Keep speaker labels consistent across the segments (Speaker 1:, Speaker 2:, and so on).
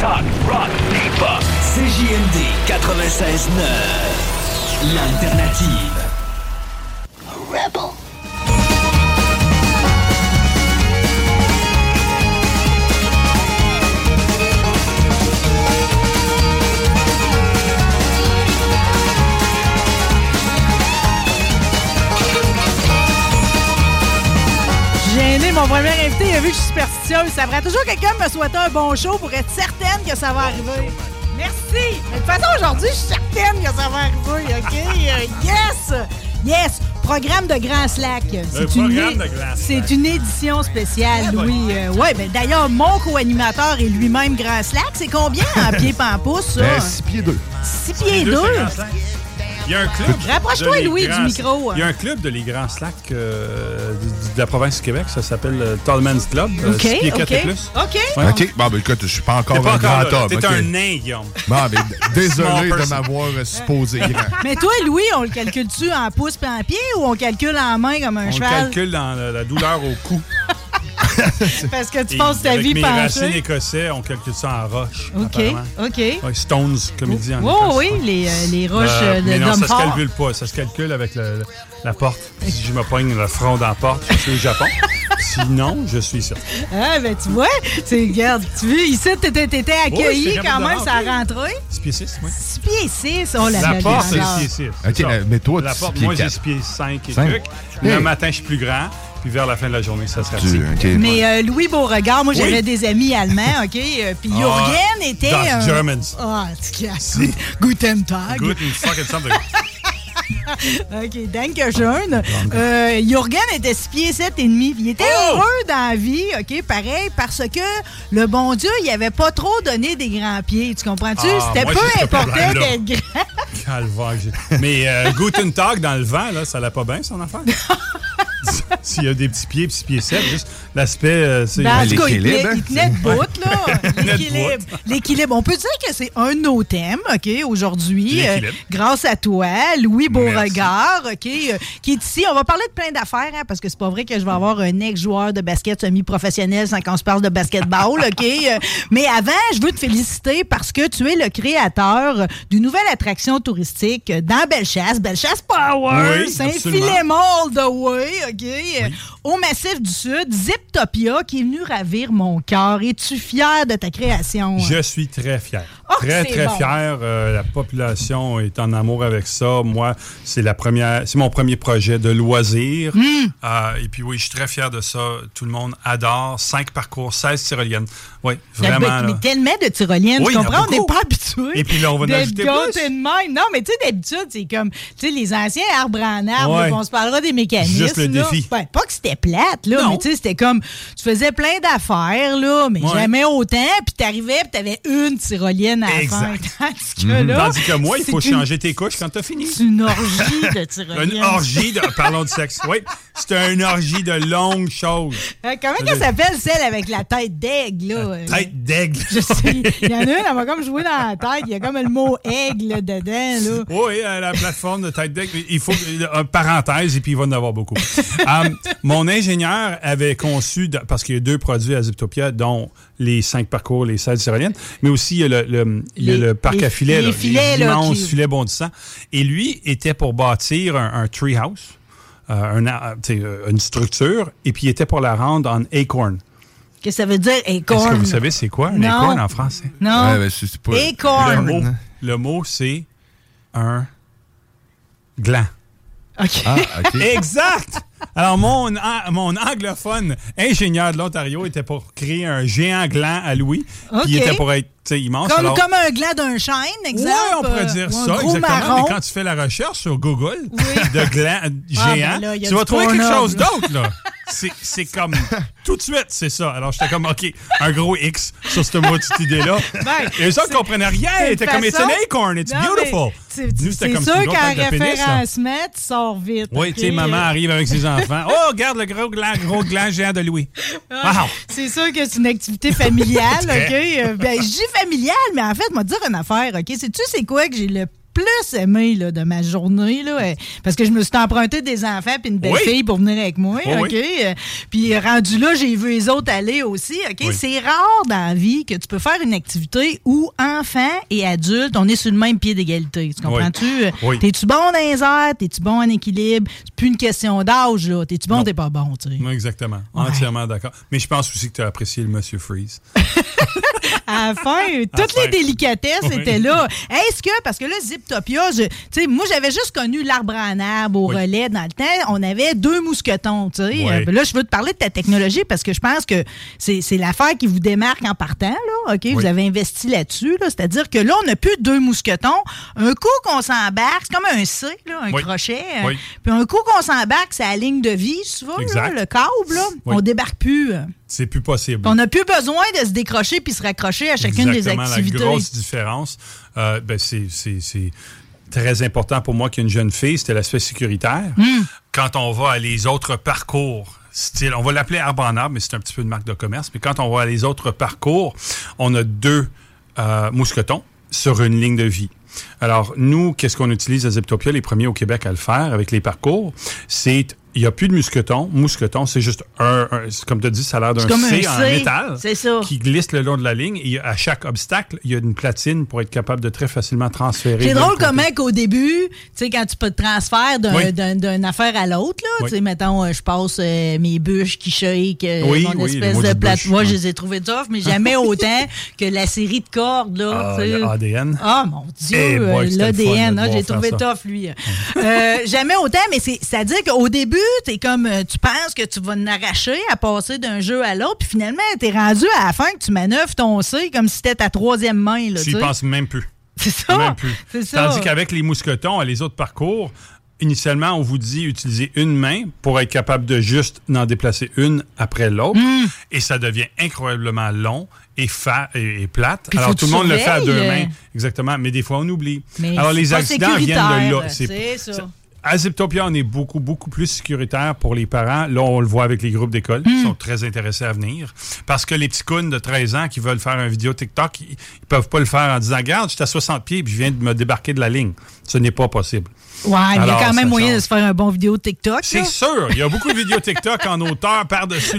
Speaker 1: Talk, rock, hip hop. CJMD 96.9. L'alternative. Rebel.
Speaker 2: J'ai aimé mon premier invité, il a vu que je suis superstitieuse. Ça prend toujours quelqu'un me souhaiter un bon show pour être certaine que ça va arriver. Merci! Mais de toute façon, aujourd'hui, je suis certaine que ça va arriver, OK? Euh, yes! Yes! Programme de Grand Slack. C'est une,
Speaker 3: Euh, programme
Speaker 2: é-
Speaker 3: de Grand Slack. Eh,
Speaker 2: c'est une édition spéciale, Louis. Euh, ouais, ben, d'ailleurs, mon co-animateur est lui-même Grand Slack. C'est combien en pieds par pouce,
Speaker 4: Ben,
Speaker 2: ça?
Speaker 3: 6 pieds 2.
Speaker 2: 6 pieds
Speaker 3: Deux, Ben, c'est
Speaker 2: 2?
Speaker 3: Grand Slack. Il y a un club.
Speaker 2: Rapproche-toi,
Speaker 3: de les
Speaker 2: Louis, du
Speaker 3: Grands-
Speaker 2: micro. hein.
Speaker 3: Il y a un club de les Grands Slacks euh, du- du- de la province du Québec. Ça s'appelle euh, Tallman's Club. euh,
Speaker 2: OK, Oh.
Speaker 3: six pieds quatre et
Speaker 2: OK.
Speaker 3: plus.
Speaker 2: OK.
Speaker 3: Ouais.
Speaker 4: OK. Bon, ben écoute, je suis pas encore
Speaker 3: Ah. T'es pas
Speaker 4: un
Speaker 3: encore
Speaker 4: grand
Speaker 3: là.
Speaker 4: homme.
Speaker 3: T'es
Speaker 4: OK.
Speaker 3: un nain, Guillaume.
Speaker 4: Bon, ben,
Speaker 3: Small
Speaker 4: désolé de
Speaker 3: person.
Speaker 4: m'avoir euh, supposé grand.
Speaker 2: Mais toi, Louis, on le calcule-tu en pouce puis en pied ou on calcule en main comme un
Speaker 3: On le
Speaker 2: cheval?
Speaker 3: calcule dans la, la douleur au cou.
Speaker 2: Parce que tu
Speaker 3: Et
Speaker 2: passes ta
Speaker 3: avec
Speaker 2: vie
Speaker 3: mes racines
Speaker 2: penchée.
Speaker 3: écossais, on calcule ça en roche.
Speaker 2: OK,
Speaker 3: apparemment.
Speaker 2: OK.
Speaker 3: Ouais, stones, comme il dit en
Speaker 2: Oh
Speaker 3: Écosse,
Speaker 2: oui,
Speaker 3: ouais.
Speaker 2: les, euh, les roches
Speaker 3: Euh,
Speaker 2: euh, de
Speaker 3: mais non,
Speaker 2: d'hommes
Speaker 3: ça se
Speaker 2: forts.
Speaker 3: calcule pas. Ça se calcule avec le- la porte. Si je me poigne le front dans la porte, je suis au Japon. Sinon, je suis certain.
Speaker 2: Ah, ben tu vois, c'est, regarde, tu vois, ici, t'étais, t'étais accueilli
Speaker 3: Oui, j'étais
Speaker 2: quand
Speaker 3: capable
Speaker 2: même,
Speaker 3: de
Speaker 2: ça a
Speaker 3: rentrer.
Speaker 2: rentré.
Speaker 3: 6 pieds 6, oui.
Speaker 2: 6 pieds 6, oh la
Speaker 3: La
Speaker 2: belle
Speaker 3: porte, c'est
Speaker 2: grandeur.
Speaker 3: 6 pieds 6.
Speaker 4: OK, mais- mais toi,
Speaker 3: la
Speaker 4: tu es
Speaker 3: porte,
Speaker 4: six pieds
Speaker 3: moi, j'ai
Speaker 4: quatre.
Speaker 3: 6 pieds 5 et
Speaker 4: Cinq.
Speaker 3: truc. Le
Speaker 4: Hey.
Speaker 3: matin, je suis plus grand. Puis vers la fin de la journée, ça sera
Speaker 4: Tu- OK.
Speaker 2: Mais euh, Louis Beauregard, moi j'avais
Speaker 3: Oui. Ah,
Speaker 2: des amis allemands, OK? euh, Puis Jürgen était.
Speaker 3: Das
Speaker 2: un-
Speaker 3: Germans.
Speaker 2: Ah, tu casses. Guten Tag.
Speaker 3: Guten fucking something.
Speaker 2: OK, danke schön. Euh, Jürgen était 6 pieds 7 et demi. Il était
Speaker 3: Oh!
Speaker 2: heureux dans la vie, OK, pareil, parce que le bon Dieu, il avait pas trop donné des grands pieds. Tu comprends-tu?
Speaker 3: Ah,
Speaker 2: C'était
Speaker 3: moi,
Speaker 2: peu
Speaker 3: j'ai ce
Speaker 2: important
Speaker 3: problème-là.
Speaker 2: d'être grand.
Speaker 3: Calvaire. j'ai- Mais euh, Guten Tag dans le vent, là, ça l'a pas bien, son affaire. S- S'il y a des petits pieds, petits pieds secs, juste l'aspect. euh, c'est-
Speaker 2: Ben, en tout cas, il
Speaker 4: l'équilibre,
Speaker 2: tenait,
Speaker 4: hein?
Speaker 2: il tenait de bout, là.
Speaker 3: tenait de
Speaker 2: L'équilibre.
Speaker 3: bout.
Speaker 2: L'équilibre. On peut dire que c'est un de nos thèmes, OK, aujourd'hui.
Speaker 3: L'équilibre.
Speaker 2: Euh, grâce à toi, Louis Beauregard, OK, euh, qui est ici. On va parler de plein d'affaires, hein, parce que c'est pas vrai que je vais avoir un ex-joueur de basket semi-professionnel sans qu'on se parle de basketball, OK? Euh, Mais avant, je veux te féliciter parce que tu es le créateur d'une nouvelle attraction touristique dans Bellechasse. Bellechasse Power,
Speaker 3: Oui,
Speaker 2: Saint-Philémon.
Speaker 3: absolument.
Speaker 2: Mall the way, OK? Au Massif du Sud, Ziptopia qui est venu ravir mon cœur. Es-tu fier de ta création? hein?
Speaker 3: Je suis très fier.
Speaker 2: Oh,
Speaker 3: très,
Speaker 2: c'est
Speaker 3: très
Speaker 2: bon.
Speaker 3: fier. Euh, la population est en amour avec ça. Moi, c'est la première, c'est mon premier projet de loisir.
Speaker 2: Hmm.
Speaker 3: Euh, et puis oui, je suis très fier de ça. Tout le monde adore. Cinq parcours, 16 tyroliennes. Oui,
Speaker 2: La
Speaker 3: vraiment.
Speaker 2: bête-
Speaker 3: là.
Speaker 2: Ben, mais tellement de tyroliennes,
Speaker 3: Oui,
Speaker 2: tu
Speaker 3: il y en a
Speaker 2: comprends? On n'est
Speaker 3: beaucoup.
Speaker 2: pas habitué.
Speaker 3: Et puis là, on va en
Speaker 2: d'être
Speaker 3: ajouter
Speaker 2: gâtés
Speaker 3: plus.
Speaker 2: de même. Non, mais tu sais, d'habitude, c'est comme, tu sais, les anciens arbres en arbre,
Speaker 3: Ouais.
Speaker 2: là, puis on se parlera des mécanismes.
Speaker 3: Juste le
Speaker 2: là.
Speaker 3: défi.
Speaker 2: Ben, pas que c'était plate, là,
Speaker 3: Non.
Speaker 2: mais tu sais, c'était comme, tu faisais plein d'affaires, là, mais
Speaker 3: Ouais.
Speaker 2: jamais autant, puis t'arrivais, puis t'avais une tyrolienne à la fin.
Speaker 3: Exact. Mm-hmm.
Speaker 2: Tandis que là,
Speaker 3: Tandis que moi, il faut
Speaker 2: c'est une-
Speaker 3: changer tes couches quand t'as fini.
Speaker 2: C'est une orgie de tyroliennes.
Speaker 3: Une orgie de. Parlons de sexe. Oui, c'est une orgie de longues choses.
Speaker 2: Euh, comment qu'elle s'appelle, celle avec la tête d'aigle, là? Euh,
Speaker 3: Tête d'aigle.
Speaker 2: Je sais. Il y en a une, elle m'a comme joué dans la tête. Il y a comme le mot aigle là, dedans, là.
Speaker 3: Oui, à la plateforme de Tech Deck, il faut euh, une parenthèse et puis il va en avoir beaucoup. Hum, mon ingénieur avait conçu, de- parce qu'il y a deux produits à Ziptopia, dont les cinq parcours, les 16 tyroliennes, mais aussi il y a le, le- il y a
Speaker 2: Les-
Speaker 3: le parc
Speaker 2: les-
Speaker 3: à filets,
Speaker 2: les
Speaker 3: là,
Speaker 2: filets, là,
Speaker 3: immenses
Speaker 2: qui-
Speaker 3: filets bondissants. Et lui était pour bâtir un, un treehouse. euh, un a- tu sais, euh, une structure et puis il était pour la rendre en acorn.
Speaker 2: Qu'est-ce que ça veut dire,
Speaker 3: Est-ce que
Speaker 2: écorne?
Speaker 3: vous savez c'est quoi un
Speaker 2: Non.
Speaker 3: acorn en français?
Speaker 2: Non.
Speaker 4: Ouais, ben, c'est- c'est pas-
Speaker 3: Le
Speaker 2: Écorne.
Speaker 3: mot, le mot c'est un gland.
Speaker 2: OK.
Speaker 4: Ah, OK.
Speaker 3: Exact! Alors, mon, an- mon anglophone ingénieur de l'Ontario était pour créer un géant gland à Louis.
Speaker 2: OK.
Speaker 3: Puis il était pour être tu sais, immense.
Speaker 2: Comme,
Speaker 3: Alors,
Speaker 2: comme un gland d'un chêne, exemple.
Speaker 3: ouais, on pourrait
Speaker 2: euh,
Speaker 3: dire
Speaker 2: ou un
Speaker 3: ça,
Speaker 2: gros
Speaker 3: exactement.
Speaker 2: marron.
Speaker 3: Mais quand tu fais la recherche sur Google de gland
Speaker 2: Ah,
Speaker 3: géant,
Speaker 2: ben là, il y a
Speaker 3: tu vas
Speaker 2: du
Speaker 3: trouver quelque
Speaker 2: Pornhub,
Speaker 3: chose
Speaker 2: là.
Speaker 3: d'autre, là. C'est- C'est comme tout de suite, c'est ça. Alors, j'étais comme, OK, un gros X sur cette maudite idée-là.
Speaker 2: Ben,
Speaker 3: Et les autres comprenaient rien. Ils étaient comme, it's an acorn, it's
Speaker 2: Non,
Speaker 3: beautiful.
Speaker 2: mais c'est-
Speaker 3: Nous, c'était
Speaker 2: C'est
Speaker 3: comme,
Speaker 2: sûr
Speaker 3: une grosse
Speaker 2: qu'en
Speaker 3: tête de pénis, là.
Speaker 2: référencement, tu sors vite.
Speaker 3: Oui,
Speaker 2: OK?
Speaker 3: tu sais, maman arrive avec ses enfants. Oh, regarde le gros gland, gros gland géant de Louis. Wow!
Speaker 2: C'est sûr que c'est une activité familiale, OK? Euh, Ben, je dis familiale, mais en fait, moi, te dire une affaire, OK? Sais-tu c'est quoi que j'ai le plus aimé là, de ma journée, là, euh, parce que je me suis emprunté des enfants puis une belle-fille pour venir avec moi,
Speaker 3: Oui, oui.
Speaker 2: OK? Euh, Puis rendu là, j'ai vu les autres aller aussi, OK?
Speaker 3: Oui.
Speaker 2: C'est rare dans la vie que tu peux faire une activité où enfants et adultes, on est sur le même pied d'égalité, tu comprends-tu? Euh,
Speaker 3: Oui.
Speaker 2: T'es-tu bon dans les airs? T'es-tu bon en équilibre? C'est plus une question d'âge, là. T'es-tu bon, t'es pas bon, tu sais.
Speaker 3: Non, Exactement. Entièrement d'accord. Mais je pense aussi que tu as apprécié le Monsieur Freeze.
Speaker 2: à la fin, toutes
Speaker 3: la
Speaker 2: les
Speaker 3: fin.
Speaker 2: délicatesses
Speaker 3: Oui.
Speaker 2: étaient là. Est-ce que, parce que là, Ziptopia, je- tu sais, moi, j'avais juste connu l'arbre en arbre au
Speaker 3: Oui.
Speaker 2: relais dans le temps. On avait deux mousquetons, tu sais.
Speaker 3: Oui.
Speaker 2: Euh, ben Là, je veux te parler de ta technologie parce que je pense que c'est c'est l'affaire qui vous démarque en partant, là. OK? Vous avez investi là-dessus, là. C'est-à-dire que là, on n'a plus deux mousquetons. Un coup qu'on s'embarque, c'est comme un C, là, un
Speaker 3: Oui.
Speaker 2: crochet. euh,
Speaker 3: Oui.
Speaker 2: Puis un coup qu'on s'embarque, c'est la ligne de vie, souvent, là,
Speaker 3: Exact.
Speaker 2: le câble, là.
Speaker 3: Oui.
Speaker 2: On débarque plus. euh.
Speaker 3: C'est plus possible.
Speaker 2: On n'a plus besoin de se décrocher puis se raccrocher à chacune
Speaker 3: Exactement,
Speaker 2: des activités.
Speaker 3: La grosse différence, euh, ben, c'est, c'est- c'est très important pour moi qu'une jeune fille, c'était l'aspect sécuritaire.
Speaker 2: Mm.
Speaker 3: Quand on va à les autres parcours, style, on va l'appeler arbre en arbre, mais c'est un petit peu une marque de commerce. Mais quand on va à les autres parcours, on a deux euh, mousquetons sur une ligne de vie. Alors, nous, qu'est-ce qu'on utilise à Zeptopia, les premiers au Québec à le faire avec les parcours? C'est, il n'y a plus de mousquetons. Mousqueton, c'est juste un, un- c'est comme tu as dit, ça a l'air d'un
Speaker 2: comme un
Speaker 3: C en
Speaker 2: C,
Speaker 3: métal
Speaker 2: c'est ça.
Speaker 3: qui glisse le long de la ligne. Et à chaque obstacle, il y a une platine pour être capable de très facilement transférer.
Speaker 2: C'est
Speaker 3: de
Speaker 2: drôle
Speaker 3: l'autre côté.
Speaker 2: comment qu'au début, tu sais, quand tu peux te transférer d'un-
Speaker 3: Oui.
Speaker 2: d'un- d'une affaire à l'autre, là,
Speaker 3: Oui.
Speaker 2: tu sais, mettons, euh, je passe euh, mes bûches qui shake, euh,
Speaker 3: Oui,
Speaker 2: mon
Speaker 3: oui, les
Speaker 2: espèce
Speaker 3: maudites
Speaker 2: de
Speaker 3: bûches,
Speaker 2: plateforme,
Speaker 3: ouais.
Speaker 2: je les ai trouvées tough, mais jamais autant que la série de cordes, là.
Speaker 3: Ah,
Speaker 2: tu sais.
Speaker 3: le ADN.
Speaker 2: Ah, mon Dieu,
Speaker 3: Eh boy, c'était le fun de
Speaker 2: l'ADN,
Speaker 3: devoir
Speaker 2: j'ai
Speaker 3: faire
Speaker 2: ah, trouvé
Speaker 3: ça.
Speaker 2: tough, lui. Euh, jamais autant, mais c'est- c'est-à-dire qu'au début, t'es comme, euh, tu penses que tu vas en arracher à passer d'un jeu à l'autre, puis finalement, t'es rendu à la fin que tu manœuvres ton C comme si c'était ta troisième main, là,
Speaker 3: Tu
Speaker 2: tu
Speaker 3: y
Speaker 2: sais.
Speaker 3: penses même plus.
Speaker 2: C'est ça.
Speaker 3: Même plus.
Speaker 2: Ah, C'est ça.
Speaker 3: Tandis qu'avec les mousquetons et les autres parcours, initialement, on vous dit utiliser une main pour être capable de juste n'en déplacer une après l'autre.
Speaker 2: Hmm.
Speaker 3: Et ça devient incroyablement long et, fa et, et plate.
Speaker 2: Puis faut
Speaker 3: Alors,
Speaker 2: que
Speaker 3: tout le
Speaker 2: tu
Speaker 3: monde le fait à deux
Speaker 2: surveilles.
Speaker 3: mains. Exactement. Mais des fois, on oublie.
Speaker 2: Mais
Speaker 3: Alors,
Speaker 2: c'est
Speaker 3: les
Speaker 2: pas
Speaker 3: accidents viennent de là.
Speaker 2: sécuritaire, c'est ça.
Speaker 3: À Ziptopia, on est beaucoup, beaucoup plus sécuritaire pour les parents. Là, on le voit avec les groupes d'école
Speaker 2: Hmm.
Speaker 3: qui sont très intéressés à venir. Parce que les petits clowns de 13 ans qui veulent faire un vidéo TikTok, ils ils peuvent pas le faire en disant Garde, je suis à 60 pieds puis je viens de me débarquer de la ligne. Ce n'est pas possible.
Speaker 2: Ouais, mais il y a
Speaker 3: Alors,
Speaker 2: quand même
Speaker 3: ça
Speaker 2: moyen de
Speaker 3: change.
Speaker 2: se faire un bon vidéo TikTok. là.
Speaker 3: C'est sûr, il y a beaucoup de vidéos TikTok en hauteur par-dessus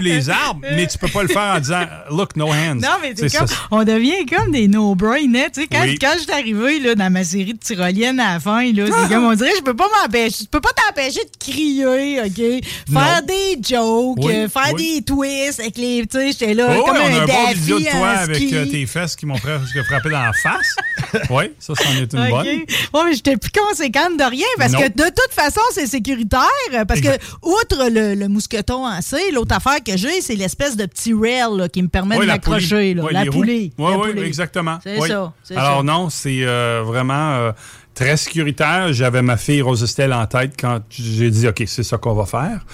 Speaker 3: les arbres, mais tu peux pas le faire en disant Look, no hands.
Speaker 2: Non, mais c'est
Speaker 3: C'est
Speaker 2: comme,
Speaker 3: ça.
Speaker 2: on devient comme des no-brain, hein, tu sais, quand,
Speaker 3: Oui.
Speaker 2: quand je suis arrivée, là, dans ma série de tyroliennes à la fin, là, c'est comme, on dirait, je peux pas m'empêcher, je peux pas t'empêcher de crier, OK? Faire
Speaker 3: Non.
Speaker 2: des jokes,
Speaker 3: Oui,
Speaker 2: euh, faire
Speaker 3: oui.
Speaker 2: des twists avec les, tu sais, j'étais là,
Speaker 3: Oh,
Speaker 2: euh, comme
Speaker 3: oui, on
Speaker 2: un,
Speaker 3: a un bon
Speaker 2: daffy
Speaker 3: vidéo de
Speaker 2: en
Speaker 3: toi avec
Speaker 2: ski.
Speaker 3: euh, tes fesses qui m'ont presque frappé dans la face. Oui, ça, c'en est une bonne.
Speaker 2: OK. Ouais, mais j'étais plus conséquente de rien parce
Speaker 3: Non.
Speaker 2: que de toute façon, c'est sécuritaire. euh, Parce
Speaker 3: Exact.
Speaker 2: que, outre le, le mousqueton en C, l'autre affaire que j'ai, c'est l'espèce de petit rail là, qui me permet
Speaker 3: Oui,
Speaker 2: de m'accrocher. là,
Speaker 3: poulie. Oui,
Speaker 2: La
Speaker 3: les roues.
Speaker 2: poulie.
Speaker 3: Oui,
Speaker 2: la
Speaker 3: oui,
Speaker 2: poulie.
Speaker 3: exactement.
Speaker 2: C'est
Speaker 3: Oui.
Speaker 2: ça, c'est
Speaker 3: Alors
Speaker 2: ça.
Speaker 3: non, c'est euh, vraiment euh, très sécuritaire. J'avais ma fille Rose Estelle en tête quand j'ai dit, OK, c'est ça qu'on va faire.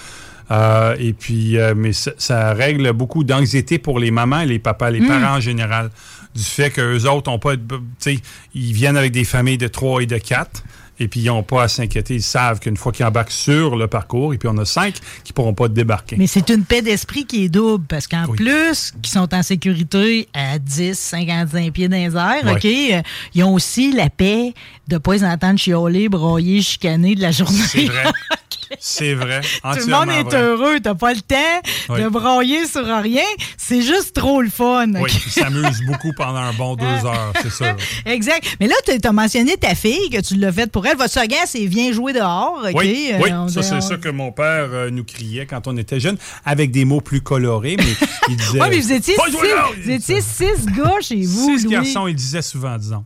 Speaker 3: Euh, et puis, euh, mais ça, ça règle beaucoup d'anxiété pour les mamans et les papas,
Speaker 2: Hmm.
Speaker 3: les parents en général, du fait qu'eux autres ont pas, de- tu sais, ils viennent avec des familles de trois et de quatre. Et puis, ils n'ont pas à s'inquiéter. Ils savent qu'une fois qu'ils embarquent sur le parcours, et puis on a cinq qui ne pourront pas débarquer.
Speaker 2: Mais c'est une paix d'esprit qui est double parce qu'en
Speaker 3: Oui.
Speaker 2: plus, qui sont en sécurité à 10, 55 pieds dans les airs,
Speaker 3: Ouais.
Speaker 2: OK, euh, ils ont aussi la paix de ne pas les entendre chialer, broyer, chicaner de la journée.
Speaker 3: C'est vrai. C'est vrai.
Speaker 2: Tout le monde
Speaker 3: entièrement
Speaker 2: est
Speaker 3: vrai.
Speaker 2: heureux, t'as pas le temps
Speaker 3: Oui.
Speaker 2: de broyer sur rien. C'est juste trop le fun.
Speaker 3: Oui,
Speaker 2: ok? Ah.
Speaker 3: il s'amuse beaucoup pendant un bon deux heures, c'est ça.
Speaker 2: Exact. Mais là, tu as mentionné ta fille, que tu l'as faite pour elle. Votre slogan, c'est Viens jouer dehors. ok?
Speaker 3: Oui,
Speaker 2: Euh,
Speaker 3: oui.
Speaker 2: on
Speaker 3: ça
Speaker 2: dit- on-
Speaker 3: c'est ça que mon père euh, nous criait quand on était jeune, avec des mots plus colorés, mais il disait.
Speaker 2: Oui, mais vous étiez,
Speaker 3: Pas
Speaker 2: six,
Speaker 3: jouer dehors!
Speaker 2: vous étiez six gars chez vous.
Speaker 3: Six
Speaker 2: Louis.
Speaker 3: garçons, il disait souvent, disons.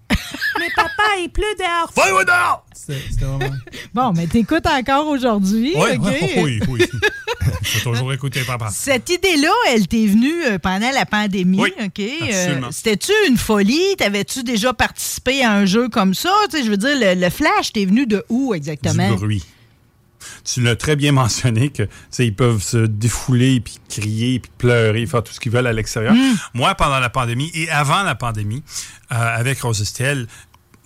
Speaker 2: Mais papa, il pleut dehors.
Speaker 3: Va jouer dehors! C'était c'était vraiment.
Speaker 2: Bon, mais t'écoutes encore aujourd'hui.
Speaker 3: Oui,
Speaker 2: ok?
Speaker 3: oui, oui, oui. Faut toujours écouter papa.
Speaker 2: Cette idée-là, elle t'est venue euh, pendant la pandémie,
Speaker 3: Oui,
Speaker 2: OK? Euh,
Speaker 3: absolument.
Speaker 2: C'était-tu une folie? T'avais-tu déjà participé à un jeu comme ça? Tu sais, je veux dire, le, le flash, t'es venu de où exactement?
Speaker 3: Du bruit. Tu l'as très bien mentionné que tu sais, ils peuvent se défouler puis crier puis pleurer faire tout ce qu'ils veulent à l'extérieur.
Speaker 2: Mm.
Speaker 3: Moi pendant la pandémie et avant la pandémie euh, avec Rose Estelle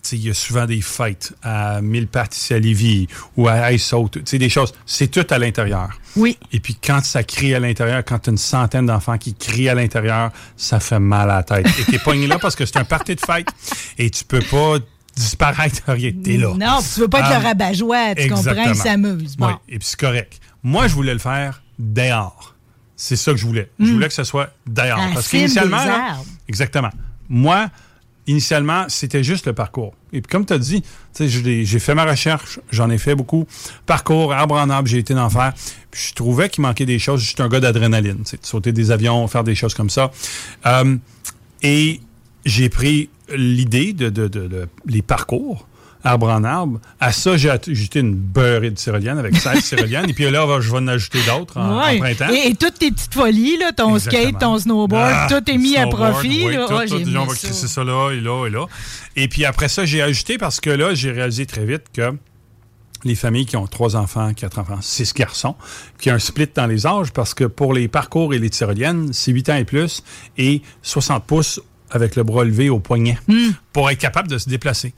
Speaker 3: tu sais, il y a souvent des fêtes à 1000 parties à Lévis ou à Ice Out, tu sais, des choses. C'est tout à l'intérieur.
Speaker 2: Oui.
Speaker 3: Et puis quand ça crie à l'intérieur, quand t'as une centaine d'enfants qui crient à l'intérieur, ça fait mal à la tête. Et t'es pogné là parce que c'est un party de fête et tu peux pas disparaître, rien. T'es là.
Speaker 2: Non, tu veux pas être
Speaker 3: Ah,
Speaker 2: le rabat-joie, tu comprends?
Speaker 3: Exactement.
Speaker 2: Ils s'amusent. Bon.
Speaker 3: Oui, et puis c'est correct. Moi, je voulais le faire dehors. C'est ça que je voulais. Je voulais que ce soit dehors.
Speaker 2: La
Speaker 3: Parce
Speaker 2: cime
Speaker 3: qu'initialement.
Speaker 2: Hmm. des
Speaker 3: là-
Speaker 2: arbres.
Speaker 3: Exactement. Moi, initialement, c'était juste le parcours. Et puis, comme tu as dit, tu sais, je l'ai- j'ai fait ma recherche, j'en ai fait beaucoup. Parcours, arbre en arbre, j'ai été d'en faire. Puis, je trouvais qu'il manquait des choses. Je suis un gars d'adrénaline, tu sais, de sauter des avions, faire des choses comme ça. Euh, et j'ai pris l'idée de, de- de- de- les parcours, arbre en arbre. À ça, j'ai att- j'ai jeté une beurrée de tyrolienne avec 16 tyroliennes. Et puis là, on va- je vais en ajouter d'autres Ah, en, en
Speaker 2: Ouais.
Speaker 3: printemps.
Speaker 2: Et, et toutes tes petites folies, là, ton skate, ton snowboard,
Speaker 3: Ah,
Speaker 2: tout est mis à
Speaker 3: snowboard,
Speaker 2: profit.
Speaker 3: oui,
Speaker 2: là.
Speaker 3: tout,
Speaker 2: Ah,
Speaker 3: tout,
Speaker 2: j'ai
Speaker 3: on
Speaker 2: aimé
Speaker 3: va
Speaker 2: ça.
Speaker 3: crisser ça là et là et là. Et puis après ça, j'ai ajouté parce que là, j'ai réalisé très vite que les familles qui ont trois enfants, quatre enfants, six garçons, qui ont un split dans les âges parce que pour les parcours et les tyroliennes, c'est 8 ans et plus et 60 pouces avec le bras levé au poignet
Speaker 2: Hmm.
Speaker 3: pour être capable de se déplacer.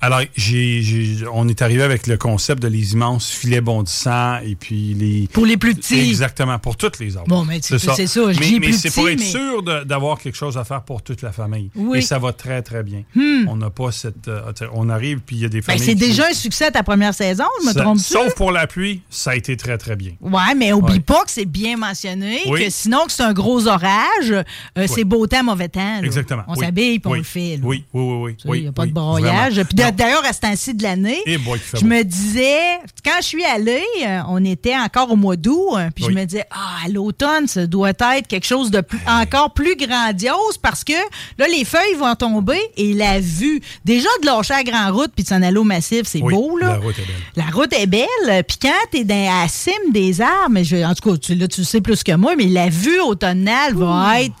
Speaker 3: Alors, j'ai- j'ai- on est arrivé avec le concept de les immenses filets bondissants et puis les...
Speaker 2: Pour les plus petits.
Speaker 3: Exactement, pour toutes les âges.
Speaker 2: Bon, mais tu- c'est ça, je
Speaker 3: mais
Speaker 2: dis
Speaker 3: mais
Speaker 2: plus
Speaker 3: c'est pour
Speaker 2: petit,
Speaker 3: être
Speaker 2: mais-
Speaker 3: sûr de- d'avoir quelque chose à faire pour toute la famille.
Speaker 2: Oui. Hmm.
Speaker 3: Et ça va très, très bien. On n'a pas cette... euh, tu sais, on arrive, puis il y a des
Speaker 2: Ben,
Speaker 3: familles...
Speaker 2: c'est
Speaker 3: qui-
Speaker 2: déjà un succès à ta première saison, je me
Speaker 3: ça-
Speaker 2: trompe-tu?
Speaker 3: Sauf pour la pluie, ça a été très, très bien.
Speaker 2: Ouais, mais oublie
Speaker 3: Ouais.
Speaker 2: pas que c'est bien mentionné,
Speaker 3: Oui.
Speaker 2: que sinon que c'est un gros orage, euh, c'est beau temps, mauvais temps. là.
Speaker 3: Exactement.
Speaker 2: On
Speaker 3: oui.
Speaker 2: s'habille puis on
Speaker 3: Oui.
Speaker 2: le fait. là.
Speaker 3: Oui, oui, oui. oui,
Speaker 2: Tu sais, Il n'y a
Speaker 3: oui,
Speaker 2: pas
Speaker 3: oui,
Speaker 2: de broyage.
Speaker 3: vraiment.
Speaker 2: Puis d'a- d'ailleurs, à ce temps-ci de l'année,
Speaker 3: Eh boy, qu'il fait
Speaker 2: je
Speaker 3: beau.
Speaker 2: me disais, quand je suis allée, euh, on était encore au mois d'août, hein, puis
Speaker 3: Oui.
Speaker 2: je me disais, ah, à l'automne, ça doit être quelque chose de plus-
Speaker 3: Ah
Speaker 2: encore plus grandiose parce que là, les feuilles vont tomber et la vue. Déjà, de lâcher la grande route puis de s'en aller au massif, c'est
Speaker 3: Oui,
Speaker 2: beau, là.
Speaker 3: la route est belle.
Speaker 2: La route est belle. euh, Puis quand t'es dans la cime des arbres, mais je- en tout cas, tu, là, tu le sais plus que moi, mais la vue automnale va être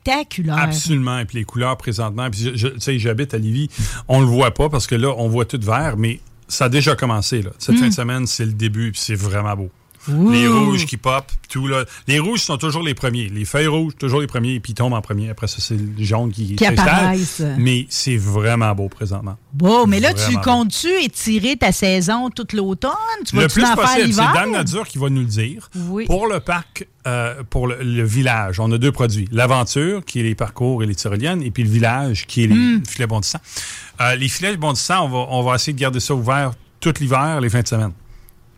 Speaker 2: spectaculaire.
Speaker 3: Absolument. Et puis les couleurs présentement. Puis je- je- tu sais, j'habite à Lévis. On le voit pas parce que là, on voit tout vert, mais ça a déjà commencé. Là. Cette fin de semaine, c'est le début, puis c'est vraiment beau. Les rouges qui pop, tout là. Les rouges sont toujours les premiers. Les feuilles rouges, toujours les premiers, puis ils tombent en premier. Après ça, c'est le jaune qui,
Speaker 2: Qui
Speaker 3: s'installe.
Speaker 2: apparaissent.
Speaker 3: Mais c'est vraiment beau présentement.
Speaker 2: Bon, mais là, tu
Speaker 3: Vraiment.
Speaker 2: comptes-tu étirer ta saison toute l'automne? Tu
Speaker 3: Le
Speaker 2: vas-tu
Speaker 3: plus
Speaker 2: en faire
Speaker 3: possible, c'est
Speaker 2: l'hiver?
Speaker 3: Dame Nature qui va nous le dire.
Speaker 2: Oui.
Speaker 3: Pour le parc, euh, pour le, le village, on a deux produits. L'aventure, qui est les parcours et les tyroliennes, et puis le village, qui est les
Speaker 2: Hmm.
Speaker 3: filets bondissants. Euh, les filets bondissants, on va, on va essayer de garder ça ouvert tout l'hiver, les fins de semaine,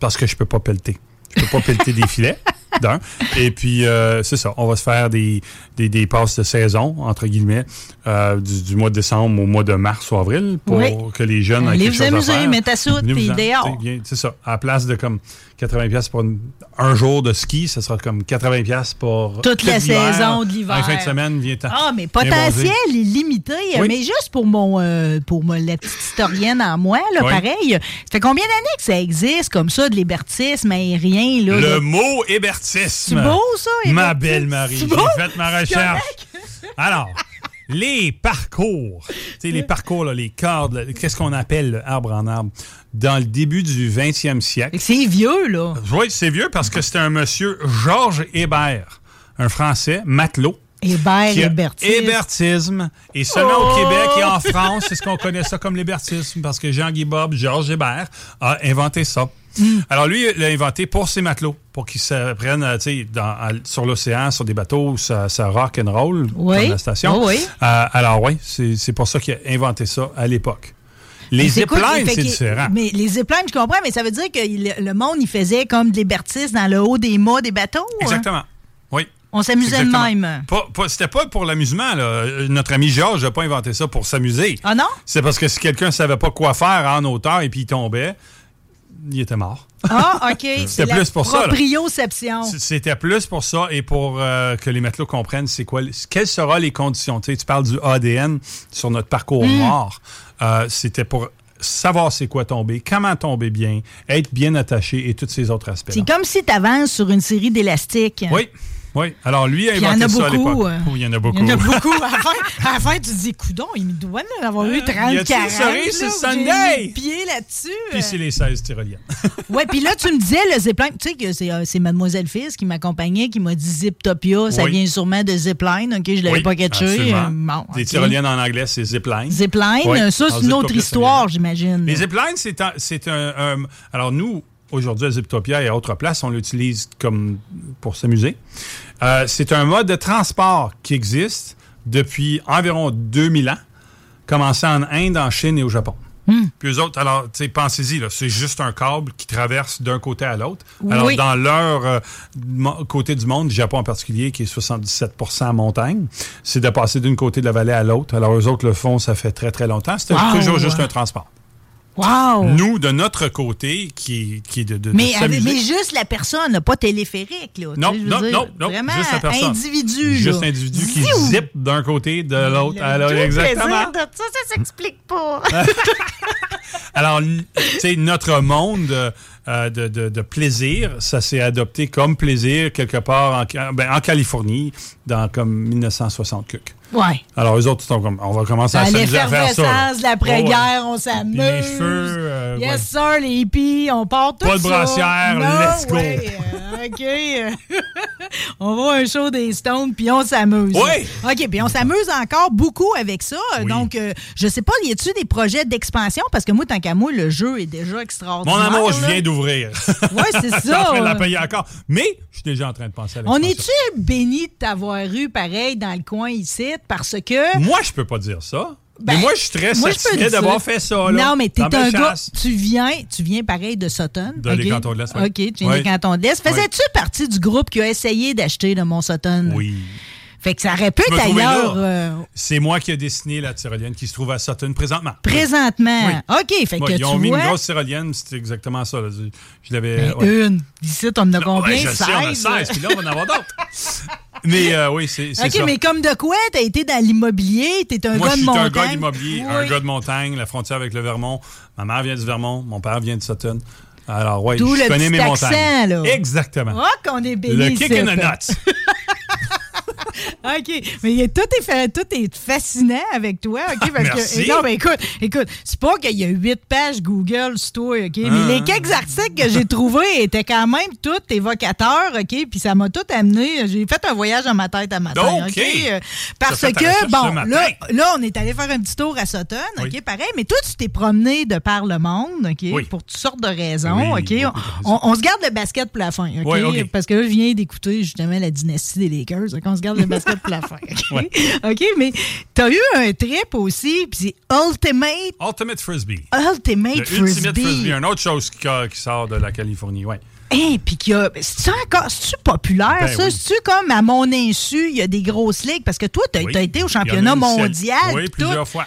Speaker 3: parce que je peux pas pelleter. Je peux pas pelleter des filets, d'un. Et puis, euh, c'est ça, on va se faire des, des, des passes de saison, entre guillemets, euh, du, du mois de décembre au mois de mars ou avril, pour
Speaker 2: Oui.
Speaker 3: que les jeunes aient
Speaker 2: Allez
Speaker 3: quelque
Speaker 2: vous
Speaker 3: chose à
Speaker 2: amuser,
Speaker 3: faire.
Speaker 2: mets ta soute,
Speaker 3: Venez-vous-en,
Speaker 2: puis dehors.
Speaker 3: tu sais, Bien, C'est ça. À la place de comme 80$ piastres pour une- un jour de ski, ça sera comme 80$ piastres pour.
Speaker 2: Toute
Speaker 3: tout
Speaker 2: la
Speaker 3: l'hiver.
Speaker 2: saison de l'hiver.
Speaker 3: En fin de semaine, viens t'en.
Speaker 2: Ah, mais
Speaker 3: viens
Speaker 2: potentiel
Speaker 3: bronzer.
Speaker 2: illimité.
Speaker 3: Oui.
Speaker 2: Mais juste pour mon euh, pour mon- la petite historienne en moi, là,
Speaker 3: Oui.
Speaker 2: pareil. euh, Ça fait combien d'années que ça existe comme ça, de l'hébertisme aérien? Là,
Speaker 3: Le
Speaker 2: de-
Speaker 3: mot hébertisme.
Speaker 2: C'est beau, ça,
Speaker 3: Ma
Speaker 2: hébertisme.
Speaker 3: belle Marie,
Speaker 2: C'est
Speaker 3: j'ai
Speaker 2: beau?
Speaker 3: fait ma
Speaker 2: C'est
Speaker 3: recherche. Alors, les parcours. Tu sais, les parcours, là, les cordes, là, qu'est-ce qu'on appelle le arbre en arbre? Dans le début du 20e
Speaker 2: Fait
Speaker 3: siècle,
Speaker 2: que C'est vieux, là.
Speaker 3: oui, c'est vieux parce que c'était un monsieur, Georges Hébert, un Français, matelot,
Speaker 2: Hébert,
Speaker 3: qui a
Speaker 2: hébertisme.
Speaker 3: hébertisme. Et seulement au Québec et
Speaker 2: Oh!
Speaker 3: en France, c'est ce qu'on connaît ça comme l'hébertisme, parce que Jean-Guy Bob, Georges Hébert, a inventé ça.
Speaker 2: Mm.
Speaker 3: Alors lui, il l'a inventé pour ses matelots, pour qu'ils se prennent euh, tu sais, dans- à- sur l'océan, sur des bateaux, ça, ça rock and roll,
Speaker 2: Oui.
Speaker 3: comme la station.
Speaker 2: Oh oui.
Speaker 3: Euh, alors oui, c'est c'est pour ça qu'il a inventé ça à l'époque. Les
Speaker 2: Mais écoute,
Speaker 3: ziplines,
Speaker 2: fait
Speaker 3: c'est
Speaker 2: que-
Speaker 3: différent.
Speaker 2: Mais les ziplines, je comprends, mais ça veut dire que il- le monde, il faisait comme des bertises dans le haut des mâts des bateaux. hein?
Speaker 3: Exactement. Oui.
Speaker 2: On s'amusait de
Speaker 3: Exactement.
Speaker 2: même.
Speaker 3: Pas- pas- C'était pas pour l'amusement. là. Euh, Notre ami Georges n'a pas inventé ça pour s'amuser.
Speaker 2: Ah non?
Speaker 3: C'est parce que si quelqu'un ne savait pas quoi faire en hauteur et puis il tombait, il était mort.
Speaker 2: Ah, OK. C'est la
Speaker 3: plus pour ça, là.
Speaker 2: Proprioception.
Speaker 3: C- C'était plus pour ça et pour euh, que les matelots comprennent c'est quoi, quelles seront les conditions. Tu, sais, tu parles du ADN sur notre parcours
Speaker 2: Hmm.
Speaker 3: mort. Euh, C'était pour savoir c'est quoi tomber, comment tomber bien, être bien attaché et tous ces autres aspects.
Speaker 2: C'est comme si tu avances sur une série d'élastiques.
Speaker 3: Oui, oui. Alors lui a
Speaker 2: Puis il y
Speaker 3: inventé
Speaker 2: en a
Speaker 3: ça à
Speaker 2: beaucoup.
Speaker 3: l'époque.
Speaker 2: euh,
Speaker 3: Oui, Il y en a beaucoup.
Speaker 2: Il y en a beaucoup. À la fin, à la fin, tu te dis, coudon, il me doit en avoir eu 30,
Speaker 3: Euh, y a-t-il
Speaker 2: 40.
Speaker 3: une cerise
Speaker 2: là,
Speaker 3: sur
Speaker 2: où j'ai
Speaker 3: Sunday?
Speaker 2: mis le pied là-dessus. euh.
Speaker 3: Puis c'est les 16 tyroliennes.
Speaker 2: Ouais, puis là, tu me disais le zipline. Tu sais que c'est, euh, c'est Mademoiselle Fils qui m'accompagnait, qui m'a dit Ziptopia. Ça
Speaker 3: Oui.
Speaker 2: vient sûrement de zipline. OK, je l'avais
Speaker 3: Oui,
Speaker 2: pas catché. Euh,
Speaker 3: absolument.
Speaker 2: bon,
Speaker 3: Des
Speaker 2: ok.
Speaker 3: tyroliennes en anglais, c'est zipline.
Speaker 2: Zipline,
Speaker 3: Oui.
Speaker 2: euh, ça,
Speaker 3: Alors,
Speaker 2: c'est une autre
Speaker 3: Ziptopia,
Speaker 2: histoire,
Speaker 3: c'est-
Speaker 2: j'imagine.
Speaker 3: Les ziplines, c'est un, c'est un- un- Alors, nous, aujourd'hui, à Ziptopia et à autres places, on l'utilise comme pour s'amuser. Euh, c'est un mode de transport qui existe depuis environ 2000 ans, commençant en Inde, en Chine et au Japon.
Speaker 2: Hmm.
Speaker 3: Puis eux autres, alors, tu sais, pensez-y, là, c'est juste un câble qui traverse d'un côté à l'autre. Alors,
Speaker 2: Oui.
Speaker 3: dans leur euh, mo- côté du monde, Japon en particulier, qui est 77 montagne, c'est de passer d'une côté de la vallée à l'autre. Alors, eux autres le font, ça fait très, très longtemps. C'était
Speaker 2: Wow!
Speaker 3: toujours juste un transport.
Speaker 2: Wow!
Speaker 3: Nous, de notre côté, qui, qui est de, de, de
Speaker 2: Mais, avec-
Speaker 3: s'amuser.
Speaker 2: mais juste la personne, là, pas téléphérique. Là, Tu
Speaker 3: non,
Speaker 2: sais, je veux
Speaker 3: non,
Speaker 2: dire,
Speaker 3: non, non,
Speaker 2: Vraiment,
Speaker 3: juste la personne.
Speaker 2: individu.
Speaker 3: Juste
Speaker 2: là.
Speaker 3: individu qui
Speaker 2: Ziou!
Speaker 3: zippe d'un côté, de l'autre. Alors,
Speaker 5: Tout le
Speaker 3: exactement.
Speaker 5: plaisir de ça, ça s'explique pas.
Speaker 3: Alors, n- tu sais, notre monde euh, euh, de, de- de plaisir, ça s'est adopté comme plaisir quelque part en, Ca- ben, en Californie, dans comme 1960 cuc.
Speaker 2: Ouais.
Speaker 3: Alors, eux autres, ils sont comme, on va commencer à
Speaker 2: À
Speaker 3: s'amuser à faire ça. là. Oh,
Speaker 2: l'effervescence de l'après-guerre, on
Speaker 3: Puis
Speaker 2: s'amuse.
Speaker 3: les cheveux, euh, ouais.
Speaker 2: Yes, sir, les hippies, on part tout
Speaker 3: Pas de
Speaker 2: ça.
Speaker 3: brassière,
Speaker 2: Non,
Speaker 3: let's go.
Speaker 2: ouais, euh, OK. on va à un show des Stones, puis on s'amuse.
Speaker 3: Ouais.
Speaker 2: OK, puis on s'amuse encore beaucoup avec ça.
Speaker 3: Oui.
Speaker 2: Donc, euh, je sais pas, y a-tu des projets d'expansion? Parce que moi, tant qu'à moi, le jeu est déjà
Speaker 3: Mon
Speaker 2: extraordinaire.
Speaker 3: amour, je
Speaker 2: là.
Speaker 3: viens d'ouvrir.
Speaker 2: Ouais, c'est
Speaker 3: Je suis en train de la
Speaker 2: ça.
Speaker 3: payer encore. Mais je suis déjà en train de penser à
Speaker 2: On
Speaker 3: l'expansion.
Speaker 2: est-tu béni de t'avoir eu pareil dans le coin ici? Parce que.
Speaker 3: Moi, je peux pas dire ça.
Speaker 2: Ben,
Speaker 3: mais moi, je suis très
Speaker 2: moi, je peux
Speaker 3: satisfait
Speaker 2: le dire.
Speaker 3: d'avoir fait ça. Là,
Speaker 2: Non, mais t'es
Speaker 3: dans mes
Speaker 2: un gars.
Speaker 3: chasses.
Speaker 2: Tu viens, tu viens pareil de Sutton.
Speaker 3: De
Speaker 2: OK?
Speaker 3: les Cantons de l'Est, oui.
Speaker 2: OK, tu viens des
Speaker 3: Oui.
Speaker 2: Cantons de l'Est.
Speaker 3: Oui.
Speaker 2: Faisais-tu partie du groupe qui a essayé d'acheter le Mont Sutton?
Speaker 3: Oui.
Speaker 2: Fait que ça aurait pu
Speaker 3: Je me
Speaker 2: être
Speaker 3: trouvais
Speaker 2: ailleurs.
Speaker 3: là.
Speaker 2: euh,
Speaker 3: C'est moi qui ai dessiné la tyrolienne qui se trouve à Sutton présentement.
Speaker 2: Présentement.
Speaker 3: Oui.
Speaker 2: OK, fait
Speaker 3: Ouais,
Speaker 2: que
Speaker 3: ils ont
Speaker 2: tu
Speaker 3: mis
Speaker 2: vois.
Speaker 3: une grosse tyrolienne, c'est exactement ça. là. Je, je l'avais.
Speaker 2: ben,
Speaker 3: ouais.
Speaker 2: Une. Ici, t'en as
Speaker 3: Ouais,
Speaker 2: combien?
Speaker 3: je sais, on a
Speaker 2: 16?
Speaker 3: 16, puis là, on va en avoir d'autres. mais euh, oui, c'est c'est
Speaker 2: hein. OK,
Speaker 3: ça.
Speaker 2: mais comme de quoi? T'as été dans l'immobilier, t'es un
Speaker 3: moi,
Speaker 2: gars
Speaker 3: je
Speaker 2: de
Speaker 3: suis
Speaker 2: montagne.
Speaker 3: un gars d'immobilier, un
Speaker 2: Oui.
Speaker 3: gars de montagne, la frontière avec le Vermont. Ma mère vient du Vermont, mon père vient de Sutton. Alors, oui,
Speaker 2: D'où
Speaker 3: je
Speaker 2: le
Speaker 3: connais
Speaker 2: petit
Speaker 3: mes montagnes.
Speaker 2: accent, là.
Speaker 3: Exactement.
Speaker 2: Ah, qu'on est béni.
Speaker 3: le kick
Speaker 2: ici,
Speaker 3: in the
Speaker 2: fait.
Speaker 3: nuts.
Speaker 2: OK. Mais il est- tout est, fa- tout est fascinant avec toi. OK. Parce que-
Speaker 3: Ah, merci.
Speaker 2: non, mais écoute, écoute, c'est pas qu'il y a huit pages Google sur toi, OK?
Speaker 3: Ah.
Speaker 2: Mais les quelques articles que j'ai trouvés étaient quand même tous évocateurs, OK? Puis ça m'a tout amené. J'ai fait un voyage dans ma tête à matin, OK?
Speaker 3: OK.
Speaker 2: Euh, Parce
Speaker 3: T'as fait ta
Speaker 2: que,
Speaker 3: recherche
Speaker 2: bon,
Speaker 3: ce matin.
Speaker 2: là, là, on est allé faire un petit tour à Sutton, OK?
Speaker 3: Oui.
Speaker 2: Pareil. Mais toi, tu t'es promené de par le monde, OK?
Speaker 3: Oui.
Speaker 2: Pour toutes sortes de raisons,
Speaker 3: Oui,
Speaker 2: OK?
Speaker 3: beaucoup de raisons.
Speaker 2: On, on- on se garde le basket pour la fin, OK?
Speaker 3: Oui, OK.
Speaker 2: Parce que là, je viens d'écouter justement la dynastie des Lakers. Donc, on se garde le basket pour la fin. OK,
Speaker 3: Ouais.
Speaker 2: OK, mais t'as eu un trip aussi, puis c'est Ultimate,
Speaker 3: Ultimate Frisbee.
Speaker 2: Ah, Ultimate
Speaker 3: Le
Speaker 2: Frisbee.
Speaker 3: Ultimate Frisbee, une autre chose qui, qui sort de la Californie, oui.
Speaker 2: Hey, Eh, puis qu'il y a. C'est-tu encore. C'est-tu populaire,
Speaker 3: Ben
Speaker 2: ça?
Speaker 3: oui.
Speaker 2: C'est-tu comme à mon insu, il y a des grosses ligues? Parce que toi, t'as
Speaker 3: Oui.
Speaker 2: t'as été au
Speaker 3: Il y en
Speaker 2: championnat
Speaker 3: a une
Speaker 2: mondial.
Speaker 3: seule- Oui,
Speaker 2: puis
Speaker 3: plusieurs
Speaker 2: tout.
Speaker 3: fois.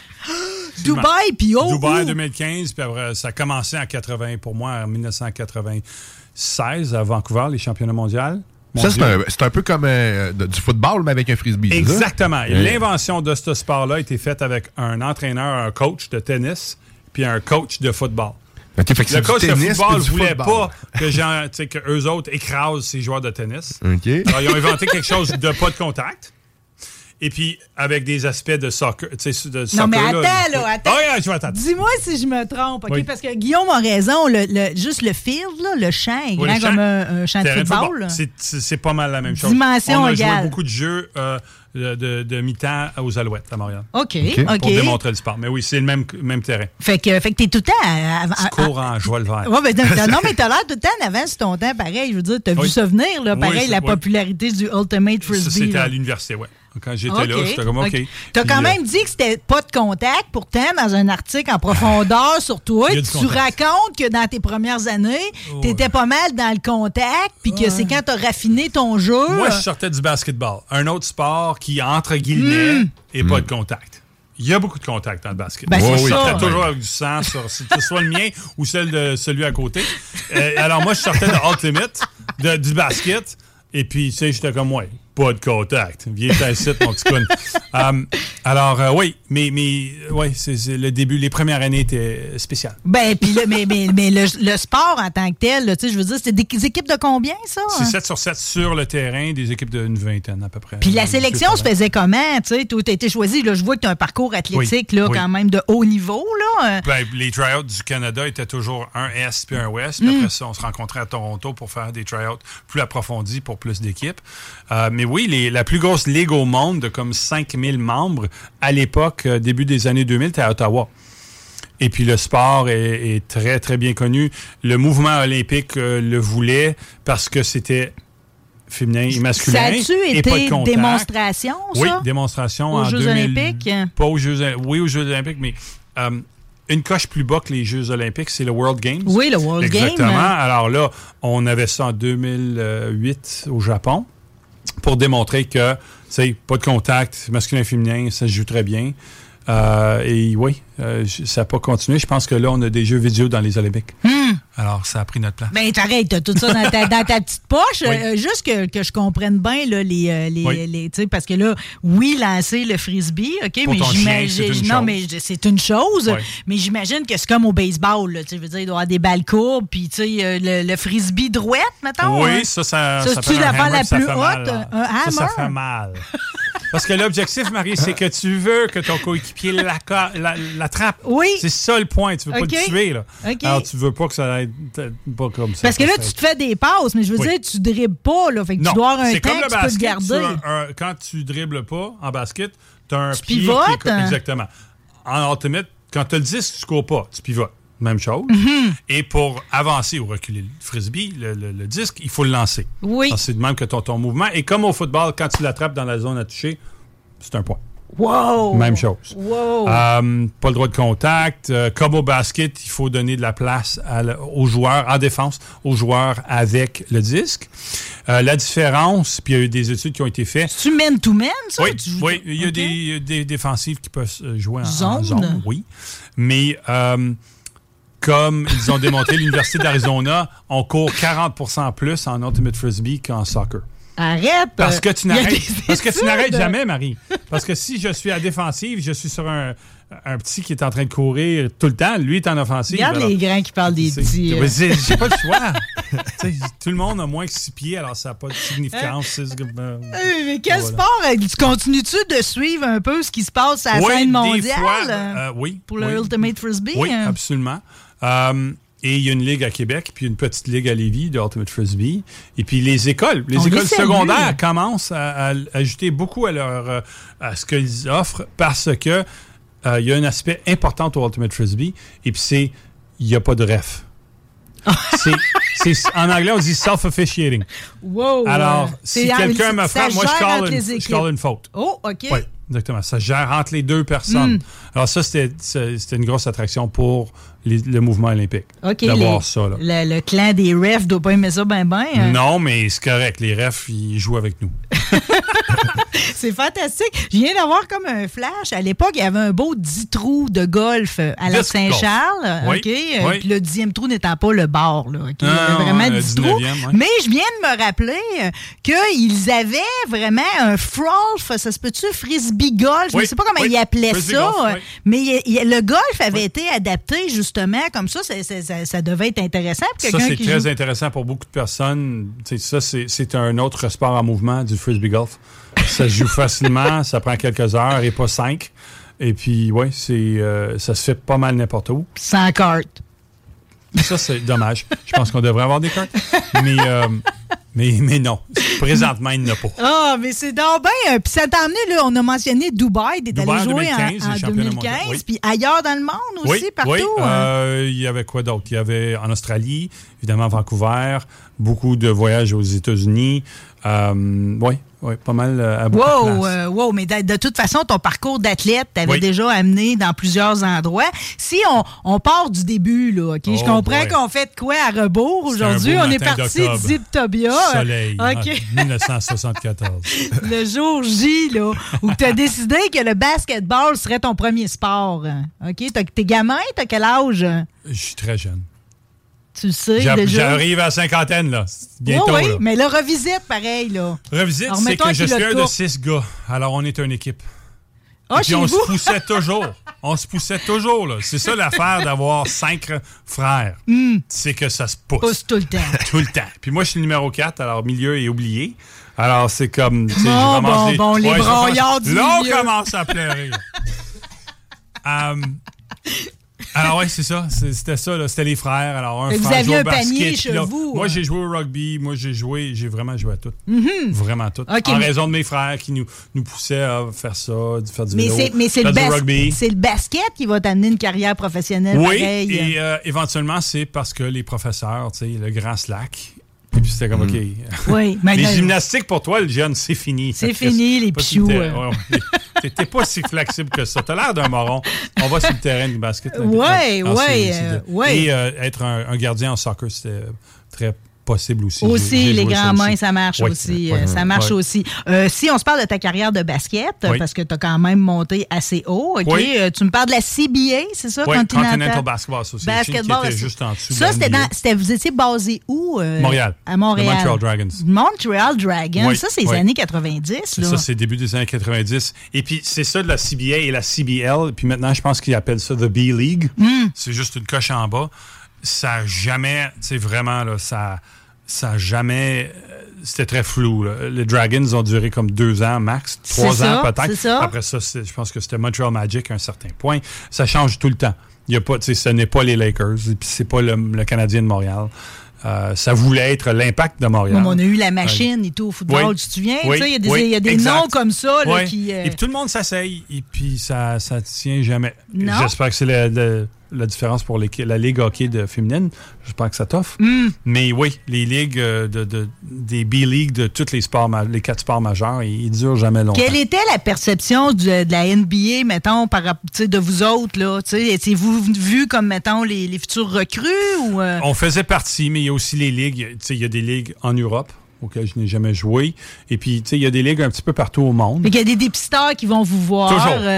Speaker 2: Dubaï, puis oh!
Speaker 3: Dubaï
Speaker 2: ouh.
Speaker 3: 2015, puis après, ça a commencé en 80, pour moi, en 1996, à Vancouver, les championnats mondiaux.
Speaker 4: Ça, c'est
Speaker 3: Mondiaux.
Speaker 4: un, c'est un peu comme euh, de- du football, mais avec un frisbee. c'est ça?
Speaker 3: Exactement. Et L'invention de ce sport-là a été faite avec un entraîneur, un coach de tennis, puis un coach de football.
Speaker 4: OK, fait que c'est
Speaker 3: Le
Speaker 4: du
Speaker 3: coach de
Speaker 4: tennis
Speaker 3: football
Speaker 4: puis du
Speaker 3: voulait
Speaker 4: football.
Speaker 3: pas que, gens, tu sais, que eux autres écrasent ces joueurs de tennis.
Speaker 4: OK.
Speaker 3: Alors, ils ont inventé quelque chose de pas de contact. Et puis, avec des aspects de soccer. tu sais, de soccer,
Speaker 2: mais attends, là, attends.
Speaker 3: Ah, ouais, je vais attendre.
Speaker 2: Dis-moi si je me trompe, OK?
Speaker 3: Oui.
Speaker 2: Parce que Guillaume a raison. Le, le- juste le field, là, le champ est
Speaker 3: Oui,
Speaker 2: grand
Speaker 3: le champ.
Speaker 2: hein, comme un, un champ de
Speaker 3: Terrain de
Speaker 2: football.
Speaker 3: football.
Speaker 2: là.
Speaker 3: C'est- C'est c'est pas mal la même chose.
Speaker 2: Dimension
Speaker 3: On a
Speaker 2: égale.
Speaker 3: joué beaucoup de jeux euh, de, de- de mi-temps aux Alouettes à Montréal.
Speaker 2: OK,
Speaker 4: OK.
Speaker 2: OK.
Speaker 3: Pour démontrer le sport. Mais oui, c'est le même, même terrain.
Speaker 2: Fait que, fait que t'es tout le temps à- à- à-
Speaker 3: Tu cours en joie le vert.
Speaker 2: Ah, Ouais, ben, non, t'as- non, mais t'as l'air tout le temps en avance sur ton temps, pareil. Je veux dire, t'as
Speaker 3: Oui.
Speaker 2: vu ça venir, là,
Speaker 3: Oui,
Speaker 2: pareil,
Speaker 3: c'est-
Speaker 2: la
Speaker 3: oui.
Speaker 2: popularité du Ultimate
Speaker 3: Ça,
Speaker 2: Frisbee.
Speaker 3: c'était
Speaker 2: là.
Speaker 3: à l'université, ouais. Quand j'étais là, j'étais comme OK.
Speaker 2: Tu as
Speaker 3: Puis,
Speaker 2: quand
Speaker 3: euh,
Speaker 2: même dit que c'était pas de contact. Pourtant, dans un article en profondeur sur toi,
Speaker 3: Il y
Speaker 2: tu
Speaker 3: a du contact.
Speaker 2: racontes que dans tes premières années, tu étais pas mal dans le contact, puis que c'est quand tu as raffiné ton jeu. euh,
Speaker 3: Moi, je sortais du basketball. Un autre sport qui, entre guillemets,
Speaker 2: Hmm.
Speaker 3: est pas de contact. Il y a beaucoup de contact dans le basket.
Speaker 2: Ben,
Speaker 3: Moi,
Speaker 2: c'est
Speaker 3: je
Speaker 2: ça.
Speaker 3: sortais
Speaker 2: Ouais.
Speaker 3: toujours avec du sang, sur, que ce soit le mien ou celle de celui à côté. Euh, alors, moi, je sortais de Ultimate, de- du basket, et puis, tu sais, j'étais comme, ouais, pas de contact. Viens ici, mon petit con. alors, euh, oui, mais, mais ouais, c'est c'est le début. Les premières années étaient spéciales.
Speaker 2: Ben, puis là, mais, mais, mais le, le sport en tant que tel, là, tu sais, je veux dire, c'était des équipes de combien, ça?
Speaker 3: C'est 7 sur 7 sur le terrain, des équipes d'une vingtaine à peu près.
Speaker 2: Puis la
Speaker 3: Monsieur
Speaker 2: sélection se
Speaker 3: Parent.
Speaker 2: faisait comment? Tu sais, toi, t'as été choisi. Là, je vois que tu as un parcours athlétique
Speaker 3: Oui,
Speaker 2: là,
Speaker 3: oui.
Speaker 2: quand même de haut niveau. Là. Euh,
Speaker 3: Ben, les tryouts du Canada étaient toujours un Est puis un Ouest. Puis
Speaker 2: Hmm.
Speaker 3: après ça, on se rencontrait à Toronto pour faire des tryouts plus approfondis pour plus d'équipes. Euh, mais oui, les- la plus grosse ligue au monde de comme 5000 membres à l'époque, euh, début des années 2000, était à Ottawa. Et puis le sport est, est très, très bien connu. Le mouvement olympique euh, le voulait parce que c'était féminin et masculin.
Speaker 2: Ça a-tu
Speaker 3: et pas de
Speaker 2: été
Speaker 3: contact.
Speaker 2: démonstration, ça?
Speaker 3: Oui, démonstration
Speaker 2: Aux
Speaker 3: en
Speaker 2: Jeux
Speaker 3: 2000
Speaker 2: olympiques?
Speaker 3: Pas aux Jeux Olympiques. Oui, aux Jeux Olympiques, mais euh, une coche plus bas que les Jeux Olympiques, c'est le World Games.
Speaker 2: Oui, le World Game.
Speaker 3: Exactement. Alors là, on avait ça en 2008 au Japon pour démontrer que, tu sais, pas de contact masculin-féminin, ça se joue très bien. Euh, et oui, euh, j- ça n'a pas continué. Je pense que là, on a des jeux vidéo dans les Olympiques.
Speaker 2: Hmm.
Speaker 3: Alors, ça a pris notre place.
Speaker 2: Ben, t'arrêtes, t'as tout ça dans ta, dans ta petite poche.
Speaker 3: Oui.
Speaker 2: Euh, juste que, que je comprenne bien, là, les. euh, les,
Speaker 3: Oui.
Speaker 2: les- tu sais, parce que là, oui, lancer le frisbee, OK,
Speaker 3: Pour
Speaker 2: mais
Speaker 3: ton chien,
Speaker 2: j'imagine.
Speaker 3: c'est une
Speaker 2: Non,
Speaker 3: chose.
Speaker 2: mais je- c'est une chose,
Speaker 3: Oui.
Speaker 2: mais j'imagine que c'est comme au baseball, là. Tu sais, je veux dire, il doit y avoir des balles courbes, puis, tu sais, euh, le, le frisbee droite, mettons. hein.
Speaker 3: Oui, ça, ça,
Speaker 2: Ça,
Speaker 3: ça,
Speaker 2: c'est-tu
Speaker 3: fait un
Speaker 2: l'affaire
Speaker 3: hammer,
Speaker 2: la
Speaker 3: ça
Speaker 2: plus
Speaker 3: fait mal,
Speaker 2: haute?
Speaker 3: là.
Speaker 2: Un
Speaker 3: Ça, ça
Speaker 2: hammer?
Speaker 3: fait mal. Parce que l'objectif, Marie, c'est que tu veux que ton coéquipier l'attrape. La, l'attrape.
Speaker 2: Oui.
Speaker 3: C'est ça le point. Tu veux
Speaker 2: OK.
Speaker 3: pas le tuer. Là.
Speaker 2: OK.
Speaker 3: Alors, tu veux pas que ça aille t- pas comme ça.
Speaker 2: Parce que là, tu te fais des passes, mais je veux
Speaker 3: Oui.
Speaker 2: dire, tu dribbles pas, là. Fait que
Speaker 3: Non,
Speaker 2: tu dois avoir un
Speaker 3: c'est
Speaker 2: temps
Speaker 3: comme
Speaker 2: que
Speaker 3: le
Speaker 2: tu peux te
Speaker 3: basket. tu
Speaker 2: garder.
Speaker 3: as un- quand tu dribbles pas en basket, tu as un
Speaker 2: Tu
Speaker 3: pied qui est
Speaker 2: pivotes,
Speaker 3: comme-
Speaker 2: hein?
Speaker 3: exactement. En ultimate, quand tu as le 10, tu cours pas, tu pivotes. Même chose.
Speaker 2: Mm-hmm.
Speaker 3: Et pour avancer ou reculer le frisbee, le, le- le disque, il faut le lancer.
Speaker 2: Oui.
Speaker 3: Alors, C'est de même que ton, ton mouvement. Et comme au football, quand tu l'attrapes dans la zone à toucher, c'est un point.
Speaker 2: Wow!
Speaker 3: Même chose.
Speaker 2: Wow!
Speaker 3: Euh, pas le droit de contact. Euh, comme au basket, il faut donner de la place à la- aux joueurs, en défense, aux joueurs avec le disque. Euh, la différence, puis il y a eu des études qui ont été faites.
Speaker 2: Tu mènes tout mène, ça?
Speaker 3: Oui,
Speaker 2: tu joues-
Speaker 3: oui, il y a
Speaker 2: OK.
Speaker 3: des, des défensives qui peuvent euh, jouer en
Speaker 2: Zone.
Speaker 3: en zone. oui. Mais euh, comme ils ont démontré l'Université d'Arizona, on court 40 plus en Ultimate Frisbee qu'en soccer.
Speaker 2: Arrête!
Speaker 3: Parce que tu
Speaker 2: Euh, Il y a
Speaker 3: n'arrêtes,
Speaker 2: des
Speaker 3: parce que tu
Speaker 2: études.
Speaker 3: n'arrêtes jamais, Marie. Parce que si je suis à défensive, je suis sur un, un petit qui est en train de courir tout le temps. Lui est en offensive.
Speaker 2: Regarde
Speaker 3: alors,
Speaker 2: les grands qui parlent des
Speaker 3: c'est-
Speaker 2: petits. euh.
Speaker 3: Ouais, c'est- J'ai pas le choix. Tu sais, tout le monde a moins que six pieds, alors ça n'a pas de significance. C'est ce que- euh,
Speaker 2: Euh, mais quel
Speaker 3: voilà.
Speaker 2: sport? euh, Tu continues-tu de suivre un peu ce qui se passe à la
Speaker 3: Oui,
Speaker 2: scène
Speaker 3: des
Speaker 2: mondiale?
Speaker 3: fois,
Speaker 2: euh,
Speaker 3: euh, oui,
Speaker 2: Pour le
Speaker 3: oui.
Speaker 2: Ultimate Frisbee?
Speaker 3: Oui,
Speaker 2: hein?
Speaker 3: absolument. Euh, et il y a une ligue à Québec, puis une petite ligue à Lévis de Ultimate Frisbee. Et puis les écoles, les
Speaker 2: On les
Speaker 3: écoles
Speaker 2: salue.
Speaker 3: secondaires commencent à, à ajouter beaucoup à, leur, euh, à ce qu'ils offrent parce que euh, il y a un aspect important au Ultimate Frisbee, et puis c'est il n'y a pas de ref. C'est- c'est- en anglais, on dit self-officiating.
Speaker 2: Wow!
Speaker 3: Alors,
Speaker 2: euh,
Speaker 3: si
Speaker 2: c'est-
Speaker 3: quelqu'un me
Speaker 2: ça
Speaker 3: frappe, moi,
Speaker 2: gère
Speaker 3: je
Speaker 2: entre
Speaker 3: call, une,
Speaker 2: les
Speaker 3: je
Speaker 2: équipes.
Speaker 3: call une faute.
Speaker 2: Oh, OK.
Speaker 3: Oui, exactement. Ça gère entre les deux personnes.
Speaker 2: Mm.
Speaker 3: Alors ça, c'était c'est- c'était une grosse attraction pour les- le mouvement olympique.
Speaker 2: OK.
Speaker 3: D'avoir
Speaker 2: les-
Speaker 3: ça. là.
Speaker 2: Le, le clan des refs doit pas aimer ça ben ben. hein.
Speaker 3: Non, mais c'est correct. Les refs, ils jouent avec nous.
Speaker 2: C'est fantastique. Je viens d'avoir comme un flash. À l'époque, il y avait un beau 10 trous de golf euh, à la
Speaker 3: Disc golf.
Speaker 2: Saint-Charles.
Speaker 3: Oui,
Speaker 2: OK? Euh,
Speaker 3: oui,
Speaker 2: Puis le dixième trou n'étant pas le bord. Là, OK? Il y avait
Speaker 3: Ah,
Speaker 2: vraiment
Speaker 3: ouais, le
Speaker 2: 10 trous.
Speaker 3: 19e, ouais.
Speaker 2: Mais je viens de me rappeler euh, qu'ils avaient vraiment un frolf, ça se peut-tu, frisbee golf? Je
Speaker 3: Oui,
Speaker 2: ne sais pas comment
Speaker 3: oui,
Speaker 2: ils appelaient
Speaker 3: frisbee
Speaker 2: ça. euh,
Speaker 3: golf, oui.
Speaker 2: Mais il- il- le golf avait été adapté justement comme ça. Ça, ça- ça- ça devait être intéressant pour
Speaker 3: Ça,
Speaker 2: quelqu'un
Speaker 3: c'est
Speaker 2: qui
Speaker 3: très
Speaker 2: joue-
Speaker 3: intéressant pour beaucoup de personnes. Tu sais, ça, c'est- c'est un autre sport en mouvement du frisbee golf. Ça se joue facilement, ça prend quelques heures et pas cinq. Et puis, oui, ça se fait pas mal n'importe où.
Speaker 2: sans carte.
Speaker 3: Ça, c'est dommage. Je pense qu'on devrait avoir des cartes. Mais, euh, mais, mais non. Présentement, il n'y en a pas.
Speaker 2: Ah, mais c'est donc bien. euh, Puis ça t'a amené, là, on a mentionné Dubaï, t'es allé
Speaker 3: Dubaï en
Speaker 2: jouer
Speaker 3: 2015,
Speaker 2: en, en
Speaker 3: les championnats
Speaker 2: 2015,
Speaker 3: mondiaux, oui.
Speaker 2: puis ailleurs dans le monde aussi, partout.
Speaker 3: Oui,
Speaker 2: hein.
Speaker 3: euh, il y avait quoi d'autre? Il y avait en Australie, évidemment Vancouver, beaucoup de voyages aux États-Unis. Euh, oui, Oui, pas mal euh, à beaucoup de
Speaker 2: Wow,
Speaker 3: places.
Speaker 2: euh, wow, mais de, de toute façon, ton parcours d'athlète t'avait
Speaker 3: Oui.
Speaker 2: déjà amené dans plusieurs endroits. Si on, on part du début, là, OK? je
Speaker 3: Oh
Speaker 2: comprends
Speaker 3: boy.
Speaker 2: qu'on fait de quoi à rebours
Speaker 3: C'était
Speaker 2: aujourd'hui.
Speaker 3: un beau
Speaker 2: On est
Speaker 3: matin
Speaker 2: parti
Speaker 3: d'octobre.
Speaker 2: d'Iptobia.
Speaker 3: Soleil, hein, en
Speaker 2: oh, OK.
Speaker 3: 1974.
Speaker 2: le jour J, là, où tu as décidé que le basketball serait ton premier sport. OK? T'as- T'es gamin, t'as quel âge?
Speaker 3: Je suis très jeune.
Speaker 2: Tu le sais
Speaker 3: J'a-
Speaker 2: déjà? Oh,
Speaker 3: J'arrive à la cinquantaine, là. Bientôt,
Speaker 2: oui, oui,
Speaker 3: là.
Speaker 2: Ah mais le revisite, pareil, là.
Speaker 3: Revisite,
Speaker 2: Alors,
Speaker 3: c'est
Speaker 2: mettons
Speaker 3: que je
Speaker 2: qu'il
Speaker 3: suis
Speaker 2: a
Speaker 3: un
Speaker 2: le
Speaker 3: de
Speaker 2: tour.
Speaker 3: six gars. Alors, on est une équipe.
Speaker 2: Ah,
Speaker 3: Puis
Speaker 2: chez vous?
Speaker 3: on se poussait toujours. On se poussait toujours, là. C'est ça l'affaire d'avoir cinq frères. C'est que ça se pousse.
Speaker 2: Hmm. Pousse tout le temps.
Speaker 3: Tout le temps. Puis moi, je suis le numéro 4, alors milieu est oublié. Alors, c'est comme. tu sais, je
Speaker 2: Bon,
Speaker 3: ramasse
Speaker 2: bon,
Speaker 3: des-
Speaker 2: bon, les
Speaker 3: je ramasse-
Speaker 2: broyards du
Speaker 3: Là,
Speaker 2: milieu.
Speaker 3: on commence à pleurer. Hum, alors, ouais, c'est ça. C'est- C'était ça, là. C'était les frères. Alors, un
Speaker 2: Vous
Speaker 3: frère
Speaker 2: aviez
Speaker 3: jouait au
Speaker 2: un panier
Speaker 3: basket,
Speaker 2: chez
Speaker 3: là.
Speaker 2: vous,
Speaker 3: Moi,
Speaker 2: hein.
Speaker 3: j'ai joué au rugby. Moi, j'ai joué. J'ai vraiment joué à tout. Vraiment tout.
Speaker 2: Mm-hmm. Ok,
Speaker 3: en
Speaker 2: mais-
Speaker 3: raison de mes frères qui nous, nous poussaient à faire ça, de faire du
Speaker 2: Mais
Speaker 3: vélo,
Speaker 2: c'est, mais c'est le,
Speaker 3: faire du
Speaker 2: bas-
Speaker 3: rugby.
Speaker 2: c'est le basket qui va t'amener une carrière professionnelle
Speaker 3: Oui,
Speaker 2: pareille.
Speaker 3: et euh, éventuellement, c'est parce que les professeurs, tu sais, le grand slack. Et puis c'était comme, OK.
Speaker 2: Oui,
Speaker 3: euh, Les
Speaker 2: maintenant,
Speaker 3: gymnastiques pour toi, le jeune, c'est fini.
Speaker 2: C'est fini, les
Speaker 3: Pas si
Speaker 2: pichous,
Speaker 3: t'es-
Speaker 2: euh.
Speaker 3: ouais, ouais. T'es t'es pas si flexible que ça. T'as l'air d'un moron. On va sur le terrain du basket. là,
Speaker 2: Ouais,
Speaker 3: puis, ah,
Speaker 2: ouais,
Speaker 3: c'est- c'est
Speaker 2: euh,
Speaker 3: de-
Speaker 2: ouais.
Speaker 3: Et euh, être un, un gardien en soccer, c'était très possible aussi. J'ai-
Speaker 2: Aussi,
Speaker 3: j'ai
Speaker 2: les
Speaker 3: joué
Speaker 2: grands
Speaker 3: aussi.
Speaker 2: mains, ça marche
Speaker 3: Ouais,
Speaker 2: aussi.
Speaker 3: ouais,
Speaker 2: euh, ça marche
Speaker 3: ouais.
Speaker 2: aussi. Euh, si on se parle de ta carrière de basket,
Speaker 3: Oui.
Speaker 2: parce que tu as quand même monté assez haut, OK?
Speaker 3: Oui.
Speaker 2: Euh, tu me parles de la CBA, c'est ça?
Speaker 3: Ouais,
Speaker 2: Continental,
Speaker 3: Continental Basketball Association, qui était
Speaker 2: Associ-
Speaker 3: juste en dessous de
Speaker 2: Ça,
Speaker 3: la
Speaker 2: c'était
Speaker 3: NBA.
Speaker 2: dans- c'était- vous étiez basé où? euh,
Speaker 3: Montréal.
Speaker 2: À Montréal.
Speaker 3: Le Montreal Dragons.
Speaker 2: Montreal Dragons.
Speaker 3: Oui,
Speaker 2: Ça, c'est les
Speaker 3: oui.
Speaker 2: années 90.
Speaker 3: C'est
Speaker 2: Là.
Speaker 3: ça, c'est début des années 90. Et puis, c'est ça de la CBA et la CBL. Puis maintenant, je pense qu'ils appellent ça The B-League.
Speaker 2: Hmm.
Speaker 3: C'est juste une coche en bas. Ça a jamais, tu sais, vraiment, là, ça, ça a jamais. euh, C'était très flou. là. Les Dragons ont duré comme deux ans max,
Speaker 2: C'est
Speaker 3: trois
Speaker 2: ça,
Speaker 3: ans peut-être.
Speaker 2: c'est ça.
Speaker 3: Après ça, c'est- je pense que c'était Montreal Magic à un certain point. Ça change tout le temps. Il y a pas, tu sais, ce n'est pas les Lakers, et puis c'est pas le, le Canadien de Montréal. Euh, ça voulait être l'impact de Montréal.
Speaker 2: Comme on a eu la machine et tout au football,
Speaker 3: Oui.
Speaker 2: tu te souviens?
Speaker 3: Oui.
Speaker 2: Tu sais, Il y a des,
Speaker 3: Oui.
Speaker 2: il y a des
Speaker 3: Exact.
Speaker 2: noms comme ça là,
Speaker 3: Ouais.
Speaker 2: qui. euh,
Speaker 3: Et puis tout le monde s'essaye, et puis ça ne tient jamais.
Speaker 2: Non.
Speaker 3: J'espère que c'est la, la- la différence pour l'équi- la Ligue hockey de féminine. J'espère que ça t'offre.
Speaker 2: Hmm.
Speaker 3: Mais oui, les ligues euh, de, de- des B-Leagues de tous les sports, ma- les quatre sports majeurs, ils, ils durent jamais longtemps.
Speaker 2: Quelle était la perception du- de la NBA, mettons, par, rap- tu sais, de vous autres? là? Tu sais, Étiez-vous vus comme, mettons, les, les futurs recrues? ou euh,
Speaker 3: On faisait partie, mais il y a aussi les ligues. Tu sais, il y a des ligues en Europe auxquelles je n'ai jamais joué. Et puis, tu sais, il y a des ligues un petit peu partout au monde.
Speaker 2: Fait qu'il y a des dépisteurs qui vont vous voir. euh,
Speaker 3: Toujours,
Speaker 2: puis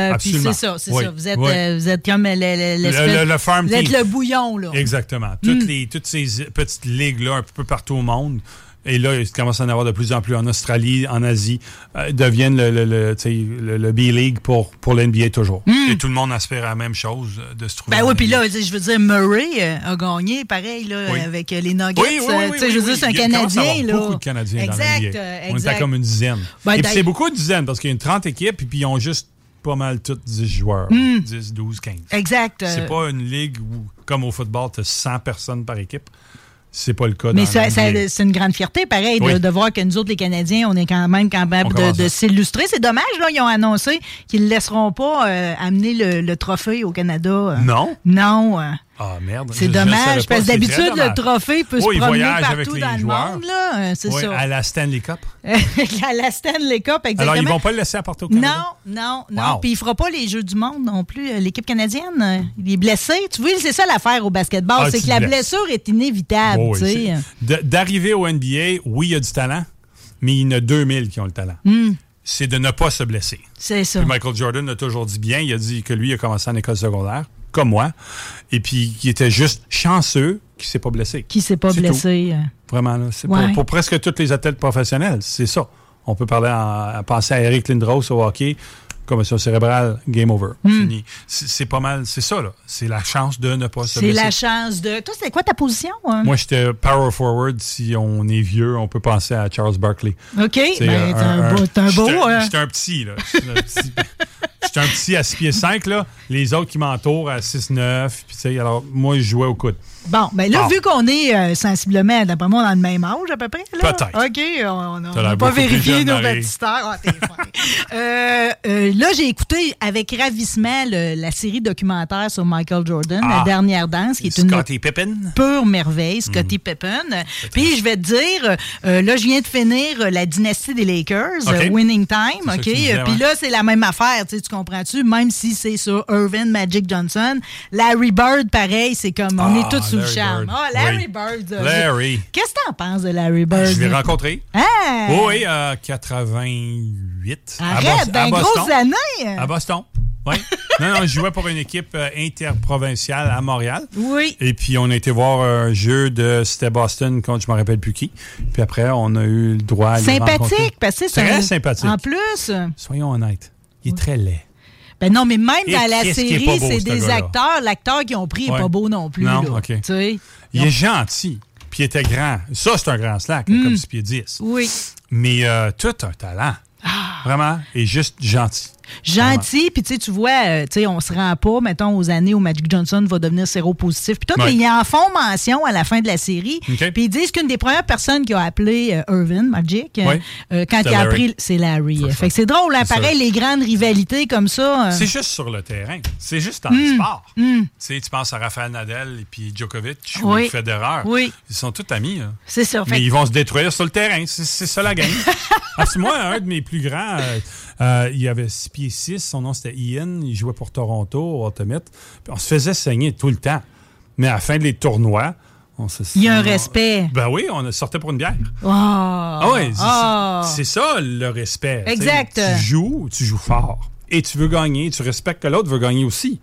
Speaker 3: absolument.
Speaker 2: c'est ça, c'est
Speaker 3: Oui,
Speaker 2: ça. Vous êtes,
Speaker 3: oui.
Speaker 2: euh, vous êtes comme le, le- l'espèce-
Speaker 3: Le- le- le farm
Speaker 2: vous êtes
Speaker 3: team.
Speaker 2: le bouillon, là. Mm.
Speaker 3: Exactement. Toutes, les, toutes ces petites ligues-là, un peu partout au monde, et là, il commence à en avoir de plus en plus en Australie, en Asie, euh, deviennent le, le, le, tu sais, le- le B-League pour, pour l'NBA toujours. Et tout le monde aspire à la même chose, euh, de se trouver.
Speaker 2: Mm. Ben
Speaker 3: dans
Speaker 2: oui,
Speaker 3: la
Speaker 2: puis
Speaker 3: NBA.
Speaker 2: là, je veux dire, Murray euh, a gagné, pareil, là,
Speaker 3: Oui.
Speaker 2: avec euh, les Nuggets.
Speaker 3: Oui, oui, oui,
Speaker 2: euh, tu
Speaker 3: oui,
Speaker 2: sais, je veux
Speaker 3: oui,
Speaker 2: dire, c'est un
Speaker 3: oui. Il commence à
Speaker 2: Canadien,
Speaker 3: avoir
Speaker 2: là.
Speaker 3: beaucoup de Canadiens
Speaker 2: exact,
Speaker 3: dans l'NBA.
Speaker 2: euh,
Speaker 3: On est à
Speaker 2: exact.
Speaker 3: comme une dizaine.
Speaker 2: Ben,
Speaker 3: et puis
Speaker 2: d'ailleurs-
Speaker 3: c'est beaucoup une dizaine, parce qu'il y a une 30 équipes, et puis ils ont juste pas mal toutes 10 joueurs.
Speaker 2: Mm.
Speaker 3: 10, 12, 15.
Speaker 2: Exact. euh,
Speaker 3: C'est pas une ligue où, comme au football, tu as 100 personnes par équipe. C'est pas le cas
Speaker 2: Mais
Speaker 3: dans
Speaker 2: ça,
Speaker 3: la
Speaker 2: ça-
Speaker 3: NBA.
Speaker 2: c'est une grande fierté, pareil, de- de,
Speaker 3: Oui.
Speaker 2: voir que nous autres, les Canadiens, on est quand même capables
Speaker 3: On commence
Speaker 2: de, de
Speaker 3: à-
Speaker 2: s'illustrer. C'est dommage, là, ils ont annoncé qu'ils ne laisseront pas euh, amener le, le trophée au Canada. euh.
Speaker 3: Non?
Speaker 2: Non. euh.
Speaker 3: Ah merde.
Speaker 2: C'est
Speaker 3: je- je savais
Speaker 2: dommage,
Speaker 3: pas,
Speaker 2: parce que
Speaker 3: c'est
Speaker 2: d'habitude,
Speaker 3: très
Speaker 2: le
Speaker 3: dommage.
Speaker 2: trophée peut
Speaker 3: Oui,
Speaker 2: se
Speaker 3: il
Speaker 2: promener
Speaker 3: voyage avec
Speaker 2: partout
Speaker 3: les
Speaker 2: dans le
Speaker 3: joueurs.
Speaker 2: monde, là. euh, C'est
Speaker 3: Oui,
Speaker 2: ça.
Speaker 3: à la Stanley Cup.
Speaker 2: À la Stanley Cup, exactement.
Speaker 3: Alors, ils vont pas le laisser apporter au
Speaker 2: Non,
Speaker 3: Canada?
Speaker 2: non, non.
Speaker 3: Wow.
Speaker 2: Puis il fera pas les Jeux du Monde non plus. Euh, L'équipe canadienne, euh, il est blessé. Tu vois, c'est ça l'affaire au basketball,
Speaker 3: Ah,
Speaker 2: c'est
Speaker 3: tu
Speaker 2: que la
Speaker 3: te blesses.
Speaker 2: blessure est inévitable.
Speaker 3: Oh, oui,
Speaker 2: tu sais.
Speaker 3: c'est- d- D'arriver au NBA, oui, il y a du talent, mais il y en a 2000 qui ont le talent.
Speaker 2: Hmm.
Speaker 3: C'est de ne pas se blesser.
Speaker 2: C'est ça.
Speaker 3: Puis Michael Jordan a toujours dit bien, il a dit que lui a commencé en école secondaire, comme moi, et puis qu'il était juste chanceux qu'il ne s'est pas blessé.
Speaker 2: Qui s'est pas
Speaker 3: C'est
Speaker 2: blessé. euh.
Speaker 3: tout. Vraiment, là. C'est
Speaker 2: Ouais.
Speaker 3: pour, pour presque tous les athlètes professionnels, c'est ça. On peut parler en- à penser à Eric Lindros au hockey, commotion cérébrale, game over.
Speaker 2: Hmm.
Speaker 3: Fini. C'est c'est pas mal, c'est ça, là. C'est la chance de ne pas se
Speaker 2: C'est
Speaker 3: blesser.
Speaker 2: la chance de. Toi, c'était quoi ta position? hein?
Speaker 3: Moi, j'étais power forward. Si on est vieux, on peut penser à Charles Barkley.
Speaker 2: OK. Ben,
Speaker 3: C'est
Speaker 2: t'es un, beau. t'es un beau,
Speaker 3: J'étais
Speaker 2: hein?
Speaker 3: j'étais un petit, là. J'étais un petit- J'étais un petit à 6 pieds 5, là. Les autres qui m'entourent à 6-9. Puis, tu sais, alors, moi, je jouais au coude.
Speaker 2: Bon, ben là,
Speaker 3: Bon.
Speaker 2: vu qu'on est euh, sensiblement, d'après moi, dans le même âge à peu près. là.
Speaker 3: Peut-être.
Speaker 2: OK, on- on
Speaker 3: T'as l'air
Speaker 2: n'a pas
Speaker 3: beaucoup plus
Speaker 2: vérifié
Speaker 3: jeune,
Speaker 2: nos
Speaker 3: Marie.
Speaker 2: baptisteurs. Ah, t'es fin. Euh, euh, là, j'ai écouté avec ravissement le- la série documentaire sur Michael Jordan, La
Speaker 6: Ah.
Speaker 2: dernière danse, qui est une
Speaker 6: Scotty Pippen.
Speaker 2: pure merveille, Scottie
Speaker 3: Mm.
Speaker 2: Pippen. Puis je vais te dire, euh, là, je viens de finir euh, la dynastie des Lakers,
Speaker 6: OK.
Speaker 2: euh, Winning Time,
Speaker 6: ça
Speaker 2: OK?
Speaker 6: que tu me disais,
Speaker 2: Puis
Speaker 6: ouais.
Speaker 2: là, c'est la même affaire, tu sais, tu comprends-tu? Même si c'est sur Irvin, Magic Johnson, Larry Bird, pareil, c'est comme, on
Speaker 3: Ah,
Speaker 2: est tous sous le
Speaker 3: Larry
Speaker 2: charme.
Speaker 3: Bird.
Speaker 2: Ah, Larry
Speaker 3: Oui.
Speaker 2: Bird. euh,
Speaker 3: Larry. Ah,
Speaker 2: Qu'est-ce que t'en penses de Larry Bird?
Speaker 3: Je l'ai rencontré.
Speaker 2: Hein?
Speaker 3: oui, à 88. à
Speaker 2: Arrête,
Speaker 3: Bos- à
Speaker 2: ben,
Speaker 3: Boston.
Speaker 2: grosse année!
Speaker 3: À Boston. Oui. non, non, je jouais pour une équipe euh, interprovinciale à Montréal.
Speaker 2: Oui.
Speaker 3: Et puis, on a été voir un jeu de. C'était Boston contre je me rappelle plus qui. Puis après, on a eu le droit à les rencontrer.
Speaker 2: Sympathique, parce que c'est
Speaker 3: Très
Speaker 2: un-
Speaker 3: sympathique.
Speaker 2: En plus,
Speaker 3: Soyons honnêtes. Il est très laid.
Speaker 2: ben non, mais même
Speaker 3: Et
Speaker 2: dans la
Speaker 3: qu'est-ce qui est
Speaker 2: série,
Speaker 3: pas beau,
Speaker 2: c'est
Speaker 3: ce
Speaker 2: des
Speaker 3: gars-là?
Speaker 2: acteurs. L'acteur qu'ils ont pris n'est
Speaker 3: Ouais.
Speaker 2: pas beau non plus.
Speaker 3: Non,
Speaker 2: là.
Speaker 3: OK.
Speaker 2: Tu sais?
Speaker 3: Il est gentil. Puis il était grand. Ça, c'est un grand slack, là,
Speaker 2: Mm.
Speaker 3: comme 6 pieds 10.
Speaker 2: Oui.
Speaker 3: Mais euh, tout un talent.
Speaker 2: Ah.
Speaker 3: Vraiment. Et juste gentil.
Speaker 2: Gentil, puis tu sais, tu vois, euh, tu sais, on se rend pas, mettons, aux années où Magic Johnson va devenir séropositif. Puis tout,
Speaker 3: Ouais.
Speaker 2: mais ils en font mention à la fin de la série.
Speaker 3: OK.
Speaker 2: Puis ils disent qu'une des premières personnes qui a appelé euh, Irvin, Magic, euh,
Speaker 3: Ouais.
Speaker 2: euh, quand
Speaker 3: C'était
Speaker 2: il a
Speaker 3: Larry.
Speaker 2: appris, c'est Larry. Fait que c'est drôle, hein,
Speaker 3: C'est
Speaker 2: pareil,
Speaker 3: sûr.
Speaker 2: les grandes rivalités comme ça. euh,
Speaker 3: C'est juste sur le terrain. C'est juste en
Speaker 2: Hmm.
Speaker 3: sport. Tu sais, tu penses à Rafael Nadal et puis Djokovic
Speaker 2: Oui.
Speaker 3: ou Federer.
Speaker 2: Oui.
Speaker 3: Ils sont tous amis. là.
Speaker 2: C'est ça. Fait
Speaker 3: Mais
Speaker 2: que-
Speaker 3: ils vont se détruire sur le terrain. C'est c'est ça la game. Parce que moi, un de mes plus grands, euh, euh, il avait 6 pieds 6. Son nom, c'était Ian. Il jouait pour Toronto, au Ultimate. Puis on se faisait saigner tout le temps. Mais à la fin des tournois, on se
Speaker 2: Il y a un
Speaker 3: on-
Speaker 2: respect.
Speaker 3: Ben oui, on sortait pour une bière.
Speaker 2: Ah,
Speaker 3: Ah ouais, c'est-
Speaker 2: ah.
Speaker 3: c'est ça le respect. tu sais.
Speaker 2: Exact.
Speaker 3: Tu joues, tu joues fort. Et tu veux gagner, tu respectes que l'autre veut gagner aussi.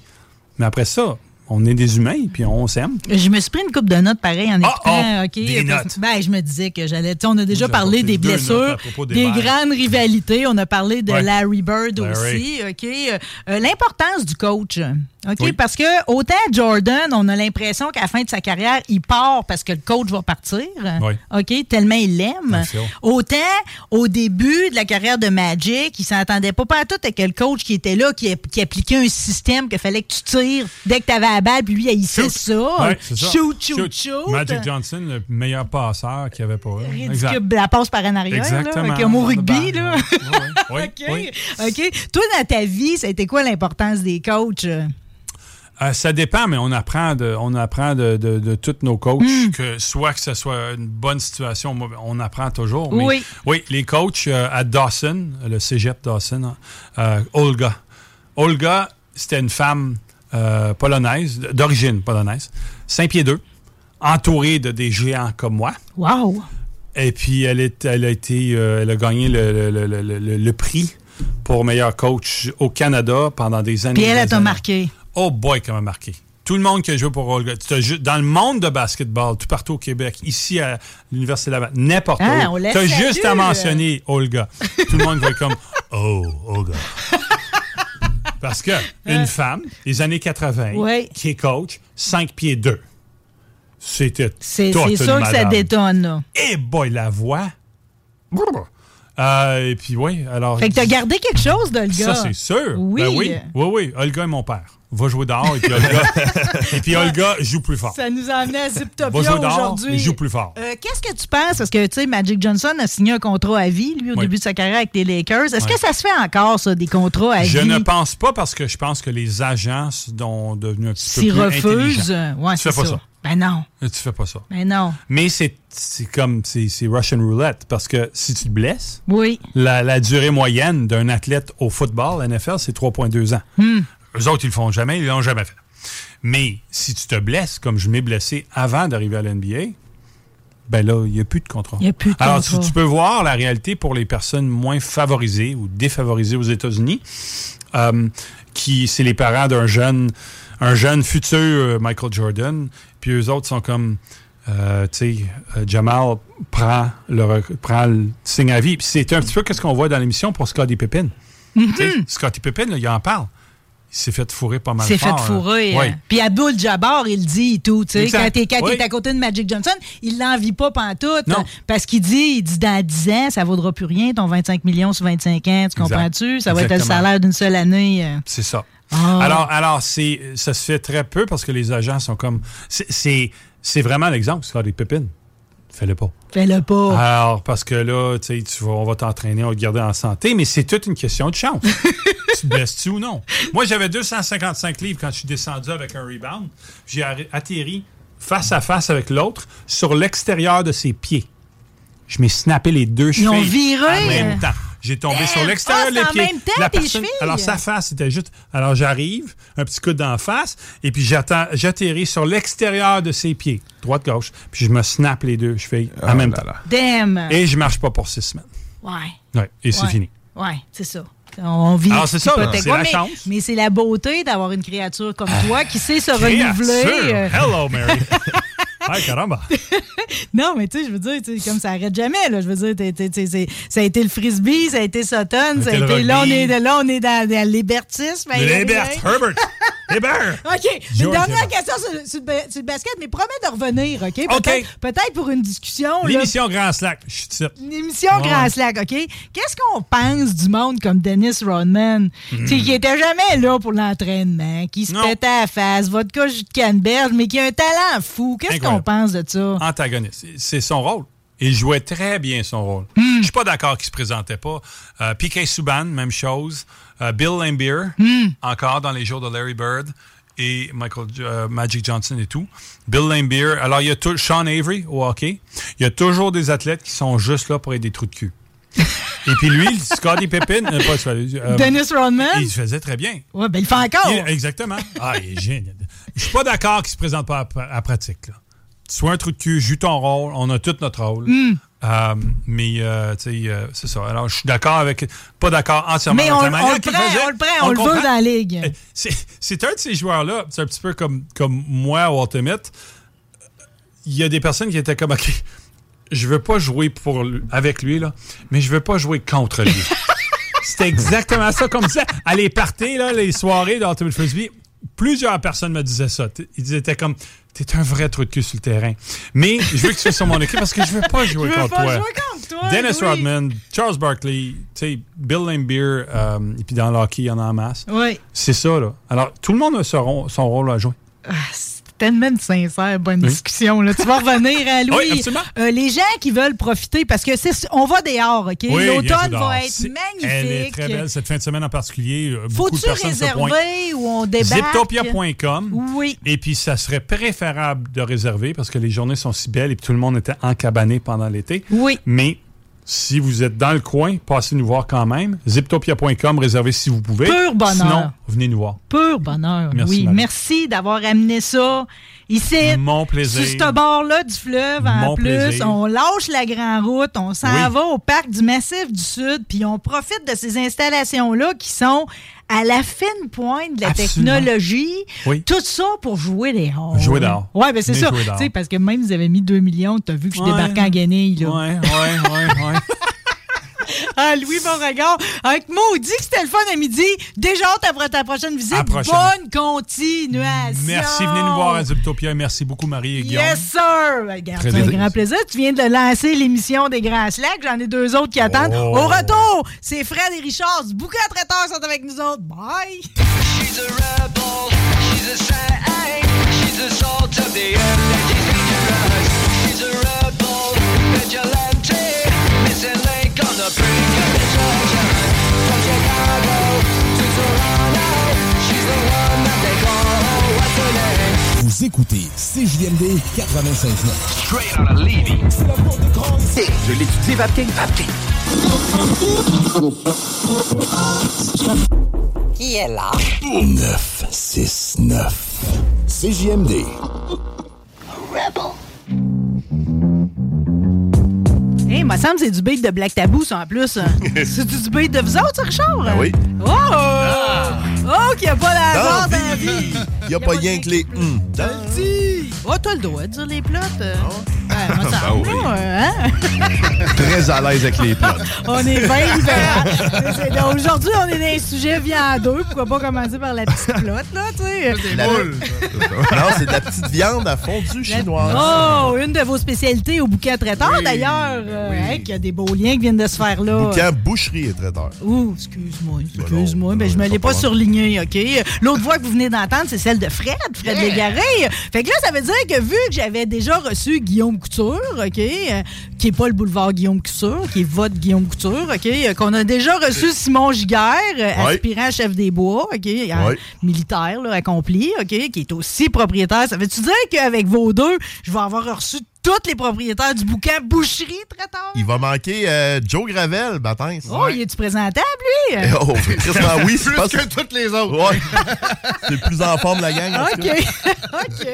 Speaker 3: Mais après ça, on est des humains, puis on s'aime.
Speaker 2: Je me suis pris une coupe de notes pareil en
Speaker 3: Ah,
Speaker 2: écoutant.
Speaker 3: ah,
Speaker 2: ok.
Speaker 3: des notes.
Speaker 2: Ben, je me disais que j'allais. tu sais, On a déjà
Speaker 3: J'ai
Speaker 2: parlé
Speaker 3: apporté
Speaker 2: des
Speaker 3: deux notes
Speaker 2: blessures,
Speaker 3: à propos
Speaker 2: des,
Speaker 3: des verts.
Speaker 2: grandes rivalités. On a parlé de
Speaker 3: Ouais. Ben
Speaker 2: Larry Bird aussi.
Speaker 3: Larry.
Speaker 2: ok. Euh, L'importance du coach. ok,
Speaker 3: Oui.
Speaker 2: Parce que autant Jordan, on a l'impression qu'à la fin de sa carrière, il part parce que le coach va partir.
Speaker 3: Oui.
Speaker 2: ok, Tellement il l'aime.
Speaker 3: Bien sûr.
Speaker 2: Autant au début de la carrière de Magic, il s'entendait pas pas à tout avec le coach qui était là, qui, qui appliquait un système que fallait que tu tires dès que tu avais la balle, puis lui, il haïssait
Speaker 3: Shoot.
Speaker 2: ça.
Speaker 3: Ouais, c'est ça.
Speaker 2: Shoot, shoot, shoot.
Speaker 3: Magic Johnson, le meilleur passeur qu'il n'y avait pas.
Speaker 2: Ridicule,
Speaker 3: Exact.
Speaker 2: la passe par en arrière,
Speaker 3: Exactement.
Speaker 2: là, comme au rugby.
Speaker 3: Ouais,
Speaker 2: Là.
Speaker 3: ouais, ouais,
Speaker 2: OK.
Speaker 3: oui.
Speaker 2: OK. Toi, dans ta vie, ça a été quoi l'importance des coachs?
Speaker 3: Euh, ça dépend, mais on apprend de, on apprend de, de- de tous nos coachs,
Speaker 2: Hmm.
Speaker 3: que soit que ce soit une bonne situation, moi, on apprend toujours. mais-
Speaker 2: Oui.
Speaker 3: Oui, les coachs euh, à Dawson, le cégep Dawson, hein, euh, Olga. Olga, c'était une femme euh, polonaise, d'origine polonaise, 5 pieds 2, entourée de des géants comme moi.
Speaker 2: Wow!
Speaker 3: Et puis, elle, est- elle a été, euh, elle a gagné le, le- le- le- le- le prix pour meilleur coach au Canada pendant des années.
Speaker 2: Puis elle,
Speaker 3: des
Speaker 2: elle t'a
Speaker 3: années.
Speaker 2: marqué.
Speaker 3: Oh boy, comment marqué. Tout le monde qui a joué pour Olga. tu t'as ju- Dans le monde de basketball, tout partout au Québec, ici à l'Université Laval, n'importe
Speaker 2: Ah, on
Speaker 3: où.
Speaker 2: la
Speaker 3: Tu as
Speaker 2: salue.
Speaker 3: juste à mentionner Olga. Tout le monde va être comme Oh, Olga. Parce que une femme des années 80
Speaker 2: Ouais.
Speaker 3: qui est coach, 5 pieds 2. C'était
Speaker 2: C'est
Speaker 3: toute
Speaker 2: c'est
Speaker 3: une
Speaker 2: sûr que ça
Speaker 3: madame.
Speaker 2: détonne. là.
Speaker 3: Eh boy, la voix. Brrr. Euh, et puis, oui, alors.
Speaker 2: Fait que t'as gardé quelque chose de le
Speaker 3: Ça,
Speaker 2: gars.
Speaker 3: c'est sûr.
Speaker 2: Oui.
Speaker 3: Ben oui. Oui, oui. Olga est mon père. Va jouer dehors et puis Olga, et puis Olga joue plus fort.
Speaker 2: Ça nous a amené à
Speaker 3: Va
Speaker 2: Ziptopia
Speaker 3: jouer dehors
Speaker 2: aujourd'hui.
Speaker 3: et joue plus fort.
Speaker 2: Euh, Qu'est-ce que tu penses? Parce que, tu sais, Magic Johnson a signé un contrat à vie, lui, au
Speaker 3: Oui.
Speaker 2: début de sa carrière avec les Lakers. Est-ce que
Speaker 3: Ouais.
Speaker 2: ça se fait encore, ça, des contrats à
Speaker 3: Je
Speaker 2: vie?
Speaker 3: ne pense pas parce que je pense que les agences sont devenues un petit
Speaker 2: S'ils
Speaker 3: peu plus
Speaker 2: refusent,
Speaker 3: intelligents.
Speaker 2: euh, ouais,
Speaker 3: Tu fais
Speaker 2: c'est ça.
Speaker 3: pas ça.
Speaker 2: Ben non,
Speaker 3: Tu fais pas ça.
Speaker 2: ben non.
Speaker 3: Mais c'est c'est comme c'est c'est Russian roulette parce que si tu te blesses,
Speaker 2: Oui.
Speaker 3: la, la durée moyenne d'un athlète au football, NFL, c'est 3,2 ans. Eux autres, ils le font jamais, ils l'ont jamais fait. Mais si tu te blesses, comme je m'ai blessé avant d'arriver à l'NBA, ben là, il n'y a plus de contrat.
Speaker 2: Il y a plus de
Speaker 3: Alors,
Speaker 2: contrat.
Speaker 3: tu, tu peux voir la réalité pour les personnes moins favorisées ou défavorisées aux États-Unis, euh, qui c'est les parents d'un jeune, un jeune futur euh, Michael Jordan, puis eux autres sont comme, euh, tu sais, euh, Jamal prend le, rec- prend le signe à vie. Puis c'est un petit peu ce qu'on voit dans l'émission pour Scottie Pippen. Tu
Speaker 2: Hmm.
Speaker 3: sais, Scottie Pippen, là, il en parle. Il s'est fait fourrer pas mal
Speaker 2: C'est fait
Speaker 3: fort, là.
Speaker 2: fourrer.
Speaker 3: hein. Oui.
Speaker 2: euh. Puis Abdul Jabbar, il dit et tout. tu sais.
Speaker 3: Exact.
Speaker 2: Quand t'es quand
Speaker 3: Oui.
Speaker 2: t'es à côté de Magic Johnson, il l'envie pas pantoute.
Speaker 3: Non.
Speaker 2: Parce qu'il dit, il dit dans 10 ans, ça vaudra plus rien, ton 25 millions sur 25 ans. Tu comprends-tu? Ça va être le
Speaker 3: Exactement.
Speaker 2: salaire d'une seule année. euh.
Speaker 3: C'est ça.
Speaker 2: Ah.
Speaker 3: Alors, alors c'est, ça se fait très peu parce que les agents sont comme. C'est, c'est, C'est vraiment l'exemple, c'est faire des pépines. Fais-le pas.
Speaker 2: Fais-le pas.
Speaker 3: Alors, parce que là, tu sais, tu vas- on va t'entraîner, on va te garder en santé, mais c'est toute une question de chance. tu te blesses-tu ou non? Moi, j'avais 255 livres quand je suis descendu avec un rebound. J'ai arri- atterri face à face avec l'autre sur l'extérieur de ses pieds. Je m'ai snappé les deux chevilles.
Speaker 2: Ils ont
Speaker 3: En
Speaker 2: viré.
Speaker 3: même temps. J'ai tombé
Speaker 2: Damn!
Speaker 3: sur l'extérieur
Speaker 2: Ah,
Speaker 3: des
Speaker 2: c'est en
Speaker 3: pieds.
Speaker 2: même temps, tes chevilles?
Speaker 3: alors, sa face était juste. Alors, j'arrive, un petit coup d'en face, et puis j'atta- j'atterris sur l'extérieur de ses pieds, droite-gauche, puis je me snappe les deux chevilles en même temps.
Speaker 2: Damn.
Speaker 3: Et je marche pas pour six semaines.
Speaker 2: Ouais.
Speaker 3: Ouais, et c'est
Speaker 2: Ouais.
Speaker 3: fini.
Speaker 2: Ouais, c'est ça. On vit.
Speaker 3: Alors, c'est ça,
Speaker 2: hypothèque.
Speaker 3: c'est la
Speaker 2: Ouais, mais-
Speaker 3: chance. Ah.
Speaker 2: Mais c'est la beauté d'avoir une créature comme toi qui sait se
Speaker 3: Créature!
Speaker 2: renouveler. euh,
Speaker 3: Hello, Mary! Ay, caramba!
Speaker 2: Non, mais tu sais, je veux dire, tu sais, comme ça arrête jamais, là. Je veux dire, t'es- t'es- t'es- c'est- ça a été le frisbee, ça a été Sutton, ça a
Speaker 3: été le
Speaker 2: été. Là, on
Speaker 3: rugby.
Speaker 2: est, là, on est dans, dans l'hébertisme. à
Speaker 3: Hébert!
Speaker 2: Éric.
Speaker 3: Herbert! Hébert!
Speaker 2: OK. Une
Speaker 3: George
Speaker 2: dernière
Speaker 3: Hébert.
Speaker 2: question sur, sur le, ba- sur le basket, mais promets de revenir, OK? Peut-être
Speaker 3: OK.
Speaker 2: peut-être pour une discussion. là.
Speaker 3: L'émission Grand Slack, je suis titre.
Speaker 2: Une émission Grand Slack, OK? Qu'est-ce qu'on pense du monde comme Dennis Rodman? Tu sais, qui était jamais là pour l'entraînement, qui se
Speaker 3: Hmm. Non.
Speaker 2: pétait à la face, vodka jus de canneberge, mais qui a un talent fou. Qu'est-ce qu'on
Speaker 3: Incroyable. Ah.
Speaker 2: pense de ça?
Speaker 3: antagoniste. C'est- C'est son rôle. Il jouait très bien son rôle.
Speaker 2: Hmm.
Speaker 3: Je suis pas d'accord qu'il se présentait pas. Euh, P.K. Subban, même chose. Euh, Bill Lambier,
Speaker 2: Hmm.
Speaker 3: encore dans les jours de Larry Bird et Michael J- euh, Magic Johnson et tout. Bill Lambier. Alors, il y a tout, Sean Avery au hockey. Il y a toujours des athlètes qui sont juste là pour être des trous de cul. et puis lui, il score des pépines. Euh, pas, euh,
Speaker 2: Dennis Rodman?
Speaker 3: Il se faisait très bien.
Speaker 2: Ouais, ben il le fait encore.
Speaker 3: Il- exactement. Ah, il est génial. Je suis pas d'accord qu'il se présente pas à, à pratique. Là. Sois un truc de cul, joue ton rôle, on a tout notre rôle.
Speaker 2: Hmm.
Speaker 3: Euh, mais, euh, tu sais, euh, c'est ça. Alors, je suis d'accord avec. Pas d'accord entièrement
Speaker 2: Mais
Speaker 3: avec
Speaker 2: on,
Speaker 3: la manière
Speaker 2: on le
Speaker 3: qu'il
Speaker 2: prend,
Speaker 3: faisait.
Speaker 2: on le prend, on le veut
Speaker 3: comprend.
Speaker 2: dans la ligue.
Speaker 3: Euh, C'est c'est un de ces joueurs-là, c'est un petit peu comme, comme moi au Ultimate. Il y a des personnes qui étaient comme, OK, je veux pas jouer pour, lui- avec lui, là, mais je veux pas jouer contre lui. C'était exactement ça comme ça. À les parties, là, les soirées d'Ultimate Frisbee, plusieurs personnes me disaient ça. T- Ils étaient comme, t'es un vrai trou de cul sur le terrain. Mais je veux que tu sois sur mon équipe parce que je veux pas jouer
Speaker 2: Je veux
Speaker 3: contre
Speaker 2: pas
Speaker 3: toi.
Speaker 2: jouer contre toi,
Speaker 3: Dennis
Speaker 2: oui.
Speaker 3: Rodman, Charles Barkley, tu sais, Bill Lambier, euh, et puis dans le hockey, il y en a en masse.
Speaker 2: Oui.
Speaker 3: C'est ça, là. Alors, tout le monde a son, ro- son rôle à jouer.
Speaker 2: C'est tellement une sincère bonne discussion. Là. Tu vas revenir à Louis.
Speaker 3: Oui, absolument.
Speaker 2: Euh, les gens qui veulent profiter, parce que c'est, on va dehors, OK?
Speaker 3: Oui, bien sûr,
Speaker 2: L'automne
Speaker 3: dehors.
Speaker 2: va être
Speaker 3: C'est-
Speaker 2: magnifique.
Speaker 3: Elle est très belle. Cette fin de semaine en particulier, euh, beaucoup de
Speaker 2: Faut-tu
Speaker 3: personnes se pointent.
Speaker 2: réserver ou on débarque?
Speaker 3: Ziptopia.com.
Speaker 2: Oui.
Speaker 3: Et puis, ça serait préférable de réserver parce que les journées sont si belles et puis tout le monde était encabané pendant l'été.
Speaker 2: Oui.
Speaker 3: Mais si vous êtes dans le coin, passez nous voir quand même. Ziptopia.com, réservez si vous pouvez.
Speaker 2: Pur bonheur.
Speaker 3: Sinon, venez nous voir.
Speaker 2: Pur bonheur.
Speaker 3: Merci,
Speaker 2: oui,
Speaker 3: Marie.
Speaker 2: merci d'avoir amené ça ici.
Speaker 3: Mon plaisir.
Speaker 2: Sur ce bord-là du fleuve, en
Speaker 3: Mon
Speaker 2: plus,
Speaker 3: plaisir.
Speaker 2: on lâche la grande route, on s'en
Speaker 3: Oui.
Speaker 2: va au parc du Massif du Sud, puis on profite de ces installations-là qui sont à la fine pointe de la
Speaker 3: Absolument.
Speaker 2: technologie.
Speaker 3: Oui.
Speaker 2: Tout ça pour jouer dehors.
Speaker 3: Jouer dehors.
Speaker 2: Oui, ben c'est
Speaker 3: Mais
Speaker 2: ça.
Speaker 3: jouer dehors.
Speaker 2: Tu sais, parce que même, vous avez mis 2 millions, tu as vu que je
Speaker 3: Ouais.
Speaker 2: débarque en guenille. Là.
Speaker 3: Ouais, ouais, ouais, ouais.
Speaker 2: Ah, Louis Beauregard, avec maudit que c'était le fun à midi. Déjà, hâte après ta prochaine visite.
Speaker 3: À la prochaine.
Speaker 2: Bonne continuation.
Speaker 3: Merci, venez nous voir à Ziptopia. Merci beaucoup, Marie et Guillaume.
Speaker 2: Yes, sir! Ben, Regarde,
Speaker 3: Très
Speaker 2: c'est un
Speaker 3: bien.
Speaker 2: grand plaisir. Tu viens de lancer l'émission des Grands Slacks. J'en ai deux autres qui attendent.
Speaker 3: Oh.
Speaker 2: Au retour, c'est Fred et Richard du Bouquet Traiteur sont avec nous autres. Bye!
Speaker 6: Vous écoutez CJMD 85.9.
Speaker 7: Je l'étudie, Vapking. Vapking.
Speaker 8: Qui est là?
Speaker 6: 969. CJMD.
Speaker 2: Hey, me semble que c'est du beat de Black Tabou, ça, en plus. c'est du beat de vous autres, ça, Richard?
Speaker 3: Ben
Speaker 6: oui.
Speaker 2: Oh!
Speaker 3: Ah.
Speaker 2: Oh, qu'il n'y a pas la barre dans la vie!
Speaker 8: Hmm.
Speaker 6: Y a pas rien que les. hum.
Speaker 2: Oh, t'as le droit de dire les plots. euh. Ben, moi, ça-
Speaker 4: Ah oui.
Speaker 2: Non, euh, hein?
Speaker 4: Très à l'aise avec les plantes.
Speaker 2: On est bien libéral. C'est- donc, Aujourd'hui, on est dans un sujet viandeux. Pourquoi pas commencer par la petite plotte, là, tu sais?
Speaker 8: La- non, c'est de la petite viande à fondue chinoise.
Speaker 2: Oh, une de vos spécialités au bouquet traiteur, d'ailleurs. euh, hein, qu'il y a des beaux liens qui viennent de se faire là.
Speaker 8: Bouquin boucherie et traiteur.
Speaker 2: Ouh, Ben excuse-moi, excuse-moi, mais je me l'ai pas surligné, OK? L'autre voix que vous venez d'entendre, c'est celle de Fred, Fred
Speaker 8: Yeah!
Speaker 2: Légaré. Fait que là, ça veut dire que vu que j'avais déjà reçu Guillaume Couture, OK, euh, qui est pas le boulevard Guillaume Couture, qui est votre Guillaume Couture, OK, euh, qu'on a déjà reçu Simon Giguère, euh,
Speaker 8: Ouais.
Speaker 2: aspirant chef des bois, OK, euh,
Speaker 8: Ouais.
Speaker 2: militaire là, accompli, OK, qui est aussi propriétaire. Ça veut-tu dire qu'avec vos deux, je vais avoir reçu tous les propriétaires du bouquin Boucherie Traiteur?
Speaker 8: Il va manquer euh, Joe Gravel, Batin.
Speaker 2: Oh, il est-tu présentable, lui?
Speaker 8: Oh, Christmas, oui,
Speaker 2: Plus que
Speaker 8: toutes les autres. C'est plus en forme, la gang. en tout cas.
Speaker 2: OK. OK.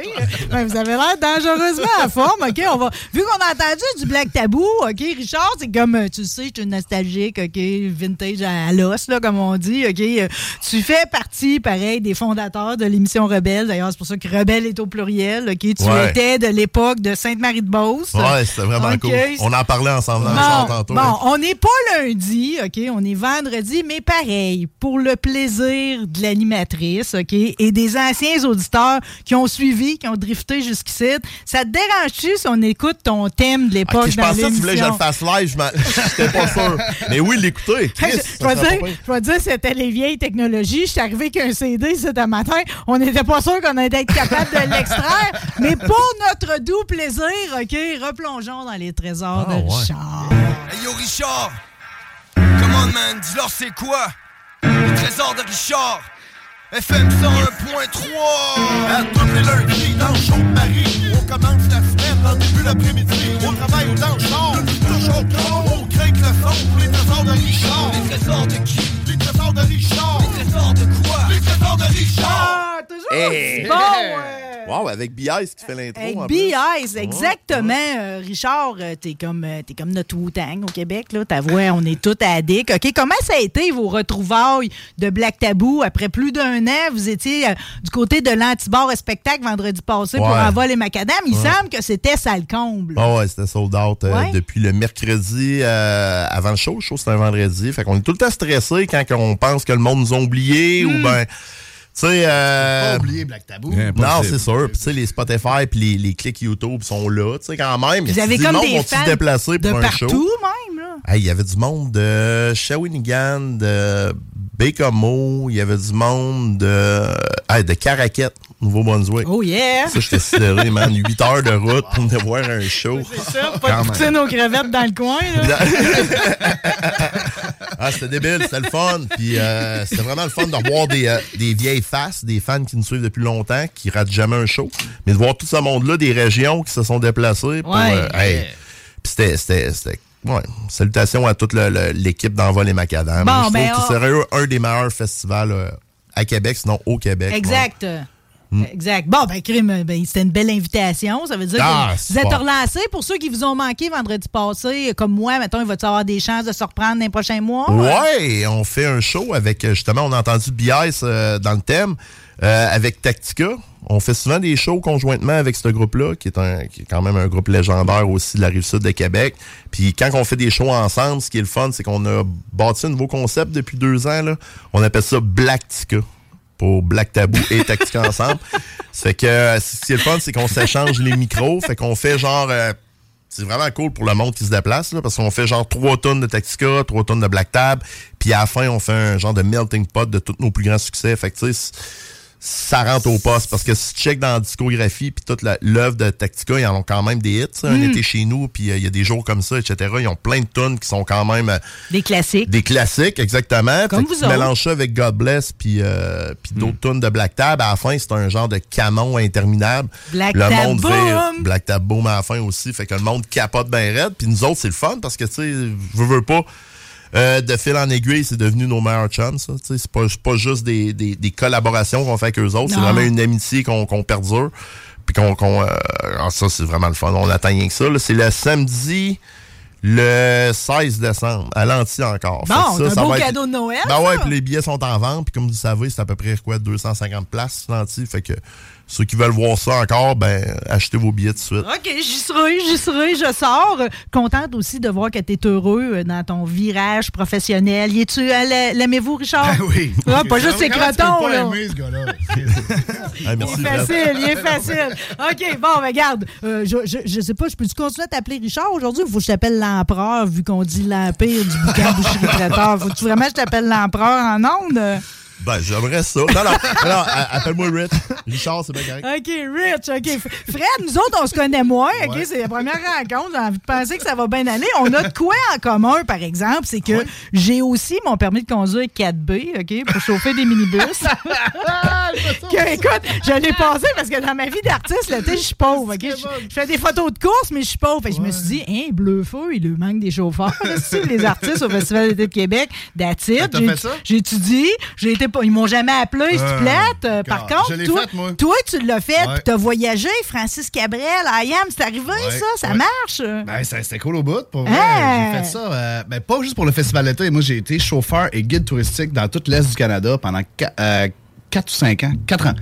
Speaker 2: Ben, vous avez l'air dangereusement en forme. OK. On va... Vu qu'on a entendu du Black Tabou, OK, Richard, c'est comme, euh, tu le sais, je suis une nostalgique, OK, vintage à l'os, là, comme on dit. OK. Euh, Tu fais partie, pareil, des fondateurs de l'émission Rebelle. D'ailleurs, c'est pour ça que Rebelle est au pluriel. OK. Tu
Speaker 8: Ouais.
Speaker 2: étais de l'époque de Sainte-Marie-de-Beauce.
Speaker 8: Ouais, c'était vraiment
Speaker 2: OK.
Speaker 8: cool. On en parlait ensemble dans le char tantôt.
Speaker 2: Bon, bon, on n'est pas lundi, OK? On est vendredi, mais pareil, pour le plaisir de l'animatrice, OK? Et des anciens auditeurs qui ont suivi, qui ont drifté jusqu'ici. Ça te dérange-tu si on écoute ton thème de l'époque
Speaker 8: Ah, Ok, je
Speaker 2: dans
Speaker 8: pensais que tu voulais que je le
Speaker 2: l'émission?
Speaker 8: fasse live, je m'en- j'étais pas sûr. Mais oui, l'écouter. Chris,
Speaker 2: Je
Speaker 8: ça
Speaker 2: vais
Speaker 8: serait pas
Speaker 2: dire,
Speaker 8: pire.
Speaker 2: je vais dire, c'était les vieilles technologies. Je suis arrivé qu'un CD cet matin. On n'était pas sûr qu'on allait être capable de l'extraire. mais pour notre doux plaisir, OK, replongeons dans les trésors
Speaker 8: Ah,
Speaker 2: de Richard.
Speaker 9: Hey yo Richard! Comment man, dis-leur c'est quoi? Le trésor de Richard! FM 101.3! À tous les lundis dans le show de Paris! On commence la semaine dans le début d'après-midi! On travaille au temps le toujours trop! On craint que le fond pour les trésors de Richard! Les trésors de qui? Les trésors de Richard! Les trésors de quoi? Les trésors de Richard!
Speaker 8: Hey.
Speaker 2: aussi Ah,
Speaker 8: eh,
Speaker 2: bon, hein?
Speaker 8: Wow, avec B.I. ce qui fait l'intro.
Speaker 2: Avec
Speaker 8: Oh, en plus. oh.
Speaker 2: B.I.s, exactement. Euh, Richard, euh, t'es comme, euh, t'es comme notre Wu-Tang au Québec. Là. Ta voix, on est tous addicts. OK, comment ça a été vos retrouvailles de Black Tabou? Après plus d'un an, vous étiez euh, du côté de l'antibar et spectacle vendredi passé pour
Speaker 8: Ouais.
Speaker 2: Envol et Macadam. Il
Speaker 8: Ouais.
Speaker 2: semble que c'était sale comble.
Speaker 8: Ah ouais, c'était sold out euh,
Speaker 2: Ouais.
Speaker 8: depuis le mercredi euh, avant le show. Le show, c'était un vendredi. Fait qu'on est tout le temps stressé quand on pense que le monde nous a oubliés
Speaker 2: Hmm.
Speaker 8: ou ben. Tu sais. Euh,
Speaker 10: Pas oublié Black Tabou.
Speaker 8: Non, c'est sûr. Puis, tu sais, les Spotify puis les, les clics YouTube sont là, tu sais, quand même.
Speaker 2: Vous avez
Speaker 8: Du
Speaker 2: comme
Speaker 8: monde
Speaker 2: des
Speaker 8: vont-tu se
Speaker 2: fans
Speaker 8: déplacer
Speaker 2: de
Speaker 8: pour un
Speaker 2: partout,
Speaker 8: show.
Speaker 2: même. Là.
Speaker 8: Hey, Il y avait du monde de Shawinigan, de Bécamo, il y avait du monde de, hey, de Caraquette, Nouveau-Brunswick.
Speaker 2: Oh yeah!
Speaker 8: Ça, j'étais sidéré, man. 8 heures de route pour venir voir un show.
Speaker 2: C'est ça,
Speaker 8: Quand
Speaker 2: pas de
Speaker 8: même.
Speaker 2: poutine aux crevettes dans le coin. là.
Speaker 8: Ah, c'était débile, c'était le fun. Puis euh, c'était vraiment le fun de revoir des, euh, des vieilles faces, des fans qui nous suivent depuis longtemps, qui ratent jamais un show. Mais de voir tout ce monde-là, des régions qui se sont déplacées. Pour,
Speaker 2: Ouais.
Speaker 8: euh, hey. Puis c'était- c'était. c'était- Ouais. Salutations à toute le- le- l'équipe d'Envol et Macadam.
Speaker 2: Bon,
Speaker 8: Je
Speaker 2: ben,
Speaker 8: trouve que
Speaker 2: on-
Speaker 8: c'est sérieux un des meilleurs festivals euh, à Québec, sinon au Québec. ouais.
Speaker 2: Exact.
Speaker 8: Mm.
Speaker 2: Exact. Bon, ben, crime, ben, c'était une belle invitation. Ça veut dire
Speaker 8: Ah,
Speaker 2: que vous êtes
Speaker 8: super.
Speaker 2: relancés. Pour ceux qui vous ont manqué vendredi passé, comme moi, maintenant, il va avoir des chances de se reprendre dans les prochains mois?
Speaker 8: Ouais, on fait un show avec, euh, justement, on a entendu B.I.S. euh, dans le thème, euh, avec Tactica. On fait souvent des shows conjointement avec ce groupe-là, qui est, un, qui est quand même un groupe légendaire aussi de la rive sud de Québec. Puis quand on fait des shows ensemble, ce qui est le fun, c'est qu'on a bâti un nouveau concept depuis deux ans. Là. On appelle ça Blacktica pour Black Tabou et Tactica ensemble. Ça fait que euh, ce qui est le fun, c'est qu'on s'échange les micros. Fait qu'on fait genre... euh, c'est vraiment cool pour le monde qui se déplace, là, parce qu'on fait genre trois tonnes de Tactica, trois tonnes de Black Tab, puis à la fin, on fait un genre de melting pot de tous nos plus grands succès. Fait que, tu sais, c- ça rentre au poste, parce que si tu checkes dans la discographie, puis toute la- l'œuvre de Tactica, ils en ont quand même des hits. ça. Un
Speaker 2: Mm.
Speaker 8: été chez nous, puis euh, il y a des jours comme ça, etc. Ils ont plein de tonnes qui sont quand même euh,
Speaker 2: Des classiques.
Speaker 8: des classiques, exactement.
Speaker 2: Comme
Speaker 8: Fait que
Speaker 2: vous
Speaker 8: tu
Speaker 2: autres.
Speaker 8: mélanges ça avec God Bless, puis euh, puis d'autres tonnes de Black Tab. À la fin, c'est un genre de canon interminable.
Speaker 2: Black
Speaker 8: le
Speaker 2: Tab
Speaker 8: monde
Speaker 2: Boom!
Speaker 8: vire- Black Tab Boom à la fin aussi. Fait que le monde capote bien raide. Puis nous autres, c'est le fun parce que, tu sais, je veux pas. euh, de fil en aiguille, c'est devenu nos meilleurs chums, ça. Tu sais, C'est pas, c'est pas juste des, des- des collaborations qu'on fait avec eux autres. C'est
Speaker 2: Non.
Speaker 8: vraiment une amitié qu'on qu'on perdure. Puis qu'on. qu'on, euh, ah, ça, c'est vraiment le fun. On atteint rien que ça. là. C'est le samedi. le 16 décembre, à l'anti encore.
Speaker 2: Bon,
Speaker 8: Fait que
Speaker 2: c'est un beau cadeau de Noël,
Speaker 8: Ben ouais,
Speaker 2: ça.
Speaker 8: puis les billets sont en vente, puis comme vous savez, c'est à peu près quoi 250 places l'anti, fait que ceux qui veulent voir ça encore, ben achetez vos billets tout de suite.
Speaker 2: OK, j'y serai, j'y serai, je sors. Euh, Contente aussi de voir que tu es heureux euh, dans ton virage professionnel. Y es-tu, à la- l'aimez-vous, Richard?
Speaker 8: oui.
Speaker 2: Ah, pas juste ses
Speaker 10: Comment tu peux
Speaker 2: crotons,
Speaker 10: pas
Speaker 2: là.
Speaker 10: aimer ce gars-là?
Speaker 8: Ah,
Speaker 2: Il
Speaker 8: merci,
Speaker 2: est
Speaker 8: Jeff.
Speaker 2: facile, il est facile. OK, bon, ben, regarde, euh, je, je, je sais pas, je peux-tu continuer à t'appeler Richard aujourd'hui ou faut que je t'appelle l'empereur vu qu'on dit l'empire du bouquin boucherie traiteur? Faut-tu vraiment que je t'appelle l'empereur en ondes?
Speaker 8: Ben j'aimerais ça. Non non, non, non, a- appelle-moi Rich. Richard, c'est bien correct.
Speaker 2: OK, Rich, OK. F- Fred, nous autres, on se connaît moins, OK? C'est la première rencontre. J'ai envie de penser que ça va bien aller. On a de quoi en commun, par exemple, c'est que j'ai aussi mon permis de conduire 4B, OK, pour chauffer des minibus. que, écoute, je l'ai passé parce que dans ma vie d'artiste, là, tu sais, je suis pauvre, OK? Je je fais des photos de course, mais je suis pauvre. Fait que je me suis dit, hein, bleu feu, il lui manque des chauffeurs. C'est les artistes au Festival d'été de Québec, d'attitude.
Speaker 10: t'as fait ça?
Speaker 2: J'ai étudié, j'ai été, pas- ils m'ont jamais appelé, si
Speaker 10: Euh,
Speaker 2: tu plate. Euh, par
Speaker 10: God,
Speaker 2: contre,
Speaker 10: je l'ai
Speaker 2: toi,
Speaker 10: faite, moi.
Speaker 2: toi, tu l'as fait,
Speaker 10: Ouais.
Speaker 2: puis t'as voyagé, Francis Cabrel, I am, c'est arrivé,
Speaker 10: Ouais,
Speaker 2: ça, ça
Speaker 10: ouais.
Speaker 2: marche.
Speaker 10: Ben, ça- c'était cool au bout. Pour vrai.
Speaker 2: Hey!
Speaker 10: J'ai fait ça. euh, ben, pas juste pour le festival d'été. Moi, j'ai été chauffeur et guide touristique dans toute l'Est du Canada pendant 4, ou 5 ans. 4 ans.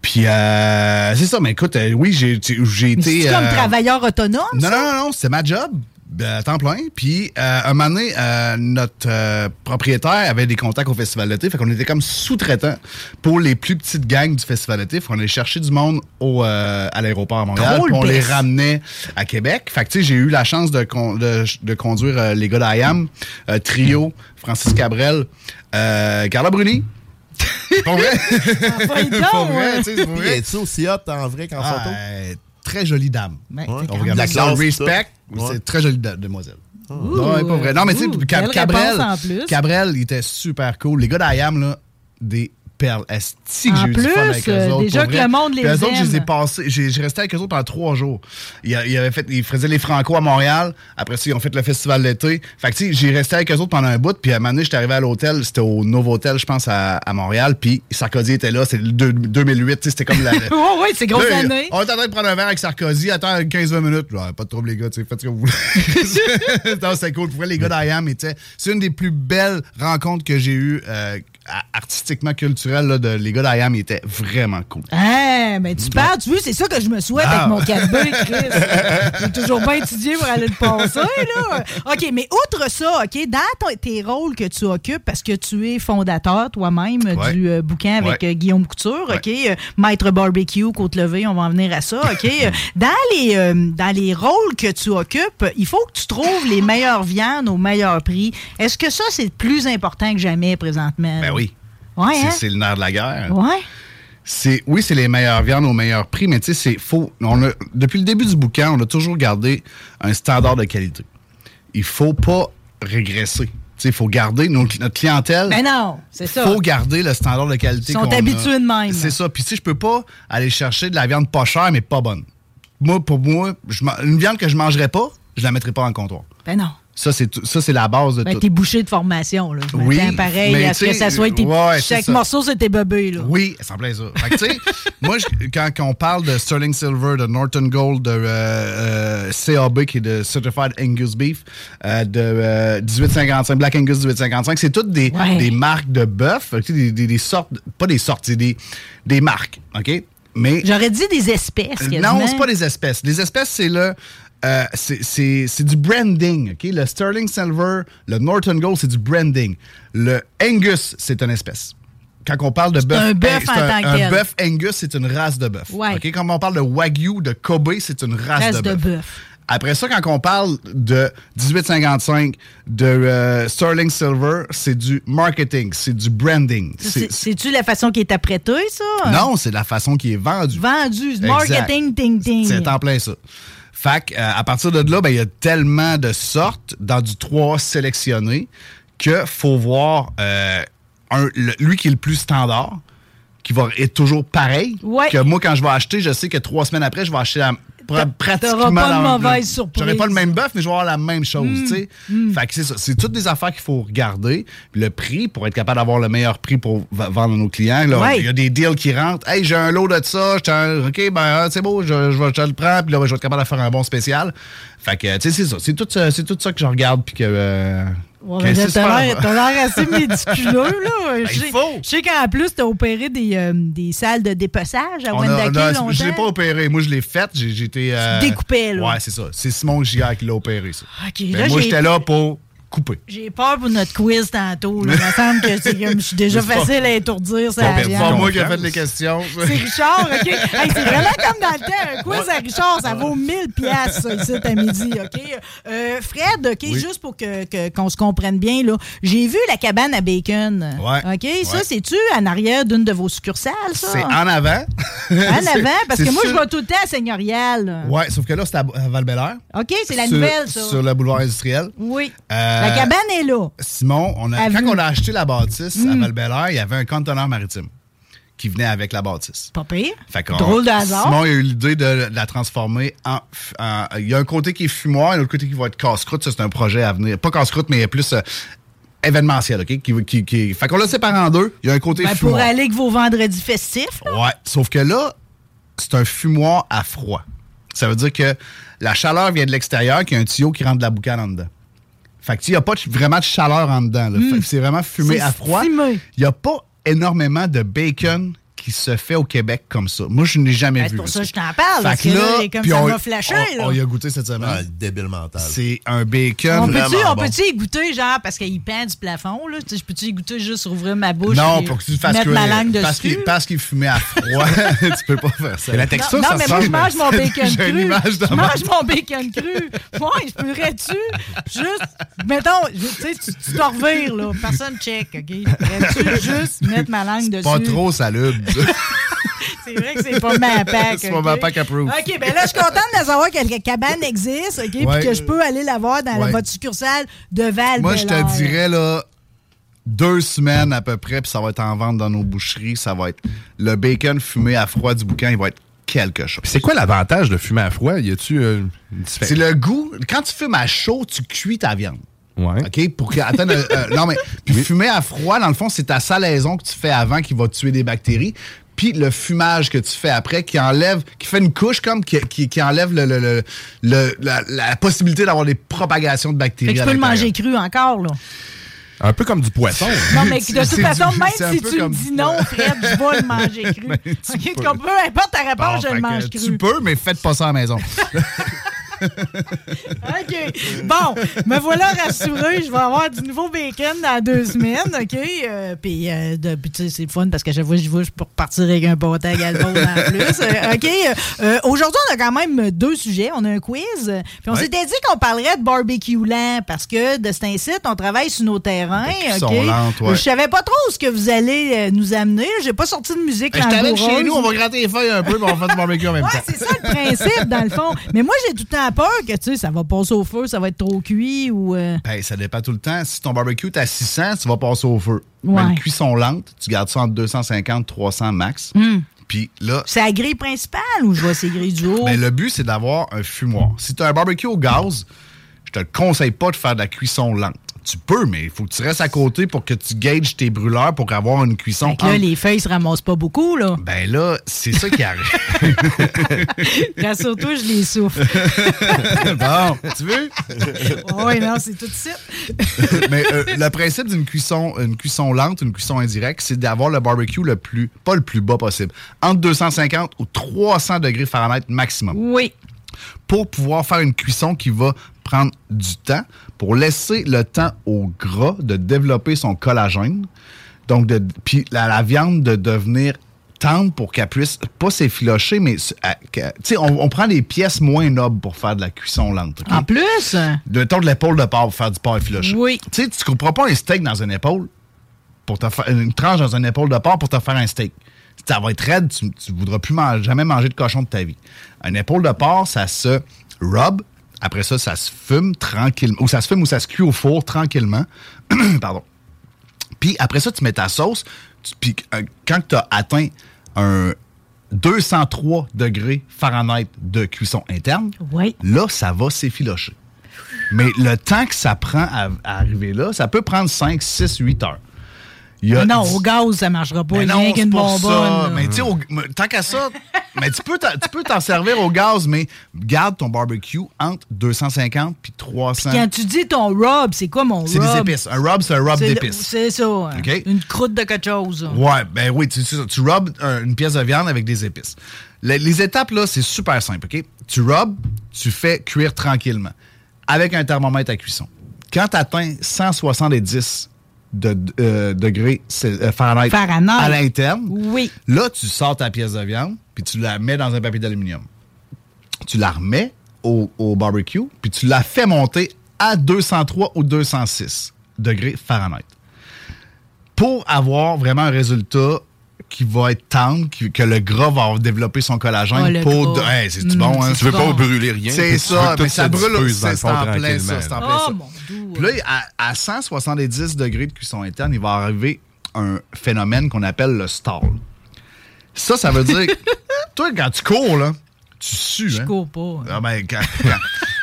Speaker 10: Puis, euh, c'est ça. Mais écoute, euh, oui, j'ai j'ai
Speaker 2: Mais
Speaker 10: été.
Speaker 2: C'est comme
Speaker 10: euh,
Speaker 2: travailleur autonome,
Speaker 10: non,
Speaker 2: ça?
Speaker 10: non, non, non, c'est ma job. euh, à temps plein. Puis, euh, un moment donné, euh, notre euh, propriétaire avait des contacts au Festival d'été. Fait qu'on était comme sous-traitant pour les plus petites gangs du Festival d'été. Fait qu'on allait chercher du monde au, euh, à l'aéroport à Montréal.
Speaker 2: Drôle,
Speaker 10: puis on les
Speaker 2: Bess.
Speaker 10: ramenait à Québec. Fait que, tu sais, j'ai eu la chance de, con- de, de conduire euh, les gars d'IAM, euh, Trio, Francis Cabrel, euh, Carla Bruni. Pour vrai? Pour vrai, tu sais, c'est pour vrai.
Speaker 8: Puis, Es-tu aussi hot en vrai qu'en
Speaker 10: Ah,
Speaker 8: photo?
Speaker 10: euh, très jolie dame.
Speaker 2: Ouais,
Speaker 8: t'es
Speaker 10: on
Speaker 8: quand
Speaker 10: regarde
Speaker 8: même.
Speaker 10: ça,
Speaker 8: La classe,
Speaker 10: respect.
Speaker 8: tout ça. Ouais.
Speaker 10: C'est très jolie da- demoiselle.
Speaker 2: Ouh.
Speaker 10: non, ouais, pas vrai. Non, mais tu sais,
Speaker 2: Ouh,
Speaker 10: Cab-
Speaker 2: belle
Speaker 10: Cabrel,
Speaker 2: réponse en plus.
Speaker 10: Cabrel, il était super cool. Les gars d'IAM, là, des perles esti que
Speaker 2: En
Speaker 10: j'ai eu du fun avec
Speaker 2: plus,
Speaker 10: eux
Speaker 2: euh,
Speaker 10: autres,
Speaker 2: déjà
Speaker 10: pour
Speaker 2: que
Speaker 10: vrai.
Speaker 2: le monde les
Speaker 10: Puis eux autres, je les ai
Speaker 2: aime.
Speaker 10: passés. J'ai j'ai resté avec eux autres pendant trois jours. Ils, a- ils avaient fait, ils faisaient les Franco à Montréal. Après ça, ils ont fait le festival d'été. Fait que, tu sais, j'ai resté avec eux autres pendant un bout. Puis à un moment donné, j'étais arrivé à l'hôtel. C'était au Nouveau Hôtel, je pense, à, à Montréal. Puis Sarkozy était là. C'était le deux- 2008. tu sais, C'était comme la.
Speaker 2: Oui, oui, c'est grosse
Speaker 10: Là,
Speaker 2: année.
Speaker 10: On est en train de prendre un verre avec Sarkozy. Attends 15-20 minutes. Ouais, pas de trouble, les gars. tu sais, Faites ce que vous voulez. non, c'était cool. Pour vrai, les gars d'IAM, mais tu sais, c'est une des plus belles rencontres que j'ai eues euh, à- artistiquement, culturelles. là, de, les gars d'IAM, ils étaient vraiment cool.
Speaker 2: Hein, mais tu parles, tu vois, c'est ça que je me souhaite
Speaker 10: Ah.
Speaker 2: avec mon 4B, Chris. J'ai toujours bien étudié pour aller le passer, là. OK, mais outre ça, OK, dans ton- tes rôles que tu occupes, parce que tu es fondateur toi-même
Speaker 10: Ouais.
Speaker 2: du euh, bouquin avec
Speaker 10: Ouais.
Speaker 2: euh, Guillaume Couture, OK, euh, Maître Barbecue, Côte Levée, on va en venir à ça, OK. euh, dans, les, euh, dans les rôles que tu occupes, il faut que tu trouves les meilleures viandes au meilleur prix. Est-ce que ça, c'est plus important que jamais présentement?
Speaker 10: Ben
Speaker 2: là?
Speaker 10: oui.
Speaker 2: Ouais,
Speaker 10: C'est-
Speaker 2: hein?
Speaker 10: C'est le nerf de la guerre.
Speaker 2: Ouais.
Speaker 10: C'est oui, c'est les meilleures viandes au meilleur prix, mais tu sais, c'est faux. On a- depuis le début du bouquin, on a toujours gardé un standard de qualité. Il faut pas régresser. Tu sais, il faut garder nos- notre clientèle.
Speaker 2: Ben non, c'est ça.
Speaker 10: faut garder le standard de
Speaker 2: Ils
Speaker 10: qualité.
Speaker 2: sont
Speaker 10: qu'on a.
Speaker 2: habitués de même.
Speaker 10: C'est ça. Puis si je peux pas aller chercher de la viande pas chère mais pas bonne. Moi, pour moi, je man- une viande que je mangerais pas, je la mettrais pas en comptoir.
Speaker 2: Ben non.
Speaker 10: Ça, c'est tout- ça, c'est la base de
Speaker 2: Ben,
Speaker 10: tout.
Speaker 2: t'es bouché de formation, là. Je
Speaker 10: Oui,
Speaker 2: m'attends pareil,
Speaker 10: mais
Speaker 2: à ce que
Speaker 10: tu sais,
Speaker 2: ça soit tes
Speaker 10: ouais, c'est
Speaker 2: chaque
Speaker 10: ça.
Speaker 2: morceau, c'est tes bébés, là.
Speaker 10: Oui, ça me plaît ça. Fait que, tu sais, moi, je- quand, quand on parle de Sterling Silver, de Norton Gold, de euh, euh, CAB, qui est de Certified Angus Beef, euh, de euh, 1855, Black Angus 1855, c'est toutes des,
Speaker 2: Ouais.
Speaker 10: des marques de bœuf, tu sais, des, des- des sortes, pas des sortes, c'est des, des marques, OK? Mais
Speaker 2: J'aurais dit des espèces.
Speaker 10: non, c'est pas des espèces. Les espèces, c'est le. euh, c'est- c'est c'est du branding, OK? Le Sterling Silver, le Norton Gold, c'est du branding. Le Angus, c'est une espèce. Quand on parle de bœuf,
Speaker 2: un bœuf
Speaker 10: c'est
Speaker 2: en
Speaker 10: un-
Speaker 2: tant que
Speaker 10: un
Speaker 2: tel.
Speaker 10: bœuf Angus, c'est une race de bœuf.
Speaker 2: Ouais.
Speaker 10: OK? Quand on parle de Wagyu, de Kobe, c'est une race,
Speaker 2: Race de
Speaker 10: de
Speaker 2: bœuf.
Speaker 10: bœuf. Après ça, quand on parle de 1855, de euh, Sterling Silver, c'est du marketing, c'est du branding.
Speaker 2: Ça,
Speaker 10: C'est-
Speaker 2: c'est- C'est-tu la façon qui est apprêtée, ça?
Speaker 10: Non, c'est la façon qui est vendue.
Speaker 2: Vendu,
Speaker 10: Exact.
Speaker 2: marketing, ting, ting.
Speaker 10: C'est en plein ça. Fait que, euh, à partir de là, ben, il y a tellement de sortes dans du 3 sélectionné que faut voir euh, un- le- lui qui est le plus standard, qui va être toujours pareil.
Speaker 2: Ouais.
Speaker 10: Que moi, quand je vais acheter, je sais que trois semaines après, je vais acheter la, pra- pratiquement
Speaker 2: pas de
Speaker 10: la même-
Speaker 2: mauvaise surprise.
Speaker 10: J'aurais pas le même bœuf, mais je vais avoir la même chose.
Speaker 2: Mm.
Speaker 10: tu sais.
Speaker 2: Mm.
Speaker 10: Fait que c'est ça. C'est toutes des affaires qu'il faut regarder. Puis Le prix, pour être capable d'avoir le meilleur prix pour v- vendre à nos clients. là.
Speaker 2: Ouais.
Speaker 10: Il y a des deals qui rentrent. Hey, j'ai un lot de ça. Je t'en- OK, ben, ah, c'est beau, je, je vais- je le prends. Puis là, ben, je vais être capable de faire un bon spécial. Fait que, tu sais, c'est ça. C'est tout, ça- c'est tout ça que je regarde. Puis que. euh,
Speaker 2: Ouais,
Speaker 10: que
Speaker 2: mais
Speaker 10: c'est
Speaker 2: T'as
Speaker 10: super-
Speaker 2: l'air t'as l'air assez médiculeux, là.
Speaker 10: Ben,
Speaker 2: je,
Speaker 10: il
Speaker 2: sais-
Speaker 10: faut.
Speaker 2: je sais qu'en plus, t'as opéré des, euh, des salles de dépeçage à
Speaker 10: On a-
Speaker 2: Wendake
Speaker 10: on a-
Speaker 2: longtemps.
Speaker 10: je l'ai pas opéré. Moi, je l'ai faite. J'ai j'ai été. euh,
Speaker 2: découpais, là.
Speaker 10: Ouais, c'est ça. C'est Simon Gigard qui l'a opéré, ça.
Speaker 2: Ok,
Speaker 10: Ben,
Speaker 2: là,
Speaker 10: moi,
Speaker 2: j'ai-
Speaker 10: j'étais là pour couper.
Speaker 2: J'ai peur pour notre quiz tantôt. là. Il me semble que c'est comme je suis déjà
Speaker 10: C'est pas-
Speaker 2: facile à étourdir.
Speaker 10: Bon,
Speaker 2: Ça
Speaker 10: ben, c'est pas
Speaker 2: vient.
Speaker 10: moi qui ai fait les questions.
Speaker 2: C'est Richard, OK? Hey, c'est vraiment comme dans le temps. Un quiz à Richard, ça vaut 1000 piastres, ça, ici, à midi, OK? Euh, Fred, OK,
Speaker 10: Oui.
Speaker 2: juste pour que- que- qu'on se comprenne bien, là, j'ai vu la cabane à bacon.
Speaker 10: Ouais.
Speaker 2: OK? Ça,
Speaker 10: Ouais.
Speaker 2: c'est-tu en arrière d'une de vos succursales, ça?
Speaker 10: C'est en avant.
Speaker 2: En avant, parce que moi, je
Speaker 10: vais
Speaker 2: vais tout le temps à Seigneurial. là.
Speaker 10: Ouais, sauf que là, c'est à val
Speaker 2: OK? C'est la nouvelle, ça.
Speaker 10: Sur le boulevard industriel.
Speaker 2: Oui.
Speaker 10: Euh,
Speaker 2: La cabane est là.
Speaker 10: Simon, on a-
Speaker 2: À
Speaker 10: quand
Speaker 2: vue.
Speaker 10: on a acheté la bâtisse à
Speaker 2: Mm.
Speaker 10: val il y avait un conteneur maritime qui venait avec la bâtisse.
Speaker 2: Pas pire.
Speaker 10: Fait qu'on-
Speaker 2: Drôle de hasard.
Speaker 10: Simon il a eu l'idée de la transformer en, f- en- Il y a un côté qui est fumoir, et l'autre côté qui va être casse-croûte. Ça, c'est un projet à venir. Pas casse-croûte, mais plus euh, événementiel, OK? Qui, qui- qui- Fait qu'on le sépare en deux. Il y a un côté
Speaker 2: Ben, pour
Speaker 10: fumoir.
Speaker 2: aller que vos vendredis festifs.
Speaker 10: Ouais. Sauf que là, c'est un fumoir à froid. Ça veut dire que la chaleur vient de l'extérieur, qu'il y a un tuyau qui rentre de la boucane en dedans. Fait que, tu sais, il n'y a pas de- vraiment de chaleur en dedans. là. Fait que C'est vraiment fumé
Speaker 2: Hmm. C'est
Speaker 10: à froid.
Speaker 2: fumé.
Speaker 10: Il n'y a pas énormément de bacon qui se fait au Québec comme ça. Moi, je n'ai jamais
Speaker 2: Ben,
Speaker 10: vu.
Speaker 2: c'est pour
Speaker 10: là,
Speaker 2: ça que je t'en parle, parce que là, j'ai comme
Speaker 10: puis
Speaker 2: ça
Speaker 10: on-
Speaker 2: m'a flashé,
Speaker 10: On,
Speaker 2: là.
Speaker 10: on y a goûté cette semaine.
Speaker 8: Ah, débile mental.
Speaker 10: C'est un bacon
Speaker 2: On
Speaker 10: Ah, vraiment
Speaker 2: peut-tu on
Speaker 10: bon.
Speaker 2: peut-y y goûter, genre, parce qu'il pend du plafond, là? Tu sais, Je peux-tu y goûter juste ouvrir ma bouche?
Speaker 10: Non,
Speaker 2: et
Speaker 10: pour que tu fasses
Speaker 2: Mettre ma
Speaker 10: cuire.
Speaker 2: langue dessus.
Speaker 10: Parce qu'il parce qu'il fumait à froid, tu peux pas faire ça.
Speaker 2: Mais la texture, Non, ça non, mais moi, ressemble- je mange mon bacon
Speaker 10: J'ai une
Speaker 2: cru.
Speaker 10: image de
Speaker 2: Je
Speaker 10: moi.
Speaker 2: mange mon bacon cru. Ouais, je pourrais-tu juste. Mettons, je- tu sais, tu- tu t'en revires, là. Personne check, OK? Pourrais-tu juste mettre ma langue dessus?
Speaker 10: Pas trop salubre.
Speaker 2: C'est vrai que c'est pas ma pack.
Speaker 10: C'est pas ma
Speaker 2: OK?
Speaker 10: pack approved.
Speaker 2: OK, bien là, je suis contente de savoir que la cabane existe, OK?
Speaker 10: Ouais.
Speaker 2: Puis que je peux aller la voir dans la-
Speaker 10: Ouais.
Speaker 2: votre succursale de val
Speaker 10: Moi, je te dirais, là, deux semaines à peu près, puis ça va être en vente dans nos boucheries. Ça va être le bacon fumé à froid du boucan, il va être quelque chose.
Speaker 4: C'est quoi l'avantage de fumer à froid? Y a-tu euh, une différence?
Speaker 10: C'est le goût. Quand tu fumes à chaud, tu cuis ta viande.
Speaker 4: Ouais.
Speaker 10: OK? Pour que. Attends, euh, euh, non, mais. Puis fumer à froid, dans le fond, c'est ta salaison que tu fais avant qui va tuer des bactéries. Puis le fumage que tu fais après qui enlève, qui fait une couche comme qui, qui- qui enlève le, le- le- le- la, la possibilité d'avoir des propagations de
Speaker 2: Fait
Speaker 10: bactéries.
Speaker 2: que je
Speaker 10: à
Speaker 2: peux le
Speaker 10: l'intérieur.
Speaker 2: manger cru encore, là.
Speaker 4: Un peu comme du poisson.
Speaker 2: Non, mais de
Speaker 10: C'est-
Speaker 2: toute
Speaker 10: c'est
Speaker 2: façon,
Speaker 10: du- c'est
Speaker 2: même
Speaker 10: un
Speaker 2: si
Speaker 10: peu
Speaker 2: tu me
Speaker 10: comme- Ben,
Speaker 2: dis non, Fred, je vais le manger cru. OK, tu comprends? Peu importe ta
Speaker 10: Bon,
Speaker 2: réponse, je
Speaker 10: fait
Speaker 2: le
Speaker 10: que
Speaker 2: mange cru.
Speaker 10: Tu peux, mais faites pas ça à la maison.
Speaker 2: OK. Bon, me voilà rassuré. Je vais avoir du nouveau bacon dans deux semaines, OK? Euh, puis, euh, de- puis, tu sais, c'est le fun parce que chaque fois que j'y vais, je peux repartir avec un bon tag à l'autre en plus. Euh, OK? Euh, Aujourd'hui, on a quand même deux sujets. On a un quiz. Puis on
Speaker 10: Ouais.
Speaker 2: s'était dit qu'on parlerait de barbecue land parce que de cet incite, on travaille sur nos terrains.
Speaker 10: Des cuissons
Speaker 2: OK?
Speaker 10: Ben, lentes, ouais.
Speaker 2: Je savais pas trop où ce que vous allez euh, nous amener. J'ai pas sorti de musique.
Speaker 10: Ben, je t'amène
Speaker 2: langoureuse.
Speaker 10: chez nous, on va gratter les feuilles un peu, puis on va faire du barbecue en même temps.
Speaker 2: C'est ça le principe, dans le fond. Mais moi, j'ai tout le temps peur que, tu sais, ça va passer au feu, ça va être trop cuit ou. euh,
Speaker 10: Ben, ça dépend tout le temps. Si ton barbecue est à 600, tu vas passer au feu.
Speaker 2: Ouais.
Speaker 10: Mais une cuisson lente, tu gardes ça entre 250, 300 max. Puis là,
Speaker 2: Hmm. C'est la grille principale ou je vois ces grilles du haut?
Speaker 10: ben, le but, c'est d'avoir un fumoir. Si tu as un barbecue au gaz, je te conseille pas de faire de la cuisson lente. Tu peux, mais il faut que tu restes à côté pour que tu gages tes brûleurs pour avoir une cuisson
Speaker 2: Fait que là,
Speaker 10: entre-
Speaker 2: les feuilles se ramassent pas beaucoup, là.
Speaker 10: Ben là, c'est ça qui arrive.
Speaker 2: Rassure-toi, je les souffle.
Speaker 10: bon, tu veux?
Speaker 2: oui, non, c'est tout de suite.
Speaker 10: Mais euh, le principe d'une cuisson, une cuisson lente, une cuisson indirecte, c'est d'avoir le barbecue le plus, pas le plus bas possible, entre 250 ou 300 degrés Fahrenheit maximum.
Speaker 2: Oui.
Speaker 10: Pour pouvoir faire une cuisson qui va prendre du temps, pour laisser le temps au gras de développer son collagène, donc de, puis la, la viande de devenir tendre pour qu'elle puisse pas s'effilocher, mais s- à- qu'elle- tu sais, on, on prend des pièces moins nobles pour faire de la cuisson lente. ok?
Speaker 2: En plus,
Speaker 10: Le ton de l'épaule de porc pour faire du porc effiloché.
Speaker 2: Oui.
Speaker 10: Tu sais, tu couperas pas un steak dans une épaule pour te faire une tranche dans une épaule de porc pour te faire un steak. Ça va être raide, tu, tu voudras plus man- jamais manger de cochon de ta vie. Une épaule de porc, ça se rub, après ça, ça se fume tranquillement, ou ça se fume ou ça se cuit au four tranquillement. Pardon. Puis après ça, tu mets ta sauce, tu- puis euh, quand tu as atteint un 203 degrés Fahrenheit de cuisson interne.
Speaker 2: Oui.
Speaker 10: Là, ça va s'effilocher. Mais le temps que ça prend à, à arriver là, ça peut prendre 5, 6, 8 heures. Il y a
Speaker 2: Mais Ah non,
Speaker 10: dix-
Speaker 2: au gaz, ça marchera pas.
Speaker 10: mais
Speaker 2: Il y a
Speaker 10: non,
Speaker 2: rien
Speaker 10: c'est
Speaker 2: qu'une
Speaker 10: pour
Speaker 2: bonbonne.
Speaker 10: ça.
Speaker 2: là.
Speaker 10: Mais tu sais, au- mais tant qu'à ça, mais tu peux t'en- tu peux t'en servir au gaz, mais garde ton barbecue entre 250 puis 300.
Speaker 2: Quand tu dis ton rub, c'est quoi mon rub?
Speaker 10: C'est des épices. Un rub, c'est un rub
Speaker 2: C'est le-
Speaker 10: d'épices.
Speaker 2: C'est ça. hein.
Speaker 10: OK.
Speaker 2: Une croûte de quelque chose.
Speaker 10: Ouais, ben oui, tu, c'est ça. tu rubs un- une pièce de viande avec des épices. Le- les étapes, là, c'est super simple, OK? Tu rubs, tu fais cuire tranquillement avec un thermomètre à cuisson. Quand tu atteins 170 de, euh, degrés c'est- euh, Fahrenheit,
Speaker 2: Fahrenheit.
Speaker 10: à l'interne,
Speaker 2: oui.
Speaker 10: là, tu sors ta pièce de viande, puis tu la mets dans un papier d'aluminium. Tu la remets au, au barbecue, puis tu la fais monter à 203 ou 206 degrés Fahrenheit pour avoir vraiment un résultat qui va être tendre, qui- que le gras va développer son collagène
Speaker 2: Ah,
Speaker 4: Oh, le
Speaker 10: pour...
Speaker 4: gras.
Speaker 10: Hey, c'est-tu
Speaker 2: Hmm,
Speaker 4: Mm,
Speaker 10: bon, hein?
Speaker 4: c'est Tu veux pas bon. brûler rien,
Speaker 10: C'est
Speaker 4: puis tu veux
Speaker 10: ça,
Speaker 4: que tout
Speaker 10: mais ça
Speaker 4: se
Speaker 10: brûle.
Speaker 4: diffuse dans
Speaker 10: C'est
Speaker 4: le
Speaker 10: c'est
Speaker 4: fond
Speaker 10: en plein ça,
Speaker 4: tranquillement,
Speaker 10: c'est en
Speaker 4: là.
Speaker 10: plein
Speaker 2: Oh,
Speaker 10: ça.
Speaker 2: mon
Speaker 10: Puis là, à, à 170 degrés de cuisson interne, il va arriver un phénomène qu'on appelle le stall. Ça, ça veut dire... que- toi, quand tu cours, là, tu sues. Je
Speaker 2: cours pas.
Speaker 10: Ah, ben, quand, quand-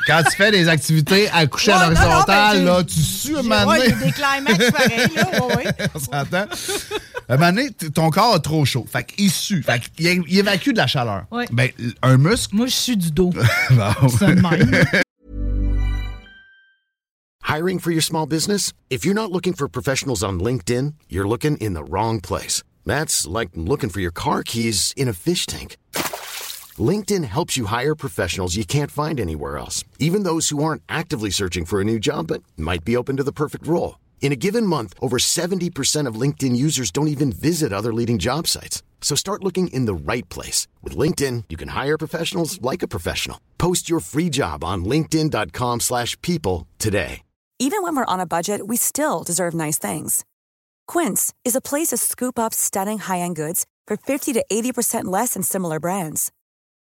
Speaker 10: quand tu fais des activités à coucher à
Speaker 2: Ouais, non, non,
Speaker 10: l'horizontale,
Speaker 2: ben,
Speaker 10: là,
Speaker 2: j'ai-
Speaker 10: tu sues à un
Speaker 2: j'ai-
Speaker 10: moment
Speaker 2: ouais,
Speaker 10: donné.
Speaker 2: il y a des climax pareils, là. Ouais, ouais.
Speaker 10: On s'entend. À un moment donné, t- ton corps est trop chaud. Fait qu'il sue. Fait qu'il é- il évacue de la chaleur.
Speaker 2: Ouais.
Speaker 10: Ben, l- un muscle.
Speaker 2: Moi, je suis du dos.
Speaker 10: C'est
Speaker 2: de même.
Speaker 11: Hiring for your small business? If you're not looking for professionals on LinkedIn, you're looking in the wrong place. That's like looking for your car keys in a fish tank. LinkedIn helps you hire professionals you can't find anywhere else, even those who aren't actively searching for a new job but might be open to the perfect role. In a given month, over 70% of LinkedIn users don't even visit other leading job sites. So start looking in the right place. With LinkedIn, you can hire professionals like a professional. Post your free job on linkedin.com/people slash people today.
Speaker 12: Even when we're on a budget, we still deserve nice things. Quince is a place to scoop up stunning high end goods for 50 to 80% less than similar brands.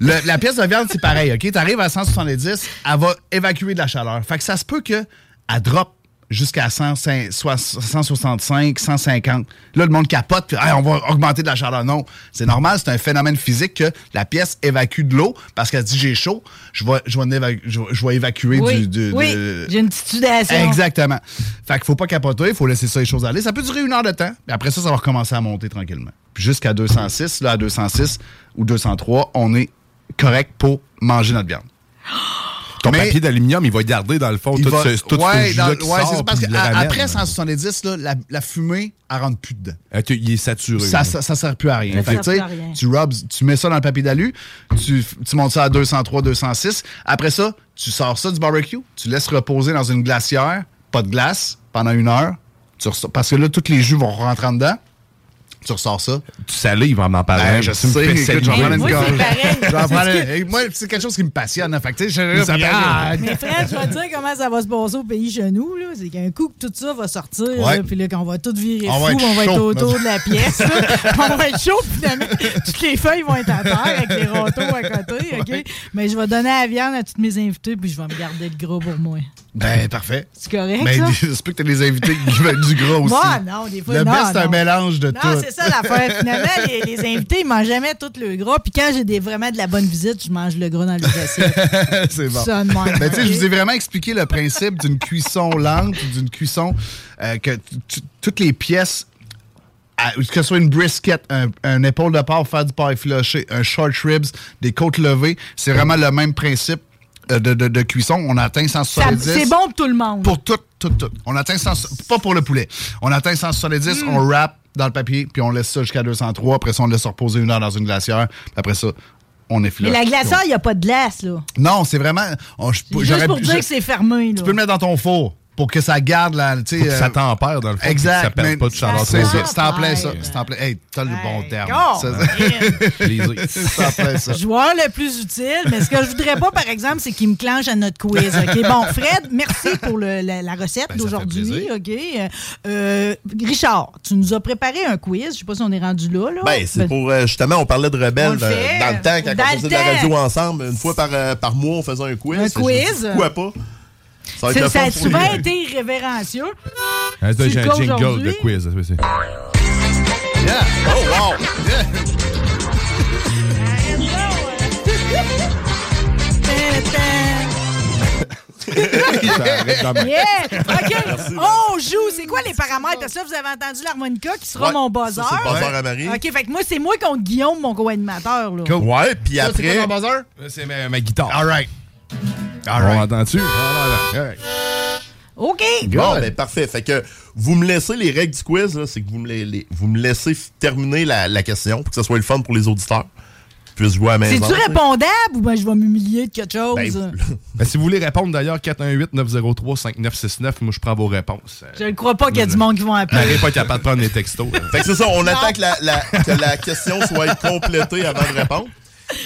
Speaker 10: Le- la pièce de viande, c'est pareil, OK? T'arrives à 170, elle va évacuer de la chaleur. Fait que ça se peut que elle drop jusqu'à 100, cin- soit 165, 150. Là, le monde capote, puis Hey, on va augmenter de la chaleur. Non, c'est normal, c'est un phénomène physique que la pièce évacue de l'eau parce qu'elle se dit j'ai chaud, je vais, je vais en éva- je vais- je vais évacuer
Speaker 2: Oui,
Speaker 10: du, de-
Speaker 2: oui,
Speaker 10: de-
Speaker 2: j'ai une petite sudation.
Speaker 10: Exactement. Fait qu'il faut pas capoter, il faut laisser ça les choses aller. Ça peut durer une heure de temps, puis après ça, ça va recommencer à monter tranquillement. Puis jusqu'à 206, là, à 206 ou 203, on est correct pour manger notre viande.
Speaker 4: Ton
Speaker 10: Mais-
Speaker 4: papier d'aluminium, il va garder dans le fond
Speaker 10: Il
Speaker 4: tout
Speaker 10: va-
Speaker 4: ce, tout
Speaker 10: ouais,
Speaker 4: ce
Speaker 10: dans-
Speaker 4: jus-là qui
Speaker 10: ouais,
Speaker 4: sort,
Speaker 10: c'est ça, parce
Speaker 4: puis il le ramène.
Speaker 10: qu'après 170, là, la, la fumée, elle rentre plus dedans.
Speaker 4: Ok, Euh, il est saturé.
Speaker 10: Ça, ça, ça sert plus à rien.
Speaker 4: Ça
Speaker 10: Fait que,
Speaker 4: sert plus
Speaker 10: tu sais,
Speaker 4: à rien.
Speaker 10: Tu rubs, tu mets ça dans le papier d'alu, tu, tu montes ça à 203, 206. Après ça, tu sors ça du barbecue, tu laisses reposer dans une glacière, pas de glace, pendant une heure. Tu ressors- parce que là, tous les jus vont rentrer en dedans. Tu ressors ça.
Speaker 4: Tu salives en en
Speaker 8: Ah
Speaker 4: parlant.
Speaker 10: Ben, je
Speaker 4: tu me
Speaker 10: sais,
Speaker 4: fais
Speaker 10: écoute, j'en
Speaker 4: saliver.
Speaker 10: prends une gorge. J'en prends une- et Moi, c'est quelque chose qui me passionne. hein. Fait que, tu sais, je-
Speaker 4: Ça paraît.
Speaker 10: Ah!
Speaker 2: Mais Fred, je vais te dire comment ça va se passer au pays chez nous. là. C'est qu'un coup que tout ça va sortir,
Speaker 10: Ouais.
Speaker 2: là, puis là, qu'on va tout virer
Speaker 10: On
Speaker 2: fou,
Speaker 10: va être
Speaker 2: on va être
Speaker 10: chaud,
Speaker 2: autour
Speaker 10: mais-
Speaker 2: de la pièce. là. on va être chaud, puis finalement, toutes les feuilles vont être à terre avec les râteaux à côté. OK? Mais je vais donner la viande à tous mes invités, puis je vais me garder le gros pour moi.
Speaker 10: Ben, parfait.
Speaker 2: C'est correct,
Speaker 10: Ben,
Speaker 2: ça?
Speaker 10: c'est plus que t'as des invités qui veulent du gras aussi.
Speaker 2: Moi, non, des fois,
Speaker 10: Le
Speaker 2: non,
Speaker 10: best, c'est un
Speaker 2: non.
Speaker 10: mélange de
Speaker 2: non,
Speaker 10: tout.
Speaker 2: c'est ça l'affaire. Finalement, les, les invités, ils mangent jamais tout le gras. Puis quand j'ai des, vraiment de la bonne visite, je mange le gras dans les assiettes.
Speaker 10: c'est bon.
Speaker 2: Ça de même,
Speaker 10: Ben, tu sais,
Speaker 2: ok.
Speaker 10: je vous ai vraiment expliqué le principe d'une cuisson lente, d'une cuisson euh, que tu- tu- toutes les pièces, à- que ce soit une brisket, un, un épaule de porc, faire du porc effiloché, un short ribs, des côtes levées, c'est vraiment le même principe euh, de, de- de cuisson. On atteint
Speaker 2: Ça-
Speaker 10: 170.
Speaker 2: C'est bon pour tout le monde.
Speaker 10: Pour tout, tout, tout. On atteint 100, pas pour le poulet. On atteint 170,
Speaker 2: Mm.
Speaker 10: on wrap dans le papier, puis on laisse ça jusqu'à 203. Après ça, on le laisse reposer une heure dans une glacière. Puis après ça, on
Speaker 2: Mais
Speaker 10: effiloche.
Speaker 2: la glacière, il n'y a pas de glace, là.
Speaker 10: Non, c'est vraiment. on- je-
Speaker 2: C'est
Speaker 10: j'aurais-
Speaker 2: Juste pour dire
Speaker 10: je-
Speaker 2: que c'est fermé, là.
Speaker 10: Tu peux le mettre dans ton four. pour que ça garde la. tu
Speaker 4: Faut
Speaker 10: sais,
Speaker 4: que
Speaker 10: euh,
Speaker 4: ça tempère, dans le fond. puis
Speaker 10: Exact.
Speaker 4: Que ça perde
Speaker 10: mais-
Speaker 4: pas de chaleur
Speaker 10: C'est
Speaker 4: trop
Speaker 10: ça,
Speaker 4: vite.
Speaker 10: c'est en plein ça. C'est en plein. Hey, t'as le bon terme.
Speaker 2: God,
Speaker 10: Ça, C'est en plein ça.
Speaker 2: Joueur le plus utile, mais ce que je voudrais pas, par exemple, c'est qu'il me clenche à notre quiz. OK? Bon, Fred, merci pour le- la, la
Speaker 10: Ben,
Speaker 2: recette d'aujourd'hui. OK? Euh, Richard, tu nous as préparé un quiz. Je sais pas si on est rendu là. là.
Speaker 8: Ben, c'est pour euh, justement, on parlait de
Speaker 2: On
Speaker 8: rebelles
Speaker 2: le
Speaker 8: euh,
Speaker 2: fait.
Speaker 8: dans le temps, quand
Speaker 2: Dans
Speaker 8: on
Speaker 2: le
Speaker 8: faisait de
Speaker 2: temps.
Speaker 8: la radio ensemble, une fois par, euh, par mois, on faisait un quiz.
Speaker 2: Un
Speaker 8: Et j'ai dit,
Speaker 2: quiz.
Speaker 8: Pourquoi pas? va être
Speaker 2: C'est-
Speaker 8: le
Speaker 2: ça
Speaker 8: fun
Speaker 2: a
Speaker 8: pour
Speaker 2: souvent
Speaker 8: les-
Speaker 2: été irrévérencieux.
Speaker 4: Ah,
Speaker 2: Tu
Speaker 4: J'ai
Speaker 2: le
Speaker 4: un
Speaker 2: cas
Speaker 4: jingle de
Speaker 2: aujourd'hui?
Speaker 4: quiz. oui, c'est-
Speaker 10: Yeah.
Speaker 8: Oh, wow.
Speaker 2: Yeah! OK, on joue. C'est quoi les paramètres? Parce que là, vous avez entendu l'harmonica qui sera
Speaker 8: Ouais,
Speaker 2: mon
Speaker 8: ça,
Speaker 2: buzzer.
Speaker 8: c'est le buzzer à Marie.
Speaker 2: OK, fait que moi, c'est moi contre Guillaume, mon co-animateur. là.
Speaker 8: Ouais, puis
Speaker 10: Ça, c'est
Speaker 8: après.
Speaker 10: quoi ton buzzer?
Speaker 4: C'est ma, ma guitare.
Speaker 10: All right.
Speaker 4: On entend-tu?
Speaker 2: OK.
Speaker 8: Bon, ben parfait. Fait que vous me laissez les règles du quiz, là, c'est que vous me, les- les- vous me laissez f- terminer la, la question pour que ce soit le fun pour les auditeurs. Puis je vois à la maison.
Speaker 2: C'est-tu hein? répondable ou ben je vais m'humilier de quelque chose?
Speaker 4: Ben, si vous voulez répondre d'ailleurs, 418-903-5969, moi je prends vos réponses. Euh,
Speaker 2: je ne crois pas qu'il y a du monde qui va appeler.
Speaker 4: Marie n'est pas capable de prendre les textos. hein.
Speaker 8: Fait que c'est ça, on attend que la, la- que la question soit complétée avant de répondre.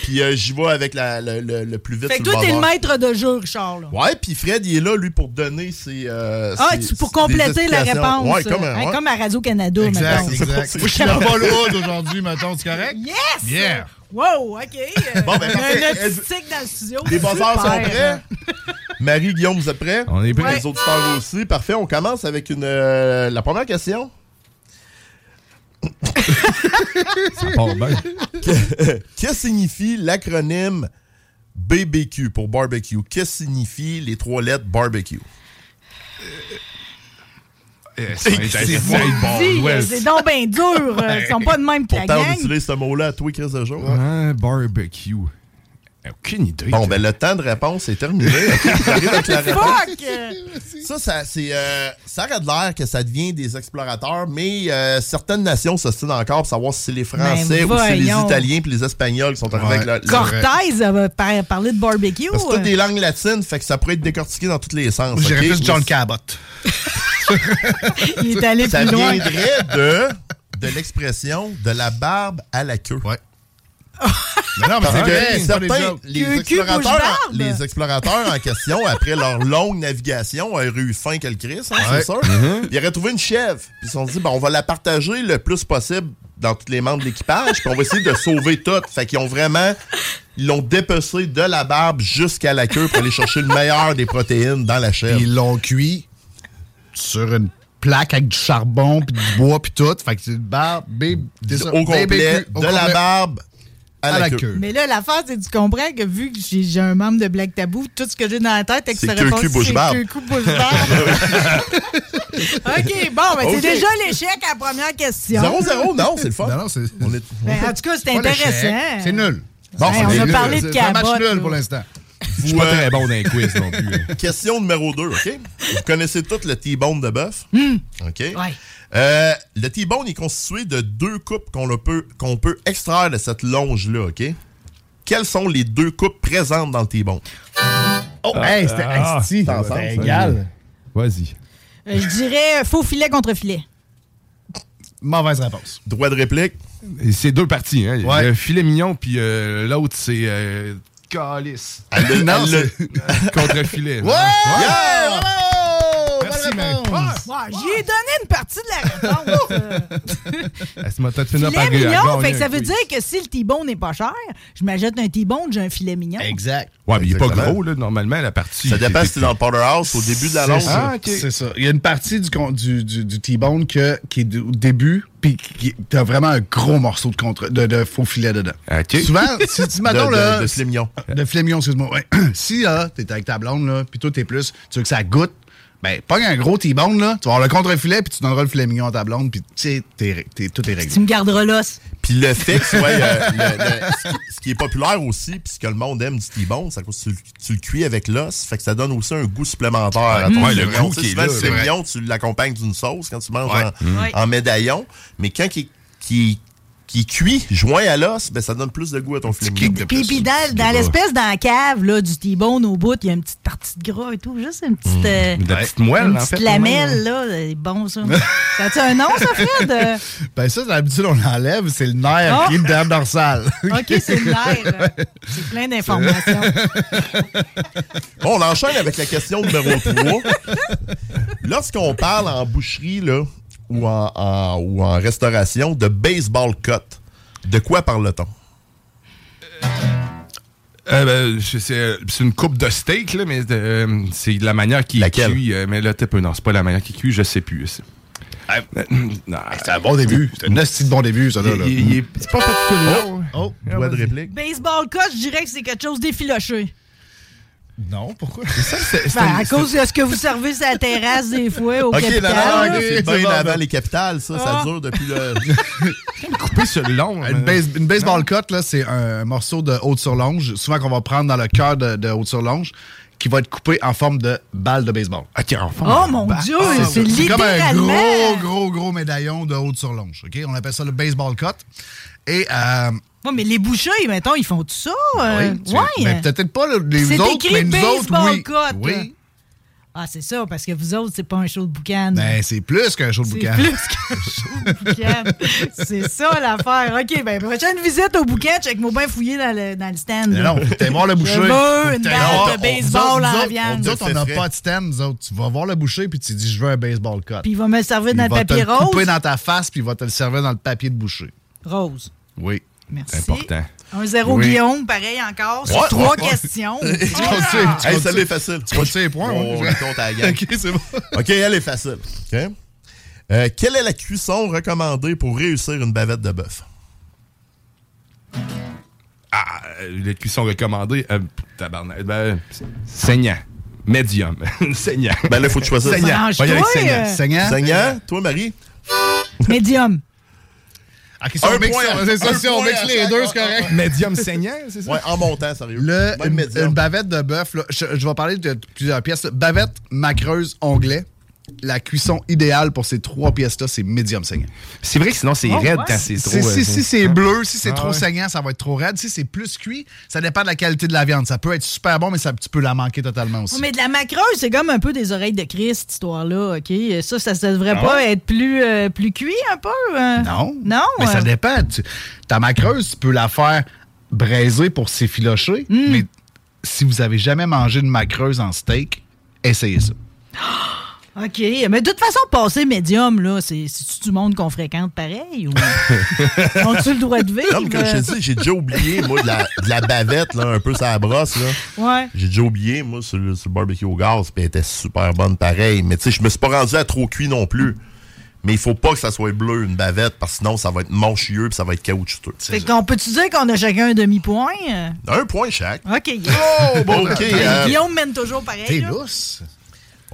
Speaker 8: Puis euh, j'y vais avec la- le, le- le plus vite
Speaker 2: Fait que
Speaker 8: sur
Speaker 2: toi,
Speaker 8: le
Speaker 2: t'es le
Speaker 8: buzzer.
Speaker 2: maître de jeu, Richard. là.
Speaker 8: Ouais, puis Fred, il est là, lui, pour donner ses. euh,
Speaker 2: Ah,
Speaker 8: ses-
Speaker 2: tu- pour
Speaker 8: ses- des
Speaker 2: compléter la
Speaker 8: explications.
Speaker 2: réponse.
Speaker 8: Ouais, comme, un-
Speaker 2: Hein,
Speaker 8: ouais.
Speaker 2: comme à Radio-Canada,
Speaker 10: Exact,
Speaker 2: maintenant.
Speaker 10: exact. Moi, je suis
Speaker 8: C'est
Speaker 10: dans
Speaker 8: ça.
Speaker 10: Bollywood aujourd'hui, mettons, c'est correct?
Speaker 2: Yes!
Speaker 10: Yeah!
Speaker 2: Wow, OK. Euh,
Speaker 8: Bon, ben,
Speaker 2: il y a
Speaker 8: parfait.
Speaker 2: un autistique dans le studio.
Speaker 8: Les buzzers
Speaker 2: Super.
Speaker 8: sont prêts. Marie, Guillaume, vous êtes prêts?
Speaker 4: On est prêts.
Speaker 8: Les auditeurs aussi. Parfait, on commence avec une, euh, la première question.
Speaker 4: Ça part bien.
Speaker 8: que signifie l'acronyme BBQ pour barbecue? Que signifie les trois lettres barbecue?
Speaker 4: c'est bon.
Speaker 2: Dis, euh, C'est donc bien dur. euh, Ils sont pas de même que la
Speaker 8: Pourtant, on
Speaker 2: gang.
Speaker 8: utilise ce mot-là à tous les crises de jour.
Speaker 4: Un barbecue.
Speaker 10: Eh,
Speaker 4: Aucune idée.
Speaker 8: Bon, ben le temps de réponse est terminé. Ok, j'arrive avec la réponse.
Speaker 2: Fuck!
Speaker 8: Ça, ça, c'est, euh, ça aurait de l'air que ça devient des explorateurs, mais euh, certaines nations s'ostinent encore pour savoir si c'est les Français
Speaker 2: Ben,
Speaker 8: ou si c'est les
Speaker 2: voyons.
Speaker 8: Italiens puis les Espagnols qui sont arrivés avec leur- leur-
Speaker 2: Cortez avait par- parlé de barbecue.
Speaker 8: Parce que c'est toutes
Speaker 2: euh.
Speaker 8: des langues latines, fait que ça pourrait être décortiqué dans tous les sens.
Speaker 10: J'irais
Speaker 8: ok?
Speaker 10: plus John Cabot.
Speaker 2: euh, Il est allé
Speaker 8: Ça
Speaker 2: plus loin.
Speaker 8: viendrait de, de l'expression de la barbe à la queue. Ouais.
Speaker 10: Non, mais
Speaker 8: Parce
Speaker 10: c'est
Speaker 8: que
Speaker 10: vrai, c'est pas des
Speaker 8: certains,
Speaker 10: jokes.
Speaker 8: les,
Speaker 2: Queue, cul,
Speaker 8: explorateurs,
Speaker 2: bouche, barbe.
Speaker 8: les explorateurs en question, après leur longue navigation, auraient eu faim que le Christ, hein,
Speaker 10: Ouais.
Speaker 8: c'est
Speaker 10: Mm-hmm.
Speaker 8: sûr. Ils auraient trouvé une chèvre. Puis ils se sont dit, bon, on va la partager le plus possible dans tous les membres de l'équipage, puis on va essayer de sauver tout. Fait qu'ils ont vraiment. Ils l'ont dépecé de la barbe jusqu'à la queue pour aller chercher le meilleur des protéines dans la chèvre.
Speaker 10: Ils l'ont cuit sur une plaque avec du charbon, puis du bois, puis tout. Fait que c'est une barbe, babe, c'est ça,
Speaker 8: Au complet,
Speaker 10: BBQ,
Speaker 8: de
Speaker 10: au
Speaker 8: la
Speaker 10: complet.
Speaker 8: barbe à la queue.
Speaker 2: Mais là, l'affaire, c'est que tu comprends que vu que j'ai j'ai un membre de Black Tabou, tout ce que j'ai dans la tête, c'est que
Speaker 8: C'est
Speaker 2: ça
Speaker 8: queue,
Speaker 2: répond
Speaker 8: cul, bouche,
Speaker 2: c'est
Speaker 8: barbe.
Speaker 2: queue, cou, bouche, barbe. OK, bon, ben,
Speaker 8: OK.
Speaker 2: c'est déjà l'échec à la première question.
Speaker 8: 0-0, non, c'est le fun.
Speaker 10: Non, non, c'est.
Speaker 8: On est-
Speaker 2: Ben, en tout cas, c'est
Speaker 10: pas l'échec,
Speaker 2: intéressant.
Speaker 10: C'est nul.
Speaker 8: Bon,
Speaker 2: Hey,
Speaker 8: c'est
Speaker 2: on
Speaker 8: des
Speaker 2: a
Speaker 8: nuls.
Speaker 2: parlé de
Speaker 10: C'est un match
Speaker 2: Cabot,
Speaker 10: nul
Speaker 2: là.
Speaker 10: pour l'instant.
Speaker 4: Je suis
Speaker 8: Vous,
Speaker 4: pas
Speaker 8: euh,
Speaker 4: très bon dans les quiz non plus. hein.
Speaker 8: Question numéro 2, OK? Vous connaissez tous le T-bone de bœuf.
Speaker 10: Hmm.
Speaker 8: OK?
Speaker 2: Ouais.
Speaker 8: Euh, le T-bone est constitué de deux coupes qu'on le peut, qu'on peut extraire de cette longe-là, OK? Quelles sont les deux coupes présentes dans le T-bone?
Speaker 10: Oh, hey, c'était
Speaker 4: ah,
Speaker 10: asti.
Speaker 8: t'en sens,
Speaker 10: C'était
Speaker 8: ça,
Speaker 10: égal.
Speaker 4: Vas-y.
Speaker 2: Euh, Je dirais faux filet contre filet.
Speaker 10: Mauvaise réponse.
Speaker 8: Droit de réplique?
Speaker 4: Et C'est deux parties. Hein.
Speaker 10: Ouais.
Speaker 4: Le filet mignon, puis euh, l'autre, c'est euh, calice.
Speaker 8: Elle-
Speaker 10: Non,
Speaker 8: elle
Speaker 10: c'est-
Speaker 8: le-
Speaker 4: Contre-filet. là.
Speaker 10: Ouais!
Speaker 4: Ouais.
Speaker 8: Ah!
Speaker 10: Yeah! Bravo!
Speaker 4: Merci,
Speaker 10: Bonne
Speaker 4: Marie.
Speaker 10: réponse.
Speaker 2: Wow, J'y ai donné une partie de la réponse. euh.
Speaker 4: Elle se m'a peut-être fini
Speaker 2: filet
Speaker 4: par gagner
Speaker 2: mignon, fait que
Speaker 4: un
Speaker 2: ça veut
Speaker 4: quiz.
Speaker 2: dire que si le T-bone n'est pas cher, je m'ajoute un T-bone, j'ai un filet mignon.
Speaker 10: Exact.
Speaker 4: Ouais, mais il est pas
Speaker 8: Exactement.
Speaker 4: gros, là, normalement, la partie.
Speaker 8: Ça dépend si c'est dans le Porterhouse, au début de la longe.
Speaker 10: C'est ça.
Speaker 4: Ah, ok.
Speaker 10: C'est ça. Il y a une partie du, con- du, du, du T-bone que- qui est au début, puis qui- t'as vraiment un gros morceau de, contre, de, de faux filet dedans.
Speaker 4: Ok.
Speaker 10: Souvent, si tu
Speaker 8: Ah, De,
Speaker 10: m'attends
Speaker 8: de,
Speaker 10: là.
Speaker 8: de filet mignon.
Speaker 10: De flémion, excuse-moi. Ouais. si là, t'es avec ta blonde, là, puis toi, t'es plus, tu veux que ça goûte, ben, pogne un gros T-bone, là, tu vas avoir le contre-filet, puis tu donneras le filet mignon à ta blonde, puis tu sais, t'es ré- t'es- tout est réglé.
Speaker 2: Tu me garderas l'os.
Speaker 8: Puis le fait que ce soit, euh, le- le- ce, qui, ce qui est populaire aussi, puis ce que le monde aime du T-bone, c'est à cause que tu, le- tu le cuis avec l'os, fait que ça donne aussi un goût supplémentaire. à ton
Speaker 4: ouais, le
Speaker 8: mignon.
Speaker 4: goût
Speaker 8: Tu sais,
Speaker 4: qui est
Speaker 8: souvent,
Speaker 4: là,
Speaker 8: le
Speaker 4: c'est
Speaker 8: filet
Speaker 4: vrai. Mm.
Speaker 8: mignon, tu l'accompagnes d'une sauce quand tu manges
Speaker 4: Ouais.
Speaker 8: en, en médaillon, mais quand qui, qui, qui est cuit, joint à l'os, ben, ça donne plus de goût à ton filet mignon.
Speaker 2: Puis, puis dans, dans l'espèce dans la cave là, du T-bone au bout, il y a une petite partie de gras et tout. Juste une petite. euh,
Speaker 10: Une petite moelle,
Speaker 2: Une
Speaker 10: en
Speaker 2: petite
Speaker 10: fait,
Speaker 2: lamelle,
Speaker 10: même,
Speaker 2: là. C'est bon, ça. ça a-tu un nom, ça, Fred? Euh,
Speaker 10: Ben ça, d'habitude, on l'enlève, c'est le nerf
Speaker 2: Ah!
Speaker 10: qui est le derrière dorsal.
Speaker 2: OK, c'est le nerf. C'est plein d'informations.
Speaker 8: Bon, on enchaîne avec la question numéro 3. Lorsqu'on parle en boucherie là, ou, en, en- ou en restauration de baseball cut, de quoi parle-t-on?
Speaker 4: Euh, ben, je- c'est c'est une coupe de steak, là, mais euh, c'est de la manière qui est cuit. euh, mais là, t'es peu. Non, c'est pas la manière qui est cuit, je sais plus. C'est
Speaker 10: c'est un bon début. C'est un hostie de bon début, ça. là, là.
Speaker 8: C'est pas pour tout le monde. Oh, doigt de réplique.
Speaker 2: Baseball cut, je dirais que c'est quelque chose d'effiloché.
Speaker 10: Non, pourquoi?
Speaker 2: Ben, à cause de ce que vous servez sur la terrasse des fois au
Speaker 8: Ok, non,
Speaker 10: ben,
Speaker 2: capital.
Speaker 8: non, non,
Speaker 2: là.
Speaker 8: c'est bien
Speaker 10: bon,
Speaker 8: avant
Speaker 10: bon.
Speaker 8: les capitales, ça, ça
Speaker 2: Ah.
Speaker 8: dure depuis le.
Speaker 10: couper sur le long. Une, base- une baseball cut, là, c'est un morceau de haute surlonge, souvent qu'on va prendre dans le cœur de, de haute surlonge, qui va être coupé en forme de balle de baseball. OK, Ah, en forme Bah, ah,
Speaker 2: Oh, de mon balle. Dieu, c'est
Speaker 10: comme un
Speaker 2: littéralement-
Speaker 10: gros, gros, gros médaillon de haute surlonge. OK? On appelle ça le baseball cut. Et. euh,
Speaker 2: Ouais, mais les bouchers, mettons, ils font tout ça. euh,
Speaker 10: tu-
Speaker 2: ouais.
Speaker 10: ben, peut-être pas là, les
Speaker 2: C'est
Speaker 10: autres,
Speaker 2: écrit
Speaker 10: mais nous autres,
Speaker 2: baseball
Speaker 10: oui.
Speaker 2: cut. là.
Speaker 10: oui.
Speaker 2: Ah, c'est ça, parce que vous autres, c'est pas un show de boucan.
Speaker 10: Ben, c'est plus qu'un show de
Speaker 2: C'est
Speaker 10: boucan.
Speaker 2: plus qu'un show de boucan. euh, c'est ça l'affaire. OK, ben prochaine visite au boucan, check moi bien fouillé dans le, dans le stand.
Speaker 10: Mais
Speaker 2: là.
Speaker 10: Non, t'es voir le boucher.
Speaker 2: Je veux une
Speaker 10: T'es
Speaker 2: balle
Speaker 10: voir-
Speaker 2: de
Speaker 10: on-
Speaker 2: baseball
Speaker 10: nous autres-
Speaker 2: en
Speaker 10: nous autres-
Speaker 2: viande.
Speaker 10: Nous autres, on n'a
Speaker 2: C'est
Speaker 10: pas de stem, nous autres. Tu vas voir le boucher, puis tu dis, je veux un baseball cut.
Speaker 2: Puis il va me le servir dans le
Speaker 10: va te
Speaker 2: papier rose.
Speaker 10: couper dans ta face, puis il va te le servir dans le papier de boucher.
Speaker 2: Rose.
Speaker 10: Oui.
Speaker 2: Merci.
Speaker 10: Important.
Speaker 2: Un zéro
Speaker 10: Oui.
Speaker 2: Guillaume, pareil encore, sur
Speaker 10: Ouais,
Speaker 2: trois
Speaker 10: ouais, ouais.
Speaker 2: questions. Ah!
Speaker 10: Tu vas le suivre, tu vas
Speaker 8: Hey,
Speaker 10: le
Speaker 8: celle-là est
Speaker 10: suivre.
Speaker 8: facile.
Speaker 10: Tu vas le suivre, point,
Speaker 8: On
Speaker 10: ouais.
Speaker 8: le compte à la gang.
Speaker 10: OK, c'est bon.
Speaker 8: OK, elle est facile. OK. Euh, quelle est la cuisson recommandée pour réussir une bavette de bœuf?
Speaker 4: Ah, euh, les cuissons recommandées, euh, tabarnak, ben, saignant. Médium. saignant.
Speaker 8: Ben là, faut que tu choisisses.
Speaker 4: Saignant.
Speaker 2: Mange-toi,
Speaker 4: On va y aller avec
Speaker 2: euh,
Speaker 4: saignant.
Speaker 10: Saignant.
Speaker 8: Saignant, toi, Marie?
Speaker 2: Médium.
Speaker 10: OK, si on mixe ça, c'est ça, si on mixe les deux, c'est correct.
Speaker 8: Médium saignant, c'est ça? Ouais, en montant, sérieux.
Speaker 10: Le,
Speaker 8: Même
Speaker 10: une,
Speaker 8: médium.
Speaker 10: une bavette de bœuf, là, je, je vais parler de plusieurs pièces. là. Bavette, macreuse, onglet. La cuisson idéale pour ces trois pièces-là, c'est médium saignant.
Speaker 4: C'est vrai que sinon, c'est
Speaker 10: Oh,
Speaker 4: raide
Speaker 10: ouais.
Speaker 4: quand c'est trop.
Speaker 10: Si,
Speaker 4: euh,
Speaker 10: si, si c'est bleu, si c'est
Speaker 4: Ah
Speaker 10: trop
Speaker 4: ouais.
Speaker 10: saignant, ça va être trop raide. Si c'est plus cuit, ça dépend de la qualité de la viande. Ça peut être super bon, mais ça, tu peux la manquer totalement aussi.
Speaker 2: Ouais, Oh, mais de la macreuse, c'est comme un peu des oreilles de Christ, cette histoire-là, OK? Ça, ça, ça devrait
Speaker 10: Ah
Speaker 2: pas
Speaker 10: ouais?
Speaker 2: être plus, euh, plus cuit un peu? euh?
Speaker 10: Non.
Speaker 2: Non?
Speaker 10: Mais
Speaker 2: euh,
Speaker 10: ça dépend. Tu- ta macreuse, tu peux la faire braiser pour s'effilocher,
Speaker 2: Hmm.
Speaker 10: mais si vous avez jamais mangé une macreuse en steak, essayez ça.
Speaker 2: OK. Mais de toute façon, passer médium, là, c'est c'est-tu du monde qu'on fréquente pareil? Ou... Ont-tu le droit de vivre?
Speaker 8: Comme que je te dis, j'ai déjà oublié, moi, de la, de la bavette, là, un peu sur la brosse. Là.
Speaker 2: Ouais.
Speaker 8: J'ai déjà oublié, moi, sur le, sur le barbecue au gaz, puis elle était super bonne pareil. Mais tu sais, je me suis pas rendu à trop cuit non plus. Mais il faut pas que ça soit bleu, une bavette, parce que sinon, ça va être monchieux puis ça va être caoutchouteux.
Speaker 2: Fait qu'on peut-tu dire qu'on a chacun un demi-point? euh?
Speaker 8: Un point chaque.
Speaker 2: OK.
Speaker 8: Oh, bon, ok,
Speaker 2: Hey,
Speaker 8: euh,
Speaker 2: ben, Guillaume mène toujours pareil. là.
Speaker 10: lousse.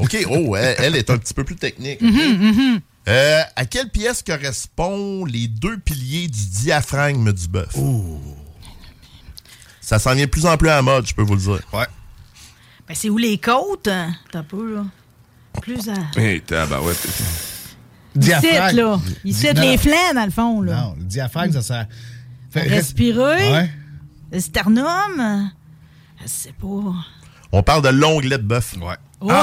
Speaker 8: OK, oh, elle, elle est un petit peu plus technique. ok?
Speaker 2: Mm-hmm,
Speaker 8: Euh, à quelle pièce correspondent les deux piliers du diaphragme du bœuf? Ça s'en vient de plus en plus à la mode, je peux vous le dire.
Speaker 4: Ouais.
Speaker 2: Ben, c'est où les côtes? hein? T'as pas, là? Plus à...
Speaker 4: Hey, tabarouette.
Speaker 2: Ici, là. Ici,
Speaker 10: Non.
Speaker 2: les flancs, dans le fond, là.
Speaker 10: Non, le diaphragme, ça sert. Fait-
Speaker 2: Respirer.
Speaker 10: Ouais.
Speaker 2: Le sternum. euh, Je sais pas.
Speaker 8: On parle de l'onglet de bœuf.
Speaker 2: Oh,
Speaker 4: Ah,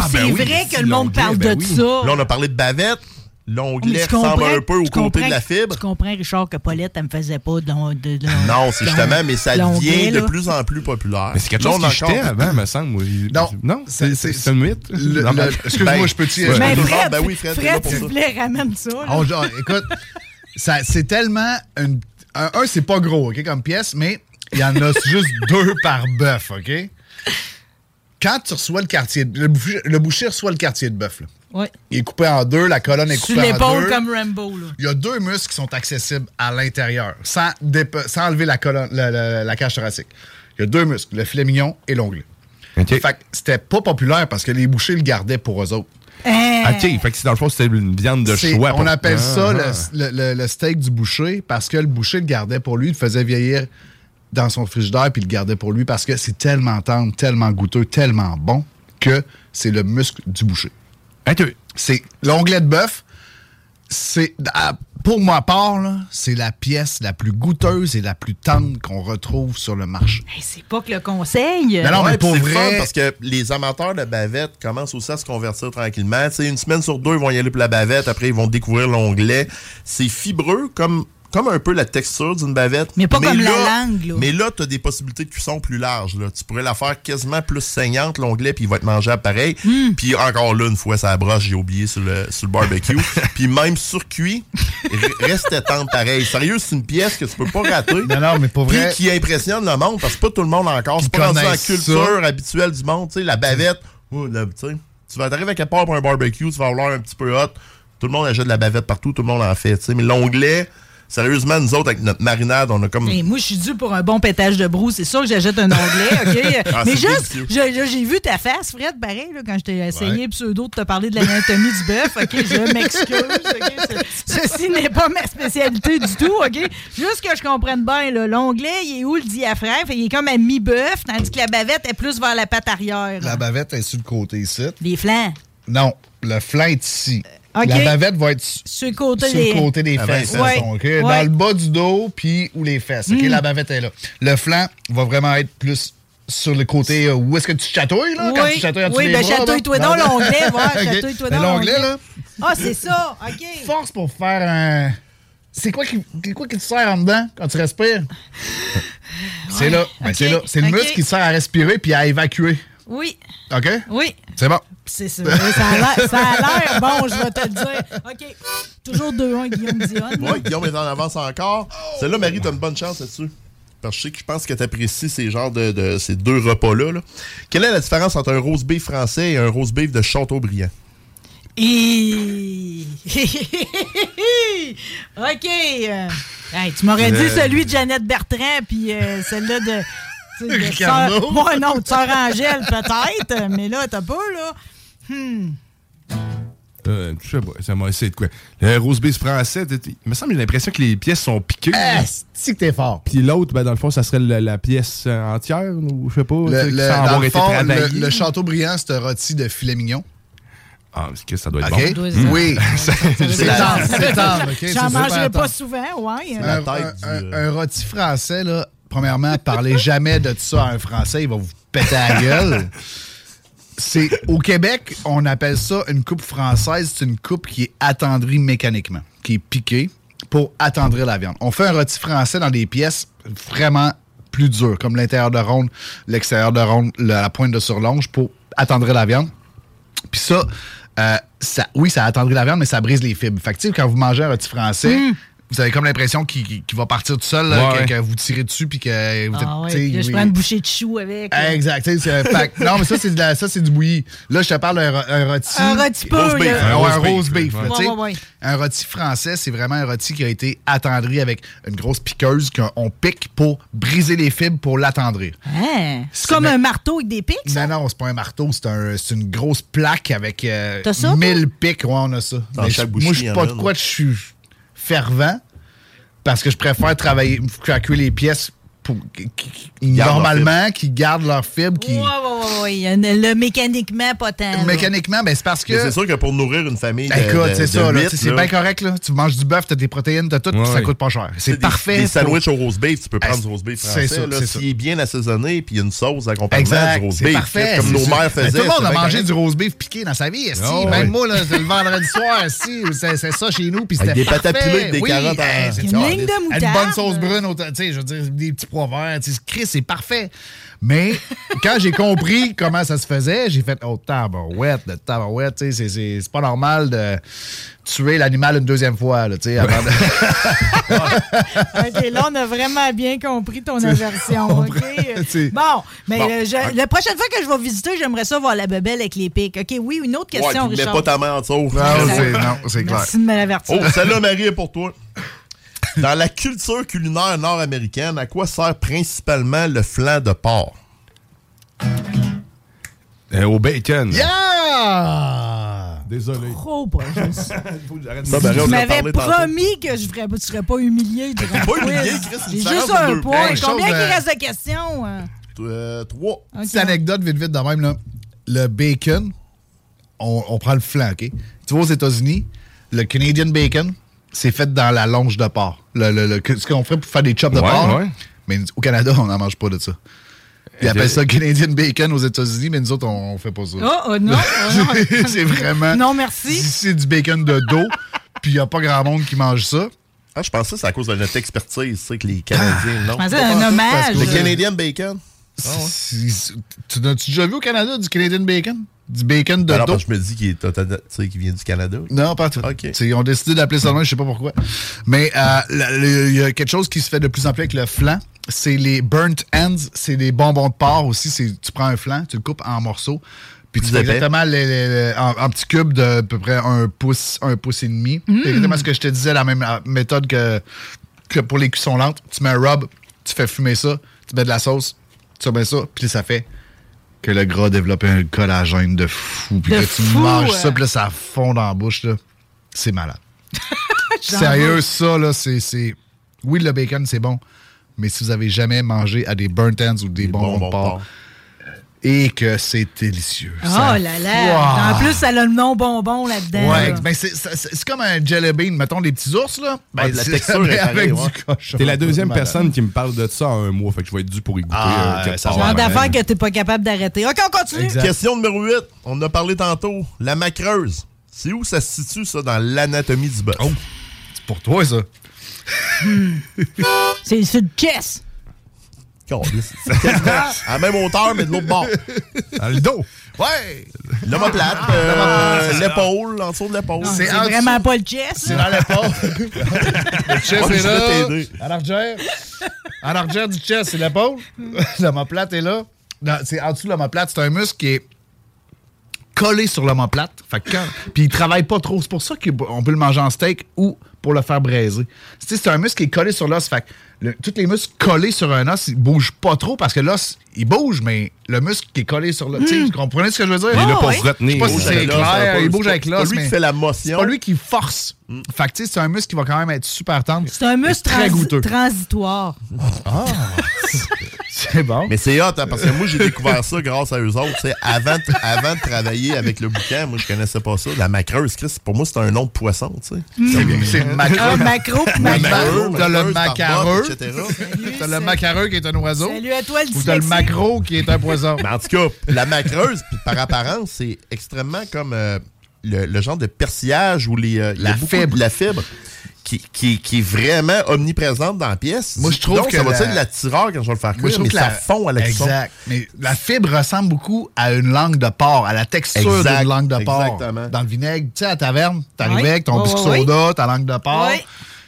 Speaker 8: Ah,
Speaker 4: ben
Speaker 2: c'est
Speaker 8: ben
Speaker 2: vrai que le monde parle de ça.
Speaker 8: Là, on a parlé de bavette.
Speaker 2: Oh, Mais
Speaker 8: L'onglet
Speaker 2: tu comprends-
Speaker 8: ben ressemble un peu au
Speaker 2: tu
Speaker 8: côté
Speaker 2: comprends-
Speaker 8: de la fibre.
Speaker 2: Tu comprends, Richard, que Paulette, elle me faisait pas de... l'on- de, l'on-
Speaker 8: Non, c'est justement, mais ça
Speaker 2: l'onglet,
Speaker 8: devient de
Speaker 2: là.
Speaker 8: plus en plus populaire.
Speaker 4: Mais c'est quelque chose
Speaker 8: Là, on
Speaker 4: qui
Speaker 8: a
Speaker 4: jetait
Speaker 8: encore-
Speaker 4: avant, hein, me semble. moi.
Speaker 8: Non.
Speaker 4: Non, c'est c'est- c'est un mythe.
Speaker 10: Le-
Speaker 4: Non,
Speaker 10: le-
Speaker 4: ben-
Speaker 10: excuse-moi, je peux-tu-
Speaker 4: Ouais.
Speaker 2: Mais
Speaker 8: Ah,
Speaker 10: Ben,
Speaker 2: Fred,
Speaker 10: ben
Speaker 2: oui,
Speaker 10: oui,
Speaker 2: Fred,
Speaker 10: Fred, t'es là pour
Speaker 2: s'il
Speaker 10: ça.
Speaker 2: vous plaît, ramène ça. là.
Speaker 10: On- genre, écoute, ça, c'est tellement. Une, un, un, c'est pas gros, OK, comme pièce, mais il y en a juste deux par bœuf, OK? Quand tu reçois le quartier, de- le boucher, le boucher reçoit le quartier de bœuf, là.
Speaker 2: Ouais.
Speaker 10: Il est coupé en deux, la colonne est
Speaker 2: Sur
Speaker 10: coupée en
Speaker 2: l'épaule
Speaker 10: deux.
Speaker 2: comme Rambo, là.
Speaker 10: Il y a deux muscles qui sont accessibles à l'intérieur, sans, dépe- sans enlever la, colonne, la, la- la cage thoracique. Il y a deux muscles, le filet mignon et l'onglet. Fait que c'était pas populaire parce que les bouchers le gardaient pour eux autres.
Speaker 2: Hein?
Speaker 4: OK, fait que c'est dans le fond, c'était une viande de
Speaker 10: C'est-
Speaker 4: choix.
Speaker 10: On appelle ça
Speaker 4: Ah,
Speaker 10: le,
Speaker 4: ah.
Speaker 10: le- le- le steak du boucher parce que le boucher le gardait pour lui, il le faisait vieillir dans son frigidaire puis il le gardait pour lui parce que c'est tellement tendre, tellement goûteux, tellement bon que c'est le muscle du boucher. C'est l'onglet de bœuf c'est à- pour ma part, là, c'est la pièce la plus goûteuse et la plus tendre qu'on retrouve sur le marché.
Speaker 2: C'est pas que le conseil.
Speaker 10: Non, non, mais
Speaker 8: Ouais,
Speaker 10: pour
Speaker 8: puis c'est le
Speaker 10: vrai-
Speaker 8: fun parce que les amateurs de bavette commencent aussi à se convertir tranquillement. Tu sais, une semaine sur deux, ils vont y aller pour la bavette. Après, ils vont découvrir l'onglet. C'est fibreux comme, comme un peu la texture d'une bavette.
Speaker 2: Mais pas comme la langue, là.
Speaker 8: Mais là, tu as des possibilités de cuisson plus larges. là. Tu pourrais la faire quasiment plus saignante, l'onglet, puis il va être mangeable pareil.
Speaker 2: Hmm.
Speaker 8: Puis encore là, une fois, ça broche, j'ai oublié sur le, sur le barbecue. puis même sur cuit, re- reste tendre pareil. Sérieux, c'est une pièce que tu peux pas rater.
Speaker 10: Non, non, mais pour
Speaker 8: Puis
Speaker 10: vrai-
Speaker 8: qui impressionne le monde, parce que pas tout le monde encore. C'est pas rendu dans la
Speaker 10: connaissent
Speaker 8: culture
Speaker 10: ça.
Speaker 8: habituelle du monde, tu sais, la bavette. Ouh, là, tu sais, tu vas t'arriver à quelque part pour un barbecue, tu vas vouloir un petit peu hot. Tout le monde achète de la bavette partout, tout le monde en fait, tu sais. Mais l'onglet, sérieusement, nous autres, avec notre marinade, on a
Speaker 10: Hmm.
Speaker 8: comme.
Speaker 2: Mais moi, je suis dû pour un bon pétage de brou. C'est sûr que j'achète un onglet, OK?
Speaker 8: Ah,
Speaker 2: Mais
Speaker 8: c'est
Speaker 2: juste,
Speaker 8: délicieux.
Speaker 2: je- je- j'ai vu ta face, Fred, pareil, là, quand je t'ai essayé pseudo de te parler de l'anatomie du bœuf, OK? Je m'excuse, OK? Ce- Ceci n'est pas ma spécialité du tout, OK? Juste que je comprenne bien, là, l'onglet, il est où le diaphragme? Fait, il est comme à mi-bœuf, tandis que la bavette est plus vers la patte arrière.
Speaker 10: La bavette est sur le côté ici.
Speaker 2: Les flancs.
Speaker 10: Non, le flanc est ici.
Speaker 2: OK.
Speaker 10: La bavette va être su-
Speaker 2: Sur le côté
Speaker 10: sur
Speaker 2: des...
Speaker 10: le côté des
Speaker 2: Ah,
Speaker 10: fesses.
Speaker 2: ben, ouais,
Speaker 10: dans le fond, ok?
Speaker 2: ouais.
Speaker 10: Dans le bas du dos, puis où les fesses. ok?
Speaker 2: Mm.
Speaker 10: La bavette est là. Le flanc va vraiment être plus sur le côté euh, où est-ce que tu chatouilles, là? quand
Speaker 2: Oui,
Speaker 10: tu chatouilles en dessous
Speaker 2: oui,
Speaker 10: des
Speaker 2: ben,
Speaker 10: bras, là?
Speaker 2: chatouille-toi
Speaker 10: Non,
Speaker 2: donc
Speaker 10: non.
Speaker 2: l'onglet, ouais,
Speaker 10: Ok.
Speaker 2: chatouille-toi
Speaker 10: Mais
Speaker 2: donc
Speaker 10: L'onglet,
Speaker 2: l'onglet.
Speaker 10: là.
Speaker 2: Ah, c'est ça, OK.
Speaker 10: Force pour faire un. C'est quoi qui, c'est quoi qui te sert en dedans quand tu respires? C'est là. Ben,
Speaker 2: ok,
Speaker 10: c'est là. C'est le
Speaker 2: ok.
Speaker 10: muscle qui te sert à respirer puis à évacuer.
Speaker 2: Oui,
Speaker 10: OK?
Speaker 2: oui.
Speaker 10: C'est bon.
Speaker 2: C'est ça, oui, ça a l'air- ça a l'air bon, je vais te le dire. OK. Toujours 2-1, Guillaume Dionne.
Speaker 8: Ouais, Guillaume est en avance encore. Celle-là, Marie, t'as une bonne chance là-dessus. Parce que je sais que je pense que t'apprécies ces genres de, de- ces deux repas-là. là. Quelle est la différence entre un roast beef français et un roast beef de Châteaubriand?
Speaker 2: Et- OK. euh, hey, tu m'aurais dit
Speaker 8: Euh,
Speaker 2: celui de Jeannette Bertrand, puis euh, celle-là de. tu sais, de
Speaker 10: Ricardo.
Speaker 2: sœur- Ouais, non, de Sœur Angèle, peut-être, mais là, t'as pas, là. Hmm.
Speaker 4: Euh, je sais pas, ça m'a essayé de quoi. Le rose beef français, t'es- il me semble j'ai l'impression que les pièces sont piquées.
Speaker 10: Si que t'es fort.
Speaker 4: Puis l'autre, ben, dans le fond, ça serait la, la pièce euh,
Speaker 8: Ah,
Speaker 4: entière, ou je sais pas, tu
Speaker 10: Le,
Speaker 4: sais,
Speaker 10: le-
Speaker 4: sans
Speaker 10: dans
Speaker 4: avoir
Speaker 10: le
Speaker 4: été
Speaker 10: fond,
Speaker 4: travaillé.
Speaker 10: le, le Châteaubriand, c'est un rôti de filet mignon.
Speaker 4: Ah, parce que ça doit être
Speaker 10: OK?
Speaker 4: bon.
Speaker 10: Doit- Oui.
Speaker 4: Ça-
Speaker 10: C'est tendre, c'est tendre, OK? C'est
Speaker 2: J'en
Speaker 10: super
Speaker 2: mangerai pas
Speaker 10: tendre.
Speaker 2: souvent, ouais.
Speaker 10: Un, un-
Speaker 2: euh,
Speaker 10: un rôti français, là, premièrement, parlez jamais de ça à un Français, il va vous péter la gueule. C'est, au Québec, on appelle ça une coupe française. C'est une coupe qui est attendrie mécaniquement, qui est piquée pour attendrir la viande. On fait un rôti français dans des pièces vraiment plus dures, comme l'intérieur de ronde, l'extérieur de ronde, la la pointe de surlonge pour attendrir la viande. Puis ça, euh, ça, oui, ça attendrit la viande, mais ça brise les fibres. Fait que, tu sais, quand vous mangez un rôti français,
Speaker 2: Mm.
Speaker 10: vous avez comme l'impression qu'il qu'il- qu'il va partir tout seul, là,
Speaker 4: Ouais,
Speaker 10: que,
Speaker 4: ouais.
Speaker 10: que vous tirez dessus, puis que vous
Speaker 2: Ah
Speaker 10: êtes-
Speaker 2: ouais,
Speaker 10: tu sais,
Speaker 2: puis là, je
Speaker 10: oui.
Speaker 2: prends une bouchée de chou avec. euh, là.
Speaker 10: Exact. tu sais, c'est- fait que- non, mais ça, c'est de la- ça, c'est du bouilli. Là, je te parle d'un ro- un rôti.
Speaker 2: Un rôti peu,
Speaker 10: Roast beef,
Speaker 2: là.
Speaker 10: ouais,
Speaker 2: Un
Speaker 10: Un
Speaker 2: roast
Speaker 10: roast
Speaker 2: beef,
Speaker 10: beef. là,
Speaker 2: ouais.
Speaker 10: tu sais.
Speaker 2: Ouais, ouais, ouais.
Speaker 10: Un rôti français, c'est vraiment un rôti qui a été attendri avec une grosse piqueuse qu'on pique pour briser les fibres pour l'attendrir.
Speaker 2: Hein? C'est
Speaker 10: C'est
Speaker 2: comme
Speaker 10: ma-
Speaker 2: un marteau avec des pics?
Speaker 10: Non, non, c'est pas un marteau, c'est un- c'est une grosse plaque avec euh,
Speaker 2: T'as ça, toi?
Speaker 10: 1000 pics. Ouais, on a ça.
Speaker 8: Dans
Speaker 10: Mais
Speaker 8: chaque
Speaker 10: je-
Speaker 8: bouchée,
Speaker 10: moi, je
Speaker 8: il y
Speaker 10: suis
Speaker 8: en
Speaker 10: pas
Speaker 8: a,
Speaker 10: de
Speaker 8: là.
Speaker 10: quoi, je suis fervent parce que je préfère travailler, craquer les pièces pour, qui- qui- qui-
Speaker 8: gardent leur
Speaker 10: normalement, qui gardent leurs fibres, qui.
Speaker 2: Ouais, ouais, ouais, ouais. Il y en a Le mécaniquement pas tant. là.
Speaker 10: Mécaniquement, ben, c'est parce que. Ben,
Speaker 8: Mais c'est sûr que pour nourrir une famille. de- de-
Speaker 10: Écoute,
Speaker 8: de
Speaker 10: c'est ça, là,
Speaker 8: huit,
Speaker 10: tu sais, c'est
Speaker 8: là,
Speaker 10: bien correct. Là. Tu manges du bœuf, t'as des protéines, t'as tout,
Speaker 8: Ouais,
Speaker 10: puis ça
Speaker 8: ouais.
Speaker 10: coûte pas cher.
Speaker 8: tu sais,
Speaker 10: C'est
Speaker 8: des-
Speaker 10: parfait.
Speaker 8: Des
Speaker 10: pour-
Speaker 8: sandwichs au roast beef, tu peux
Speaker 10: Ah,
Speaker 8: prendre du roast beef
Speaker 10: c'est
Speaker 8: français.
Speaker 10: ça,
Speaker 8: là,
Speaker 10: c'est ça.
Speaker 8: S'il est bien assaisonné, puis il y a une sauce d'accompagnement
Speaker 10: Exact,
Speaker 8: du roast
Speaker 10: c'est
Speaker 8: beef.
Speaker 10: parfait.
Speaker 8: Comme
Speaker 10: c'est
Speaker 8: nos
Speaker 10: sûr.
Speaker 8: mères
Speaker 10: Mais
Speaker 8: faisaient.
Speaker 10: tout le monde
Speaker 8: c'est
Speaker 10: a
Speaker 8: bien
Speaker 10: mangé
Speaker 8: correct.
Speaker 10: du roast beef piqué dans sa vie. esti.
Speaker 8: Oh,
Speaker 10: Même
Speaker 8: ouais.
Speaker 10: moi, là, c'est le vendredi soir, esti, c'est c'est ça chez nous. Puis
Speaker 8: Avec
Speaker 10: c'était
Speaker 8: des patates
Speaker 10: parfait.
Speaker 8: pilées avec des
Speaker 10: Oui,
Speaker 8: carottes hein. en-
Speaker 10: hey, c'est
Speaker 8: Une
Speaker 10: ça.
Speaker 8: ligne de
Speaker 10: Une
Speaker 8: moutarde.
Speaker 10: bonne sauce brune, autant- tu sais, je veux dire, des petits pois verts. tu sais, Chris, c'est parfait. Mais quand j'ai compris comment ça se faisait, j'ai fait Oh, tabarouette, le tabarouette, tu sais, c'est- c'est c'est pas normal de tuer l'animal une deuxième fois. Là, tu sais, avant de-
Speaker 2: OK, là, on a vraiment bien compris ton aversion. OK?
Speaker 10: c'est-
Speaker 2: Bon, mais
Speaker 8: Bon.
Speaker 2: le- je- la prochaine fois que je vais visiter, j'aimerais ça voir la bebelle avec les pics. OK, oui, une autre
Speaker 8: Ouais,
Speaker 2: question,
Speaker 8: puis mets
Speaker 2: Richard.
Speaker 8: pas ta main en sauce.
Speaker 10: Non, c'est- non, Ah c'est clair.
Speaker 2: Merci de me l'avertir.
Speaker 8: Oh, celle-là, Marie, est pour toi. Dans la culture culinaire nord-américaine, à quoi sert principalement le flanc de porc?
Speaker 4: Euh, au bacon.
Speaker 10: Yeah!
Speaker 8: Oh.
Speaker 4: Désolé.
Speaker 2: Trop pas juste.
Speaker 4: Faut que j'arrête
Speaker 8: Ça,
Speaker 4: de-
Speaker 8: ben là, on
Speaker 2: Tu
Speaker 8: en
Speaker 2: m'avais
Speaker 8: parlait tantôt.
Speaker 2: promis que je ne serais pas humilié durant
Speaker 8: Pas
Speaker 2: le
Speaker 8: humilié,
Speaker 2: quiz.
Speaker 8: Chris, une
Speaker 2: J'ai
Speaker 8: différence
Speaker 2: juste
Speaker 8: de
Speaker 2: un
Speaker 8: deux
Speaker 2: point.
Speaker 10: points.
Speaker 2: Combien
Speaker 10: Chose,
Speaker 2: il
Speaker 10: euh,
Speaker 2: reste de questions? hein?
Speaker 8: Euh, trois.
Speaker 2: OK.
Speaker 10: Petite anecdote vite vite de même là. Le bacon, on, on prend le flanc, OK? Tu vas aux États-Unis, le Canadian bacon, c'est fait dans la longe de porc. Le, le- le- que- ce qu'on ferait pour faire des chops de
Speaker 4: Ouais,
Speaker 10: porc.
Speaker 4: ouais.
Speaker 10: Mais nous- au Canada, on n'en mange pas de ça. Ils
Speaker 4: Et
Speaker 10: appellent
Speaker 4: de-
Speaker 10: ça Canadian bacon aux États-Unis, mais nous autres, on, on fait pas ça.
Speaker 2: Oh, oh, non, oh, non.
Speaker 10: c'est vraiment.
Speaker 2: Non, merci.
Speaker 10: C'est du bacon de dos, puis il n'y a pas grand monde qui mange ça.
Speaker 8: Ah, je pensais que c'est à cause de notre expertise, tu sais, que les Canadiens, non.
Speaker 10: Ah, pensais à un
Speaker 8: Parce
Speaker 10: hommage.
Speaker 8: que Le Canadian Bacon.
Speaker 10: Si- si- Tu n'as-tu déjà vu au Canada du Canadian bacon? Du bacon
Speaker 4: Ben
Speaker 10: de
Speaker 8: Alors,
Speaker 10: dos?
Speaker 8: Ah parce que je me dis qu'il est total- tu sais, qu'il vient du Canada.
Speaker 10: Non, pas tout. C'est- Ils ont décidé d'appeler ça de même, je sais pas pourquoi. Mais euh, la- le- il y a quelque chose qui se fait de plus en plus avec le flan. C'est les burnt ends, c'est des bonbons de porc aussi. C'est- Tu prends un flan, tu le coupes en morceaux, puis tu
Speaker 8: Plus
Speaker 10: fais
Speaker 8: épais.
Speaker 10: exactement les- les- les- en, en petits cubes de à peu près un pouce, un pouce et demi. C'est exactement ce que je te disais, la même euh, méthode que, que pour les cuissons lentes. Tu mets un rub, tu fais fumer ça, tu mets de la sauce, tu mets ça, puis ça fait que le gras développe un collagène de fou. Puis
Speaker 2: De
Speaker 10: que tu
Speaker 2: fou,
Speaker 10: manges
Speaker 2: hein.
Speaker 10: ça, puis là, ça fond dans la bouche. là. C'est malade.
Speaker 2: J'en
Speaker 10: Sérieux,
Speaker 2: veux.
Speaker 10: ça, là, c'est- c'est. Oui, le bacon, c'est bon. Mais si vous avez jamais mangé à des burnt ends ou des, bonbons,
Speaker 8: bonbons
Speaker 10: de
Speaker 8: de
Speaker 10: porc,
Speaker 8: porc.
Speaker 10: et que c'est délicieux.
Speaker 2: Oh
Speaker 10: Ça-
Speaker 2: là là.
Speaker 10: Wow.
Speaker 2: En plus, hein. ça a le nom bonbon là-dedans.
Speaker 10: Ouais,
Speaker 2: là.
Speaker 10: ben c'est- c'est c'est comme un jelly bean, mettons les petits ours là. Ben,
Speaker 4: Ouais, de Ah, la
Speaker 10: c'est-
Speaker 4: texture
Speaker 10: mais
Speaker 4: est pareille,
Speaker 10: avec
Speaker 4: ouais.
Speaker 10: du cochon.
Speaker 4: T'es la deuxième
Speaker 10: Malade.
Speaker 4: personne qui me parle de ça en un mois, fait que je vais être dû pour y goûter.
Speaker 10: Ah,
Speaker 4: euh, quelque
Speaker 10: ça
Speaker 4: part.
Speaker 2: Genre d'affaires que t'es pas capable d'arrêter. OK, on continue.
Speaker 8: Question numéro 8. On en a parlé tantôt. La macreuse. C'est où ça se situe, ça, dans l'anatomie du bœuf?
Speaker 10: c'est pour toi, ça.
Speaker 2: C'est c'est le chess.
Speaker 8: à la même hauteur, mais de l'autre bord.
Speaker 4: Dans le dos.
Speaker 8: Ouais! Ah, L'homoplate, euh, l'épaule, en dessous de l'épaule.
Speaker 2: C'est
Speaker 10: Ah,
Speaker 2: vraiment pas le chess.
Speaker 10: C'est dans l'épaule. Le chest
Speaker 8: Ouais,
Speaker 10: est
Speaker 8: je vais
Speaker 10: là.
Speaker 8: t'aider.
Speaker 10: À l'argère. À l'argère du chest, c'est l'épaule. L'omoplate est là. Non, c'est en dessous de l'omoplate. C'est un muscle qui est collé sur l'omoplate. Fait que quand- Puis il travaille pas trop. C'est pour ça qu'on peut le manger en steak ou pour le faire braiser. Tu sais, C'est un muscle qui est collé sur l'os. Fait que le- tous les muscles collés sur un os, ils bougent pas trop parce que l'os, il bouge, mais le muscle qui est collé sur l'os. Tu sais, vous comprenez ce que je veux dire?
Speaker 4: Hmm. Il est là pour se
Speaker 10: Je
Speaker 4: retenir.
Speaker 10: sais pas si
Speaker 4: Ouais.
Speaker 10: c'est
Speaker 4: Avec l'os, c'est
Speaker 10: clair.
Speaker 4: pas-
Speaker 10: Il bouge
Speaker 4: c'est
Speaker 10: avec
Speaker 4: pas
Speaker 10: l'os.
Speaker 4: lui qui
Speaker 10: mais
Speaker 4: fait la
Speaker 10: C'est pas lui qui force. Fait que, tu sais, c'est un muscle qui va quand même être super tendre.
Speaker 2: C'est un muscle
Speaker 10: Très
Speaker 2: transi-
Speaker 10: goûteux.
Speaker 2: transitoire.
Speaker 10: C'est bon.
Speaker 8: Mais c'est hot, hein, parce que moi, j'ai découvert ça grâce à eux autres. tu sais. Avant, de- avant de travailler avec le bouquin, moi, je connaissais pas ça. La macreuse, Chris, pour moi, c'est un nom de poisson, tu sais.
Speaker 10: C'est le macro.
Speaker 2: Un macro pis
Speaker 10: Ouais,
Speaker 8: macro,
Speaker 10: T'as Ah, le
Speaker 8: Hmm. macreuse,
Speaker 10: macareux.
Speaker 8: barbotte, etc.
Speaker 10: T'as le macareux qui est un oiseau.
Speaker 2: Salut à toi, le
Speaker 10: Ou t'as le
Speaker 2: dyslexique.
Speaker 10: macro qui est un poisson.
Speaker 8: Mais en tout cas, la macreuse, puis par apparence, c'est extrêmement comme euh, le, le genre de persillage ou les, euh, il y a
Speaker 10: La
Speaker 8: beaucoup
Speaker 10: fibre.
Speaker 8: de la fibre qui, qui, qui est vraiment omniprésente dans la pièce.
Speaker 10: Moi, je trouve
Speaker 8: Donc,
Speaker 10: que
Speaker 8: ça va
Speaker 10: la-
Speaker 8: être de la tireur quand je vais le faire
Speaker 10: Moi, je
Speaker 8: cuire,
Speaker 10: trouve
Speaker 8: mais
Speaker 10: que
Speaker 8: ça fond à la cuisson.
Speaker 10: Exact. Mais la fibre ressemble beaucoup à une langue de porc, à la texture
Speaker 8: Exact.
Speaker 10: d'une langue de porc.
Speaker 8: Exactement.
Speaker 10: Dans le vinaigre, tu sais, à la taverne, t'arrivais
Speaker 2: Ouais.
Speaker 10: avec ton
Speaker 2: Ouais,
Speaker 10: biscuit
Speaker 2: ouais,
Speaker 10: soda, ta langue de porc,
Speaker 2: Ouais.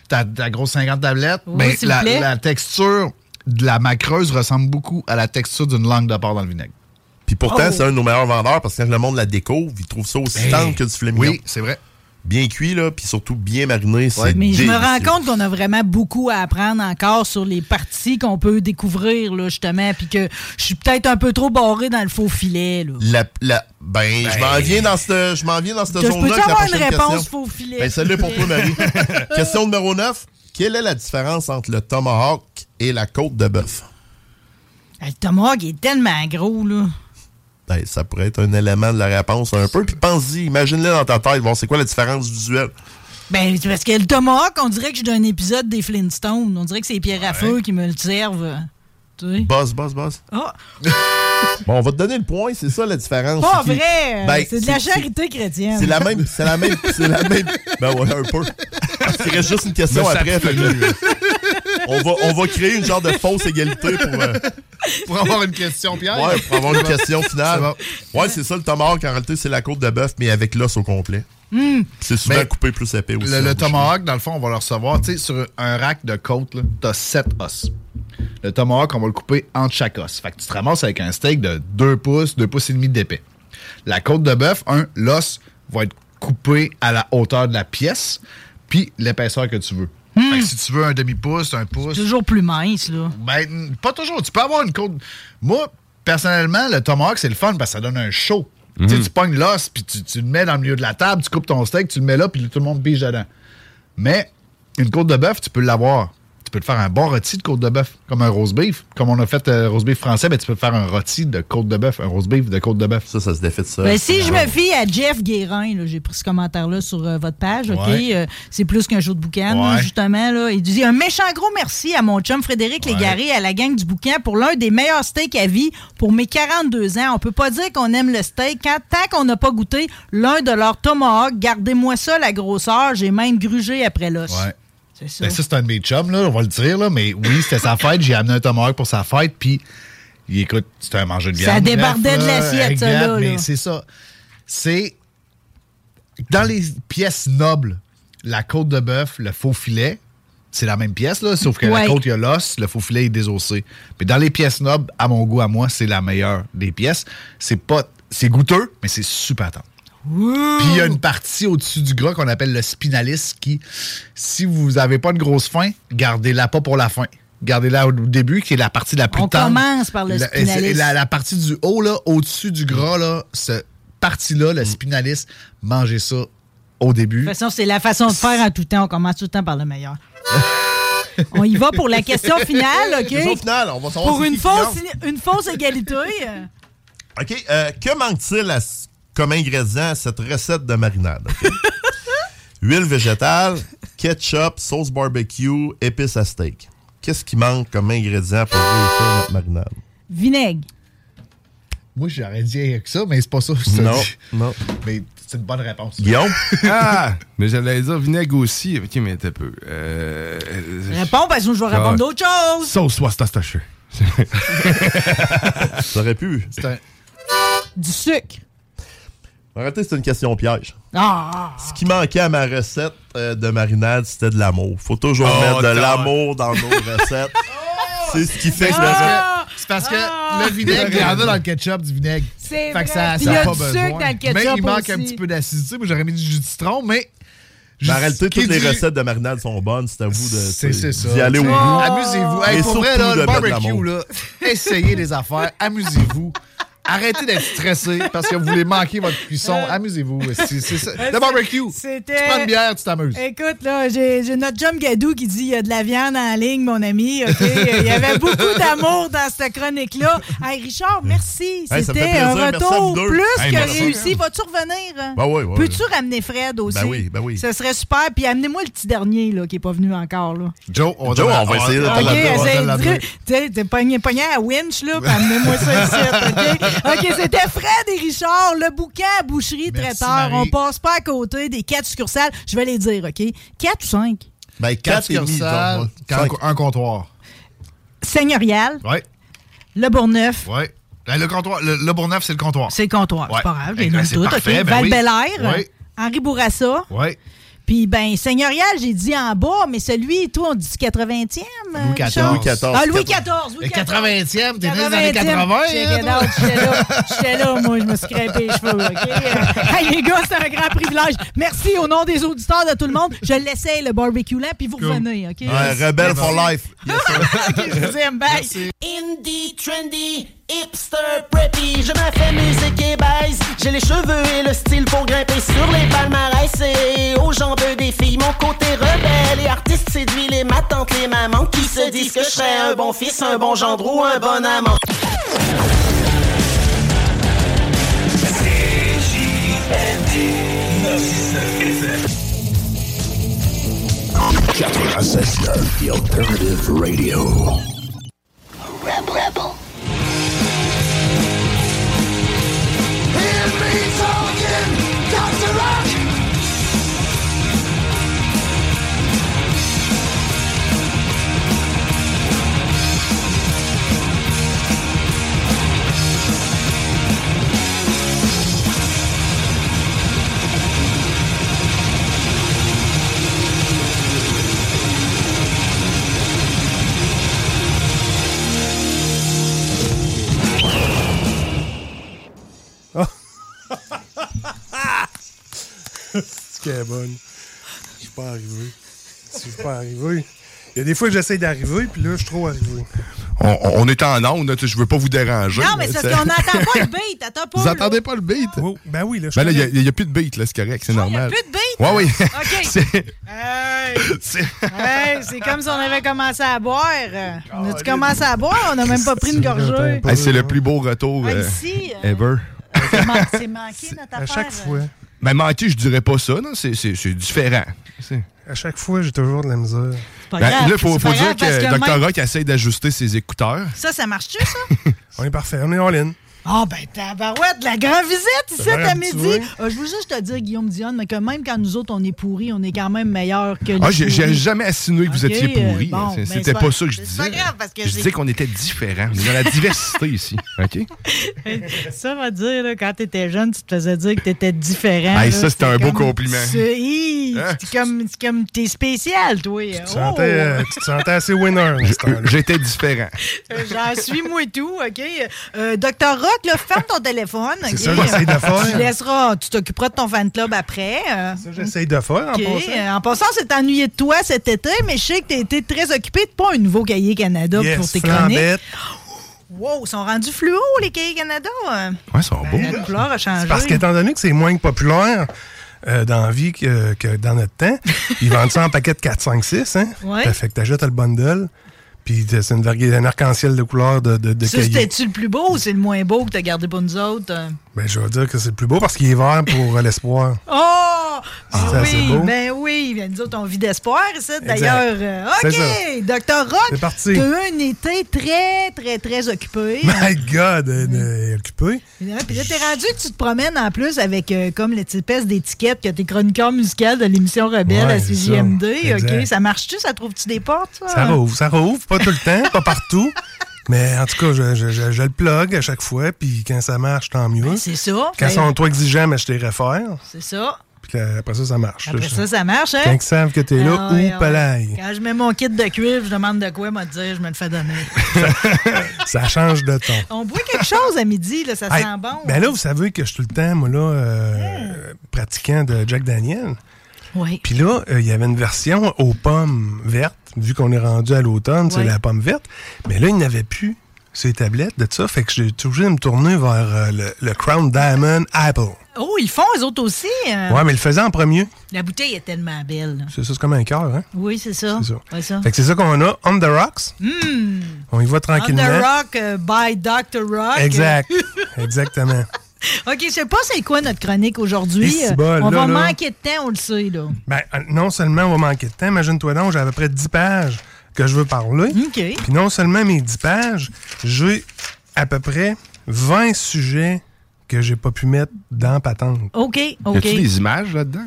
Speaker 10: ta, ta grosse 50 tablette.
Speaker 2: Oui,
Speaker 10: mais
Speaker 2: s'il vous
Speaker 10: la,
Speaker 2: plaît.
Speaker 10: la texture de la macreuse ressemble beaucoup à la texture d'une langue de porc dans le vinaigre.
Speaker 8: Puis pourtant,
Speaker 2: Oh.
Speaker 8: c'est un de nos meilleurs vendeurs parce que quand le monde la découvre, il trouve ça aussi
Speaker 10: Hey.
Speaker 8: tendre que du filet mignon.
Speaker 10: Oui, c'est vrai.
Speaker 8: Bien cuit, là, puis surtout bien mariné. c'est
Speaker 2: Mais je me rends
Speaker 8: délicieux.
Speaker 2: compte qu'on a vraiment beaucoup à apprendre encore sur les parties qu'on peut découvrir, là, justement, puis que je suis peut-être un peu trop barré dans le faux filet. Là.
Speaker 8: La, la- ben, je m'en viens dans cette, je m'en viens dans cette
Speaker 2: Je
Speaker 8: zone-là.
Speaker 2: peux-tu
Speaker 8: avec la
Speaker 2: avoir une
Speaker 8: prochaine
Speaker 2: réponse
Speaker 8: question.
Speaker 2: faux filet?
Speaker 8: Ben, celle-là est pour toi, Marie. question numéro 9. Quelle est la différence entre le tomahawk et la côte de bœuf?
Speaker 2: Ah, Le tomahawk il est tellement gros, là.
Speaker 8: Ben, ça pourrait être un élément de la réponse un peu. Puis pense-y, imagine-le dans ta tête. Bon, c'est quoi la différence visuelle?
Speaker 2: Ben, c'est parce que le tomahawk, on dirait que je suis d'un épisode des Flintstones. On dirait que c'est les pierres à feu qui me le servent. Tu sais?
Speaker 8: Boss, boss, boss.
Speaker 2: Ah,
Speaker 8: Bon, on va te donner le point. C'est ça la différence.
Speaker 2: pas
Speaker 8: Oh, C'est qui-
Speaker 2: vrai!
Speaker 8: Ben,
Speaker 2: c'est de la
Speaker 8: c'est-
Speaker 2: charité chrétienne.
Speaker 8: C'est la même, c'est la même, c'est la même. Ben ouais, un peu. Parce qu'il reste juste une question
Speaker 4: Mais ça
Speaker 8: après. fait que- on, va, on va créer une genre de fausse égalité pour, euh,
Speaker 10: Pour avoir une question, Pierre.
Speaker 8: ouais, pour avoir une
Speaker 10: C'est bon.
Speaker 8: question finale. Ouais, c'est ça le tomahawk. En réalité, c'est la côte de bœuf, mais avec l'os au complet. Puis C'est souvent
Speaker 10: Mais
Speaker 8: coupé plus épais aussi.
Speaker 10: Le,
Speaker 8: en
Speaker 10: le
Speaker 8: bouche.
Speaker 10: tomahawk, dans le fond, on va le recevoir. Tu sais, sur un rack de côte, là, t'as 7 os. Le tomahawk, on va le couper entre chaque os. Fait que tu te ramasses avec un steak de 2 pouces, 2 pouces et demi d'épais. La côte de bœuf, un, l'os va être coupé à la hauteur de la pièce, puis l'épaisseur que tu veux. Fait que si tu veux un demi-pouce, un pouce,
Speaker 2: Toujours plus mince, là.
Speaker 10: ben, pas toujours. Tu peux avoir une côte. Moi, personnellement, le tomahawk, c'est le fun parce que ça donne un show. Tu sais, Tu pognes l'os, puis tu, tu le mets dans le milieu de la table, tu coupes ton steak, tu le mets là, puis tout le monde pige dedans. Mais une côte de bœuf, tu peux l'avoir. tu peux te faire un bon rôti de côte de bœuf, comme un roast beef. Comme on a fait euh, roast beef français, mais tu peux te faire un rôti de côte de bœuf, un roast beef de côte de bœuf.
Speaker 8: Ça, ça se défait de
Speaker 10: Euh,
Speaker 8: ça.
Speaker 2: Ben, si je me fie à Jeff Guérin, là, j'ai pris ce commentaire-là sur euh, votre page, OK?
Speaker 10: Ouais.
Speaker 2: euh, c'est plus qu'un jour de boucan, là,
Speaker 10: Ouais.
Speaker 2: justement. Là. Il dit un méchant gros merci à mon chum Frédéric
Speaker 10: Ouais.
Speaker 2: Légaré à la gang du boucan pour l'un des meilleurs steaks à vie pour mes 42 ans. On peut pas dire qu'on aime le steak quand, tant qu'on n'a pas goûté l'un de leurs tomahawks. Gardez-moi ça, la grosseur. J'ai même grugé après l'os.
Speaker 10: Ouais.
Speaker 2: C'est ça.
Speaker 10: Ben, ça, c'est un de mes chums, là, on va le dire, là, mais oui, c'était sa fête. J'ai amené un tomahawk pour sa fête, puis il écoute, c'était un mangeur de
Speaker 2: Ça
Speaker 10: viande.
Speaker 2: débordait
Speaker 10: bref,
Speaker 2: de
Speaker 10: là,
Speaker 2: l'assiette, ça,
Speaker 10: exact,
Speaker 2: là,
Speaker 10: Mais
Speaker 2: là.
Speaker 10: c'est ça. C'est. Dans les pièces nobles, la côte de bœuf, le faux filet, c'est la même pièce, là, sauf que
Speaker 2: Ouais.
Speaker 10: la côte, il y a l'os, le faux filet est désossé. Mais dans les pièces nobles, à mon goût, à moi, c'est la meilleure des pièces. C'est pas. C'est goûteux, mais c'est super tendre. Puis il y a une partie au-dessus du gras qu'on appelle le spinalis qui, si vous n'avez pas une grosse faim, gardez-la pas pour la fin. Gardez-la au début, qui est la partie la plus
Speaker 2: On
Speaker 10: tendre.
Speaker 2: commence par le
Speaker 10: La-
Speaker 2: spinalis.
Speaker 10: La, la partie du haut, là, au-dessus du gras, là, ce partie-là, le spinalis, mangez ça
Speaker 2: De
Speaker 10: au début.
Speaker 2: toute façon, c'est la façon de faire en tout temps. On commence tout le temps par le meilleur. on y va pour la question finale, OK?
Speaker 8: Question finale, on va savoir
Speaker 2: Pour
Speaker 8: c'est
Speaker 2: une
Speaker 8: qui qui
Speaker 2: fausse,
Speaker 8: gagne.
Speaker 2: une fausse égalité. euh,
Speaker 8: OK. euh, que manque-t-il à ce- comme ingrédient à cette recette de marinade? OK? Huile végétale, ketchup, sauce barbecue, épices à steak. Qu'est-ce qui manque comme ingrédient pour réussir notre marinade?
Speaker 2: Vinaigre.
Speaker 10: Moi, j'aurais dit avec ça, mais c'est pas ça. que je te
Speaker 8: Non,
Speaker 10: dis.
Speaker 8: non.
Speaker 10: Mais c'est une bonne réponse.
Speaker 8: Guillaume?
Speaker 4: Ah! Mais j'allais dire vinaigre aussi. Ok, mais t'es peu. Euh, euh,
Speaker 2: Réponds parce que je vais répondre
Speaker 4: Ah.
Speaker 2: d'autres choses.
Speaker 4: Sauce Worcestershire.
Speaker 8: Ça aurait pu.
Speaker 2: Du sucre.
Speaker 8: Arrêtez, c'est une question piège.
Speaker 2: Ah!
Speaker 8: Ce qui manquait à ma recette euh, de marinade, c'était de l'amour. Faut toujours
Speaker 4: Oh,
Speaker 8: mettre de
Speaker 4: non.
Speaker 8: l'amour dans nos recettes. C'est ce qui fait que...
Speaker 10: Ah! C'est parce que le vinaigre, il y en a dans le ketchup, du vinaigre.
Speaker 2: C'est
Speaker 10: Fait
Speaker 2: vrai.
Speaker 10: que ça,
Speaker 2: Puis
Speaker 10: ça
Speaker 2: il y a
Speaker 10: a pas
Speaker 2: du
Speaker 10: besoin.
Speaker 2: sucre dans le ketchup
Speaker 10: mais il manque un
Speaker 2: aussi.
Speaker 10: petit peu d'acidité. Moi, j'aurais mis du jus de citron, mais.
Speaker 8: Ben, en réalité,
Speaker 10: Qui
Speaker 8: toutes les
Speaker 10: dit-
Speaker 8: recettes de marinade sont bonnes. C'est à vous de
Speaker 10: C'est c'est ça. Ah,
Speaker 8: d'y
Speaker 2: Oh!
Speaker 8: aller au bout.
Speaker 10: Amusez-vous. Hey,
Speaker 8: Et
Speaker 10: pour vrai,
Speaker 8: surtout
Speaker 10: là,
Speaker 8: de
Speaker 10: le
Speaker 8: mettre de
Speaker 10: barbecue,
Speaker 8: l'amour.
Speaker 10: là, essayez les affaires. Amusez-vous. Arrêtez d'être stressé parce que vous voulez manquer votre cuisson. Amusez-vous. C'est c'est ça. Le barbecue.
Speaker 2: Euh. C'était.
Speaker 10: Tu prends une bière, tu t'amuses.
Speaker 2: Écoute, là, j'ai j'ai notre chum Gadou qui dit il y a de la viande en ligne, mon ami. OK? Il y avait beaucoup d'amour dans cette chronique-là. Hey, Richard, merci.
Speaker 8: Hey, ça me fait
Speaker 2: C'était un
Speaker 8: plaisir. Merci à
Speaker 2: retour
Speaker 8: vous deux.
Speaker 2: plus
Speaker 8: Hey,
Speaker 2: que
Speaker 8: merci.
Speaker 2: réussi. Vas-tu revenir?
Speaker 8: Ben oui, oui, oui.
Speaker 2: Peux-tu ramener Fred aussi?
Speaker 8: Ben oui, ben oui.
Speaker 2: Ça serait super. Puis amenez-moi le petit dernier là, qui n'est pas venu encore. Là.
Speaker 10: Joe, on,
Speaker 8: Joe,
Speaker 10: donne-
Speaker 8: on va essayer de te
Speaker 10: on-
Speaker 2: Ah, OK,
Speaker 8: la- Ben,
Speaker 10: on donne la-
Speaker 2: j'ai dit, tu sais, t'es pogné, pogné à Winch, là, puis amenez-moi ça ici, OK? OK, c'était Fred et Richard, le bouquin à boucherie
Speaker 10: Merci,
Speaker 2: traiteur. On
Speaker 10: Marie.
Speaker 2: passe pas à côté des quatre succursales. Je vais les dire, OK? Quatre ou cinq?
Speaker 8: Ben,
Speaker 10: Quatre
Speaker 8: 4 et demi,
Speaker 10: succursales,
Speaker 8: genre,
Speaker 10: un
Speaker 8: cinq.
Speaker 10: un comptoir.
Speaker 2: Seigneurial,
Speaker 10: Ouais,
Speaker 2: Le Bourgneuf,
Speaker 10: ouais. Ben, Le comptoir, le, le Bourgneuf, c'est le comptoir.
Speaker 2: c'est le comptoir.
Speaker 10: Ouais.
Speaker 2: C'est pas grave,
Speaker 10: Eh,
Speaker 2: j'ai
Speaker 10: ben,
Speaker 2: nommé
Speaker 10: c'est
Speaker 2: tout, OK?
Speaker 10: parfait, ben oui.
Speaker 2: Val-Bélair,
Speaker 10: Ouais.
Speaker 2: Henri Bourassa.
Speaker 10: Ouais.
Speaker 2: Puis, ben, Seigneurial, j'ai dit en bas, mais celui, toi, on dit 80e. euh,
Speaker 10: Louis
Speaker 2: Richard?
Speaker 10: Louis
Speaker 8: XIV.
Speaker 2: Ah, Louis XIV,
Speaker 10: Le
Speaker 2: Louis XIV.
Speaker 10: 80e, t'es né dans les
Speaker 2: 80e.
Speaker 10: 80.
Speaker 2: Check
Speaker 10: hein,
Speaker 2: it
Speaker 10: toi?
Speaker 2: out, J'étais là, j'étais là, moi, je me suis crêpé les cheveux, OK? Euh, hey, les gars, c'est un grand privilège. Merci au nom des auditeurs de tout le monde. Je l'essaye, le barbecue là, puis vous revenez, OK?
Speaker 8: Ouais, rebelle for life.
Speaker 2: OK, je vous aime, bye.
Speaker 7: Indie, trendy, hipster, preppy. Je me fais musique et baise. J'ai les cheveux et le style pour grimper sur les palmarès. Et aux jambes des filles, mon côté rebelle et artiste séduit les matantes, les mamans qui se disent que je serais un bon fils, un bon gendre ou un bon amant.
Speaker 6: The Alternative Radio.
Speaker 9: Hear me talking, Dr. Rock.
Speaker 13: C'est qu'elle est bonne. Je suis pas arrivé. Je suis pas arrivé. Il y a des fois que j'essaie d'arriver, puis là, je suis trop arrivé.
Speaker 4: on, on est en onde, là, tu sais, je veux pas vous déranger.
Speaker 2: Non, mais c'est parce qu'on n'entend pas le beat. Attends pas.
Speaker 4: Vous
Speaker 2: là.
Speaker 4: entendez pas le beat?
Speaker 3: ben oui, là, je
Speaker 4: Ben là, il
Speaker 3: connais.
Speaker 4: n'y a, plus de beat, là, c'est correct, c'est normal.
Speaker 2: Plus de beat?
Speaker 4: Ouais, oui.
Speaker 2: OK.
Speaker 4: C'est-
Speaker 2: Hey!
Speaker 4: C'est-
Speaker 2: Hey, c'est comme si on avait commencé à boire. On a-tu commencé à boire? On n'a même pas pris une gorgée.
Speaker 4: Hey, c'est le plus beau retour
Speaker 2: Ouais,
Speaker 4: euh,
Speaker 2: ici, euh,
Speaker 4: ever.
Speaker 2: C'est man- C'est manqué notre affaire.
Speaker 4: Ben manqué, je dirais pas ça, non, c'est- c'est c'est différent.
Speaker 13: À chaque fois, j'ai toujours de la misère.
Speaker 2: Pas
Speaker 4: Ben,
Speaker 2: grave,
Speaker 4: là, il faut,
Speaker 2: c'est
Speaker 4: faut
Speaker 2: pas
Speaker 4: dire
Speaker 2: grave, parce
Speaker 4: que,
Speaker 2: que
Speaker 4: Dr.
Speaker 2: même-
Speaker 4: Rock essaie d'ajuster ses écouteurs.
Speaker 2: Ça, ça marche-tu, ça?
Speaker 13: On est parfait, on est en ligne.
Speaker 2: Ah, ben, tabarouette, la grande visite ici
Speaker 13: C'est vrai,
Speaker 2: à
Speaker 13: tu
Speaker 2: midi.
Speaker 13: vois.
Speaker 2: Euh, je veux juste te dire, Guillaume Dionne, mais que même quand nous autres, on est pourris, on est quand même meilleurs que les
Speaker 4: Ah, j'ai j'ai
Speaker 2: pourris.
Speaker 4: jamais insinué que vous
Speaker 2: Ok,
Speaker 4: étiez
Speaker 2: euh,
Speaker 4: pourri.
Speaker 2: bon, ben,
Speaker 4: C'était
Speaker 2: c'est
Speaker 4: pas
Speaker 2: pas-
Speaker 4: ça que je
Speaker 2: c'est
Speaker 4: disais.
Speaker 2: pas grave, parce que
Speaker 4: je
Speaker 2: j'ai-
Speaker 4: disais qu'on était différents. On est dans la diversité ici. OK?
Speaker 2: ça va dire, là, quand t'étais jeune, tu te faisais dire que t'étais différent.
Speaker 4: Hey, Hein?
Speaker 2: là,
Speaker 4: ça, c'était un beau compliment.
Speaker 2: C'est Hi, c'est comme, c'est comme t'es spécial, toi. Oh,
Speaker 13: Tu te sentais, euh, tu te sentais assez winner. dans ce temps-là.
Speaker 4: J'étais différent.
Speaker 2: Euh, J'en suis moi et tout, OK? Euh, Docteur Rock, là, ferme ton téléphone.
Speaker 13: C'est
Speaker 2: ok?
Speaker 13: ça, j'essaie de faire.
Speaker 2: Tu laisseras, tu t'occuperas de ton fan club après. euh. ça,
Speaker 13: J'essaye de faire en passant.
Speaker 2: En passant, c'est ennuyé de toi cet été, mais je sais que tu été très occupé de pas un nouveau Cahier Canada
Speaker 13: Yes,
Speaker 2: pour tes
Speaker 13: flambette.
Speaker 2: chroniques. Wow, ils sont rendus fluo, les Cahiers Canada. hein?
Speaker 4: Ouais, ils sont beaux.
Speaker 13: Euh,
Speaker 2: La couleur a changé.
Speaker 13: C'est parce qu'étant donné que c'est moins que populaire euh, dans la vie que, que dans notre temps, ils vendent ça en paquet de 4, 5, 6. Hein?
Speaker 2: Ouais.
Speaker 13: Fait- Fait que t'achètes le bundle, puis t'as- c'est une vergue- un arc-en-ciel de couleurs de, de, de
Speaker 2: Ça,
Speaker 13: cahiers.
Speaker 2: c'était-tu le plus beau ou c'est le moins beau que t'as gardé pour nous autres? euh?
Speaker 13: Ben, je vais dire que c'est le plus beau parce qu'il est vert pour euh, l'espoir.
Speaker 2: Oh!
Speaker 13: Ah,
Speaker 2: Ben
Speaker 13: ça, c'est
Speaker 2: oui,
Speaker 13: beau.
Speaker 2: ben oui, ben nous autres, on vit d'espoir, ça, d'ailleurs. Euh,
Speaker 13: C'est ça.
Speaker 2: OK, Docteur Rock,
Speaker 13: C'est parti. Ben,
Speaker 2: t'as eu un été très, très, très occupé.
Speaker 13: My God, euh, euh, occupé.
Speaker 2: Hein, Puis là, t'es rendu que tu te promènes en plus avec euh, comme le types d'étiquette que t'es chroniqueur musical de l'émission Rebelle
Speaker 13: Ouais,
Speaker 2: à
Speaker 13: c'est ça.
Speaker 2: CJMD.
Speaker 13: Exact.
Speaker 2: OK, ça marche-tu? Ça trouve-tu des portes, ça?
Speaker 13: Ça rouvre, ça rouvre, pas tout le temps, pas partout. Mais en tout cas, je, je- je- je le plug à chaque fois, puis quand ça marche, tant mieux.
Speaker 2: C'est ça.
Speaker 13: hein? Quand
Speaker 2: Ben,
Speaker 13: ils sont trop exigeants, mais je les refaire.
Speaker 2: C'est ça.
Speaker 13: Puis là, après ça, ça marche.
Speaker 2: Après ça, ça marche, hein?
Speaker 13: Quand ils savent que t'es là,
Speaker 2: Ah ouais,
Speaker 13: ou
Speaker 2: ouais.
Speaker 13: palaille.
Speaker 2: Quand je mets mon kit de cuivre, je demande de quoi, moi, te dire, je me le fais donner.
Speaker 13: Ça change de ton.
Speaker 2: On boit quelque chose à midi, là, ça
Speaker 13: Hey,
Speaker 2: sent bon. Hmm.
Speaker 13: Ben là, vous savez que je suis tout le temps, moi, là, euh, pratiquant de Jack Daniel.
Speaker 2: Oui.
Speaker 13: Puis là, euh, il y avait une version aux pommes vertes, vu qu'on est rendu à l'automne, c'est
Speaker 2: Ouais.
Speaker 13: la pomme verte. Mais là, il n'avait plus ces tablettes de ça. Fait que j'ai toujours de me tourner vers euh, le, le Crown Diamond Apple.
Speaker 2: Oh, ils font, eux autres aussi. hein?
Speaker 13: Ouais, mais le faisant en premier.
Speaker 2: La bouteille est tellement belle. là.
Speaker 13: C'est ça, c'est comme un cœur, hein?
Speaker 2: Oui, c'est ça.
Speaker 13: C'est ça.
Speaker 2: Ouais, ça.
Speaker 13: Fait que c'est ça qu'on a, On the Rocks.
Speaker 2: Hmm.
Speaker 13: On y va
Speaker 2: On
Speaker 13: tranquillement.
Speaker 2: the Rock euh, by Dr. Rock.
Speaker 13: Exact. Exactement.
Speaker 2: OK, je sais pas c'est quoi notre chronique aujourd'hui.
Speaker 13: Et si bol,
Speaker 2: on
Speaker 13: là,
Speaker 2: va
Speaker 13: là.
Speaker 2: manquer de temps, on le sait, là.
Speaker 13: Ben, euh, non seulement on va manquer de temps, imagine-toi donc, j'ai à peu près 10 pages que je veux parler. Puis non seulement mes 10 pages, j'ai à peu près 20 sujets que j'ai pas pu mettre dans patente.
Speaker 2: OK, OK.
Speaker 4: Y a-tu des images là-dedans?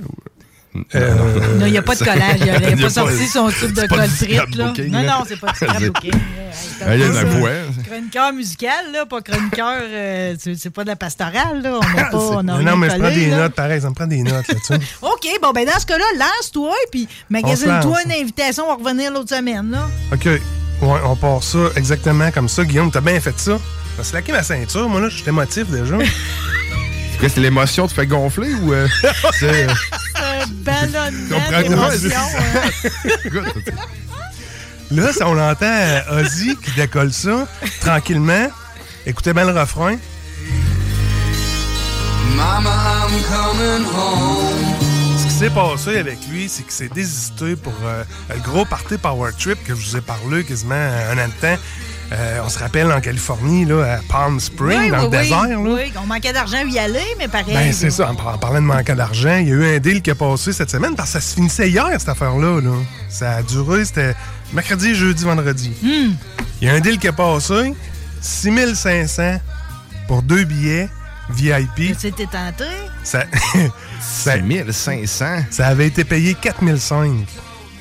Speaker 4: ou-
Speaker 2: Non, il n'y a pas de collage. Il
Speaker 4: Y
Speaker 2: n'a
Speaker 4: a
Speaker 2: pas sorti son
Speaker 4: c'est
Speaker 2: type de
Speaker 4: pas
Speaker 2: col
Speaker 4: du
Speaker 2: trip, là.
Speaker 4: scrapbooking,
Speaker 2: Non,
Speaker 4: là.
Speaker 2: non, c'est pas du scrapbooking.
Speaker 4: Ah, il y en a
Speaker 2: Ça,
Speaker 4: un
Speaker 13: Euh,
Speaker 4: poil.
Speaker 2: Chroniqueur musical, là, pas chroniqueur. euh, c'est c'est pas de la pastorale, là. On n'a pas. on a
Speaker 13: non, non,
Speaker 2: rien
Speaker 13: mais je prends
Speaker 2: collé,
Speaker 13: des
Speaker 2: là.
Speaker 13: notes, pareil, ça me prend des notes là-dessus.
Speaker 2: OK, bon, ben dans ce cas-là, lance-toi, puis
Speaker 13: On
Speaker 2: magasine-toi
Speaker 13: se
Speaker 2: une invitation, on va revenir l'autre semaine, là.
Speaker 13: OK. Ouais, on part ça exactement comme ça. Guillaume, t'as bien fait ça. T'as slacké ma ceinture, moi là, je suis émotif déjà.
Speaker 4: Qu'est-ce que C'est l'émotion te fait gonfler ou. euh, c'est, euh,
Speaker 2: Un ballonnement
Speaker 4: Comprends-
Speaker 2: d'émotions,
Speaker 4: Ouais,
Speaker 2: hein.
Speaker 13: Là, ça, on entend euh, Ozzy qui décolle ça tranquillement. Écoutez bien le refrain.
Speaker 1: Mama, I'm coming home.
Speaker 13: Ce qui s'est passé avec lui, c'est qu'il s'est désisté pour euh, le gros party Power Trip que je vous ai parlé quasiment un an de temps. Euh, on se rappelle en Californie, là, à Palm Springs,
Speaker 2: Oui,
Speaker 13: dans
Speaker 2: oui,
Speaker 13: le
Speaker 2: oui,
Speaker 13: désert. là.
Speaker 2: oui, on manquait d'argent à y aller, mais pareil.
Speaker 13: Ben, c'est ça. En par- en parlant de manquant d'argent, il y a eu un deal qui a passé cette semaine parce que ça se finissait hier, cette affaire-là. là. Ça a duré, c'était mercredi, jeudi, vendredi. Il y a un deal qui a passé 6500 pour deux billets VIP.
Speaker 2: C'était tenté.
Speaker 13: Ça, ça, 500. Ça avait été payé 4500.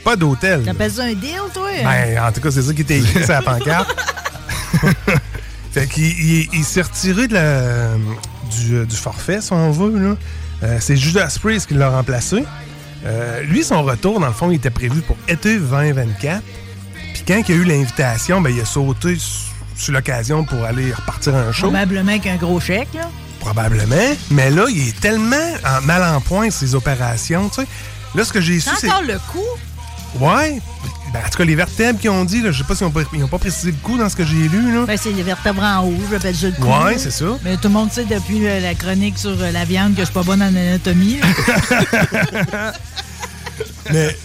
Speaker 13: Pas d'hôtel. là.
Speaker 2: T'appelles ça un deal, toi?
Speaker 13: Ben, en tout cas, c'est ça qui était écrit sur la pancarte. fait qu'il il- il s'est retiré de la- du, du forfait, si on veut. là. Euh, c'est Judas Priest qui l'a remplacé. Euh, lui, son retour, dans le fond, il était prévu pour été 2024. Puis quand il a eu l'invitation, ben, il a sauté su- sur l'occasion pour aller repartir un show.
Speaker 2: Probablement qu'un gros chèque, là.
Speaker 13: Probablement. Mais là, il est tellement en- mal en point, ses opérations. tu sais. Là, ce que j'ai su,
Speaker 2: C'est
Speaker 13: c'est...
Speaker 2: encore le coup.
Speaker 13: Ouais. ben, en tout cas, les vertèbres qu'ils ont dit, là, je sais pas s'ils n'ont pas, ils ont pas précisé le coup dans ce que j'ai lu. Là.
Speaker 2: Ben, c'est les vertèbres en haut, j'appelle ça le coup.
Speaker 13: Ouais, c'est ça.
Speaker 2: Mais tout le monde sait depuis euh, la chronique sur euh, la viande que je suis pas bonne en anatomie. là.
Speaker 13: Mais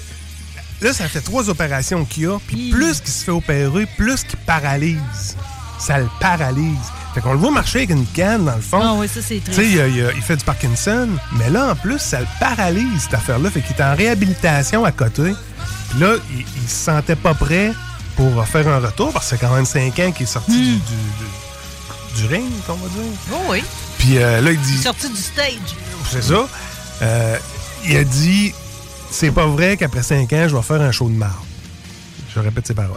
Speaker 13: là, ça fait trois opérations qu'il y a, puis plus qu'il se fait opérer, plus qu'il paralyse. Ça le paralyse. Fait qu'on le voit marcher avec une canne, dans le fond.
Speaker 2: Ah oui, ça, c'est
Speaker 13: Tu
Speaker 2: triste.
Speaker 13: sais, il, y a- il y a- il fait du Parkinson, mais là, en plus, ça le paralyse, cette affaire-là. Fait qu'il est en réhabilitation à côté. Puis là, il, il se sentait pas prêt pour euh, faire un retour, parce que c'est quand même cinq ans qu'il est sorti du, du- du- du ring, on va dire.
Speaker 2: Oh oui.
Speaker 13: Puis euh, là, il dit...
Speaker 2: Sorti du stage.
Speaker 13: C'est ça. Euh, il a dit C'est pas vrai qu'après 5 ans, je vais faire un show de marde. Je répète ses paroles.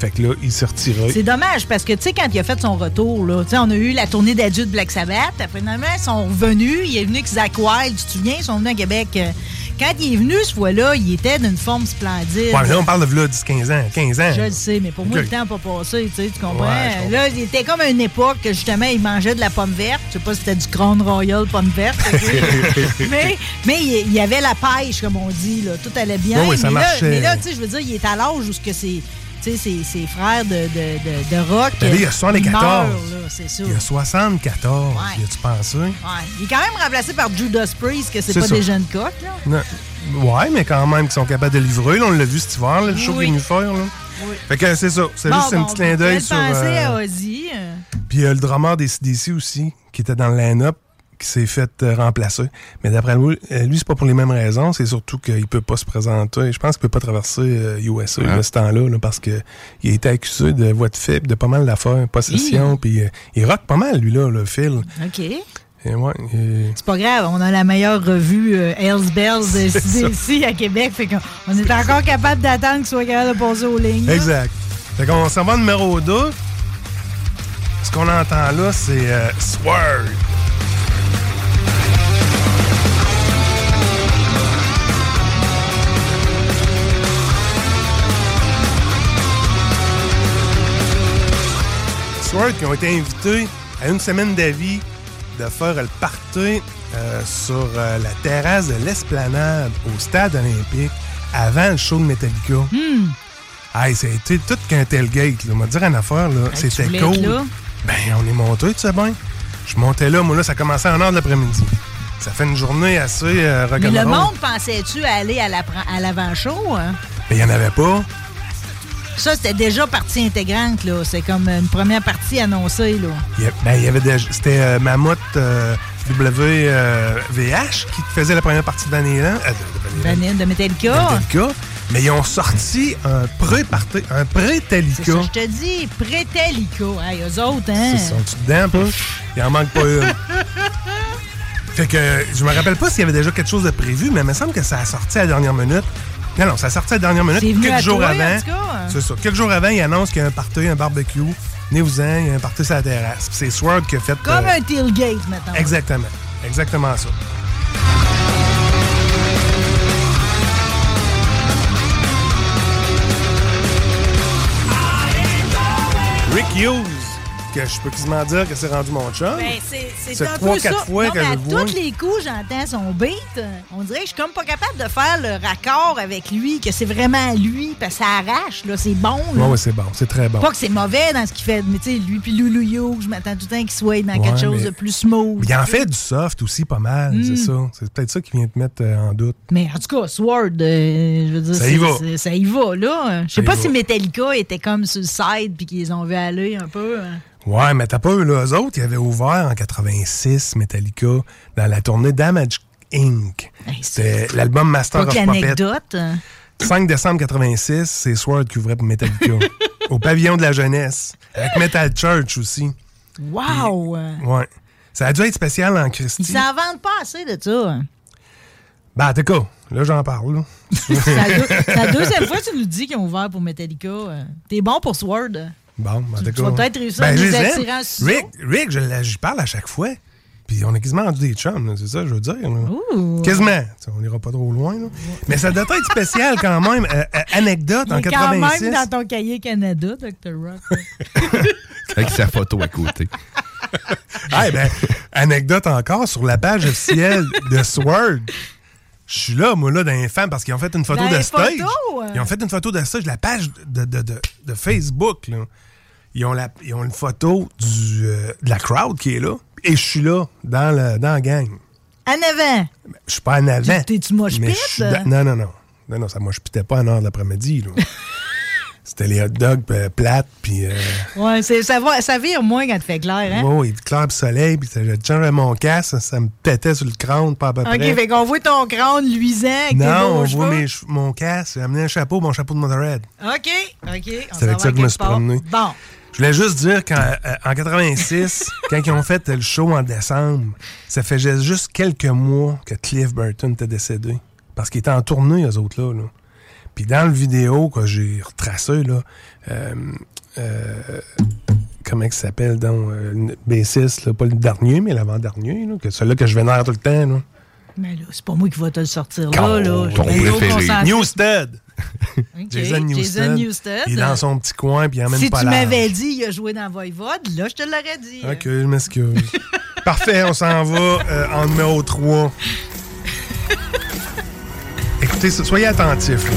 Speaker 13: Fait que là, il s'est retiré.
Speaker 2: C'est dommage parce que, tu sais, quand il a fait son retour, là, tu sais, on a eu la tournée d'adultes Black Sabbath. Après, finalement, ils sont revenus. Il est venu avec Zach Wild, tu te souviens, ils sont venus à Québec. Euh, Quand il est venu, ce fois-là, il était d'une forme splendide.
Speaker 13: Ouais, mais là, on parle de là 10-15 ans, 15 ans.
Speaker 2: Je le sais, mais pour moi,
Speaker 13: Ok.
Speaker 2: le temps n'a pas passé, tu sais, tu comprends?
Speaker 13: Ouais, je comprends.
Speaker 2: Là, il était comme à une époque que, justement, il mangeait de la pomme verte. Je sais pas si c'était du Crown Royal pomme verte. ok? mais mais il il y avait la pêche, comme on dit, là. Tout allait bien.
Speaker 13: Ouais, ouais, ça
Speaker 2: mais, là,
Speaker 13: marchait.
Speaker 2: mais là, tu sais, je veux dire, il est à l'âge où ce que c'est. Tu sais, ses, ses frères de, de, de, de rock.
Speaker 13: Ben là, il
Speaker 2: euh,
Speaker 13: a 74.
Speaker 2: meurent, là, c'est sûr.
Speaker 13: Il a 74.
Speaker 2: Ouais.
Speaker 13: Y a-tu pensé?
Speaker 2: Ouais. Il est quand même remplacé par Judas Priest, que c'est
Speaker 13: C'est
Speaker 2: pas
Speaker 13: ça.
Speaker 2: des jeunes coqs, là.
Speaker 13: Non. Ouais, mais quand même, qu'ils sont capables de livrer. Là, on l'a vu cet hiver, là, le show
Speaker 2: Oui.
Speaker 13: qu'il est venu faire. Là.
Speaker 2: Oui.
Speaker 13: Fait que c'est ça. C'est
Speaker 2: Bon,
Speaker 13: juste un
Speaker 2: bon,
Speaker 13: petit clin d'œil
Speaker 2: belle
Speaker 13: sur.
Speaker 2: pensée
Speaker 13: euh,
Speaker 2: à Ozzy. euh.
Speaker 13: Puis il y a le drummer des CDC aussi, qui était dans le line-up, qui s'est fait euh, remplacer. Mais d'après lui, euh, lui, c'est pas pour les mêmes raisons. C'est surtout qu'il peut pas se présenter. Je pense qu'il peut pas traverser euh, USA
Speaker 4: Ouais.
Speaker 13: à ce temps-là, là, parce que il a été accusé de voie de fait, puis de pas mal d'affaires, possession.
Speaker 2: Hi.
Speaker 13: Puis euh, il rock pas mal, lui, là, le Phil.
Speaker 2: OK.
Speaker 13: Et ouais, euh,
Speaker 2: C'est pas grave, on a la meilleure revue euh, Hells Bells de
Speaker 13: C'est
Speaker 2: CDC à Québec. Fait qu'on on est encore capable d'attendre qu'il soit capable de poser aux lignes. là.
Speaker 13: Exact. Fait qu'on s'en va numéro 2. Ce qu'on entend là, c'est euh, Swerve. Swerve qui ont été invités à une semaine d'avis de faire le party euh, sur euh, la terrasse de l'Esplanade au Stade olympique avant le show de Metallica. Hey, ça a été tout qu'un tailgate. Là. On va te dire une affaire, là.
Speaker 2: tu
Speaker 13: C'était
Speaker 2: voulais
Speaker 13: cool.
Speaker 2: être là?
Speaker 13: Ben, on est monté, tu sais bien. Je montais là, moi, là, ça commençait en heure de l'après-midi. Ça fait une journée assez euh,
Speaker 2: Mais
Speaker 13: rock'n'roll.
Speaker 2: le monde pensais-tu à aller à la- à l'avant-show? hein?
Speaker 13: Mais il n'y en avait pas.
Speaker 2: Ça, c'était déjà partie intégrante, là. C'est comme une première partie annoncée, là.
Speaker 13: Il y a- ben, il y avait déjà- C'était euh, Mammouth euh, WVH qui faisait la première partie de Vanilla. euh, de- de Vanilla-
Speaker 2: Vanille de Metallica.
Speaker 13: Metallica. Mais ils ont sorti un pré-party,
Speaker 2: C'est
Speaker 13: un
Speaker 2: ça,
Speaker 13: pré-Talica.
Speaker 2: je te dis. Prétalica. Hey, eux autres, hein?
Speaker 13: Ils sont-tu dedans, pas? Il en manque pas une. Fait que je me rappelle pas s'il y avait déjà quelque chose de prévu, mais il me semble que ça a sorti à la dernière minute. Non, non, ça a sorti à la dernière minute
Speaker 2: C'est venu à
Speaker 13: quelques jours
Speaker 2: toi,
Speaker 13: avant.
Speaker 2: en tout cas. hein?
Speaker 13: C'est ça. Quelques jours avant, ils annoncent qu'il y a un party, un barbecue. Venez-vous-en, il y a un party sur la terrasse. Puis c'est Sword qui a fait.
Speaker 2: Comme
Speaker 13: euh,
Speaker 2: un tailgate, maintenant.
Speaker 13: Exactement. Exactement ça. Rick Hughes, que je peux quasiment dire que c'est rendu mon chum.
Speaker 2: Ben, c'est- c'est
Speaker 13: Ça fait
Speaker 2: un
Speaker 13: trois,
Speaker 2: peu ça.
Speaker 13: quatre fois
Speaker 2: Non,
Speaker 13: que
Speaker 2: mais
Speaker 13: je
Speaker 2: à
Speaker 13: le vois.
Speaker 2: tous les coups, j'entends son beat. On dirait que je suis comme pas capable de faire le raccord avec lui, que c'est vraiment lui, parce que ça arrache, là, c'est bon. là.
Speaker 13: Ouais, ouais, c'est bon, c'est très bon.
Speaker 2: Pas que c'est mauvais dans ce qu'il fait, mais tu sais, lui puis Loulou Yo, je m'attends tout le temps qu'il soit dans
Speaker 13: Ouais,
Speaker 2: quelque chose
Speaker 13: mais-
Speaker 2: de plus smooth.
Speaker 13: Il en fait du soft aussi pas mal,
Speaker 2: Mm.
Speaker 13: c'est ça. C'est peut-être ça qui vient te mettre euh, en doute.
Speaker 2: Mais en tout cas, Sword, euh, je veux dire,
Speaker 13: Ça
Speaker 2: c'est-
Speaker 13: y va.
Speaker 2: c'est- ça y va, là. Je
Speaker 13: Ça
Speaker 2: sais
Speaker 13: y
Speaker 2: pas
Speaker 13: va.
Speaker 2: si Metallica était comme sur le side puis qu'ils ont vu aller un peu. hein.
Speaker 13: Ouais, mais t'as pas eu là, eux autres, ils avaient ouvert en 86 Metallica dans la tournée Damage Inc. C'était l'album Master
Speaker 2: Pas que
Speaker 13: of Puppets.
Speaker 2: l'anecdote. hein.
Speaker 13: 5 décembre 86, c'est Sword qui ouvrait pour Metallica. au pavillon de la jeunesse. Avec Metal Church aussi.
Speaker 2: Wow!
Speaker 13: Ouais. Ça a dû être spécial en Christie.
Speaker 2: Ils s'en vendent pas assez de ça.
Speaker 13: Ben, en tout cas, là, j'en parle. là.
Speaker 2: C'est la, deux- c'est la deuxième fois que tu nous dis qu'ils ont ouvert pour Metallica. euh. T'es bon pour Sword.
Speaker 13: Bon, en tout cas.
Speaker 2: tu vas peut-être réussir à
Speaker 13: Ben,
Speaker 2: nous
Speaker 13: je les aime.
Speaker 2: attirer en studio.
Speaker 13: Rick, Rick, je la- j'y parle à chaque fois. Puis on est quasiment rendu des chums, là, c'est ça, que je veux dire. là. Quasiment. Tu sais, On n'ira pas trop loin. là. Mais ça doit être spécial quand même. Euh, euh, anecdote,
Speaker 2: Il
Speaker 13: en
Speaker 2: est quand
Speaker 13: 86.
Speaker 2: même dans ton cahier Canada, Dr. Rock.
Speaker 4: Avec sa photo à côté.
Speaker 13: Ah, ben, anecdote encore sur la page officielle de Sword. Je suis là, moi, là, dans les fans, parce qu'ils ont fait une photo
Speaker 2: Dans
Speaker 13: de
Speaker 2: les
Speaker 13: stage.
Speaker 2: photos?
Speaker 13: Ils ont fait une photo de stage, la page de, de- de- de Facebook, là. Ils ont, la, ils ont une photo du, euh, de la crowd qui est là. Et je suis là, dans, le, dans la gang.
Speaker 2: En avant.
Speaker 13: Je suis pas en avant.
Speaker 2: T'es-tu moche
Speaker 13: mais
Speaker 2: pite?
Speaker 13: je suis dans- Non, non, non. Non, non, ça moi, je pitais pas en heure de l'après-midi, là. C'était les hot dogs euh, plates, puis... euh,
Speaker 2: Ouais, c'est- ça, va, ça vire moins quand tu fais clair, hein?
Speaker 13: Oui, il clair pis soleil, puis je changeais mon casque, ça, ça me pétait sur le crâne, pas à peu près.
Speaker 2: OK, fait qu'on voit ton crâne luisant avec tes
Speaker 13: non,
Speaker 2: beaux
Speaker 13: on voit
Speaker 2: cheveux.
Speaker 13: mes cheveux- mon casque, j'ai amené un chapeau, mon chapeau de Motorhead.
Speaker 2: OK, OK. on
Speaker 13: C'est
Speaker 2: s'en va
Speaker 13: avec ça que je me
Speaker 2: quelque
Speaker 13: suis
Speaker 2: part.
Speaker 13: promené.
Speaker 2: Bon.
Speaker 13: Je voulais juste dire qu'en euh, en 86, quand ils ont fait euh, le show en décembre, ça fait ju- juste quelques mois que Cliff Burton était décédé. Parce qu'il était en tournée, eux autres-là. là. Puis dans le vidéo que j'ai retracé, là, euh, euh, comment il s'appelle, donc, euh, le B6, là, pas le dernier, mais l'avant-dernier, là, que celui-là que je vénère tout le temps. Là.
Speaker 2: Mais là, c'est pas moi qui va te le sortir
Speaker 13: Quand-
Speaker 2: là, là.
Speaker 13: ton
Speaker 2: Ben, gros
Speaker 13: préféré.
Speaker 2: concentré.
Speaker 13: Newstead.
Speaker 2: OK,
Speaker 13: Jason Newstead.
Speaker 2: Newsted.
Speaker 13: Il est dans son petit coin, puis il emmène
Speaker 2: Si
Speaker 13: pas
Speaker 2: tu
Speaker 13: large.
Speaker 2: m'avais dit il a joué dans Voivode, là, je te l'aurais dit.
Speaker 13: Ok, je m'excuse. Parfait, on s'en va euh, en numéro 3. Écoutez, so- soyez attentifs. là.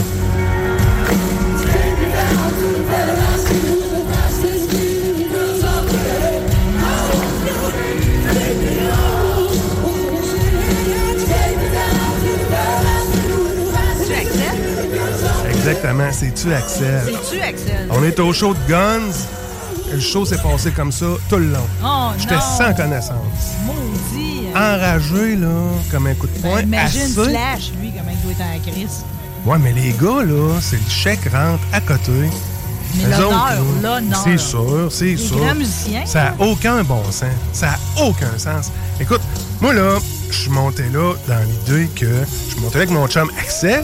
Speaker 13: Exactement, c'est-tu Axel?
Speaker 2: C'est-tu, Axel?
Speaker 13: On est au show de Guns. Le show s'est passé comme ça tout le long.
Speaker 2: Oh,
Speaker 13: J'étais
Speaker 2: non.
Speaker 13: sans connaissance.
Speaker 2: Maudit. hein.
Speaker 13: Enragé, là, comme un coup de poing.
Speaker 2: Ben, Imagine
Speaker 13: assez.
Speaker 2: Flash, lui, comment il doit être en crise.
Speaker 13: Ouais, mais les gars, là, c'est le chèque rentre à côté.
Speaker 2: Mais
Speaker 13: Eux
Speaker 2: l'honneur,
Speaker 13: autres, là,
Speaker 2: l'honneur.
Speaker 13: C'est sûr, c'est
Speaker 2: Les
Speaker 13: sûr.
Speaker 2: grands musiciens,
Speaker 13: Ça n'a aucun bon sens. Ça n'a aucun sens. Écoute, moi, là, je suis monté là dans l'idée que. Je suis monté là avec mon chum Axel,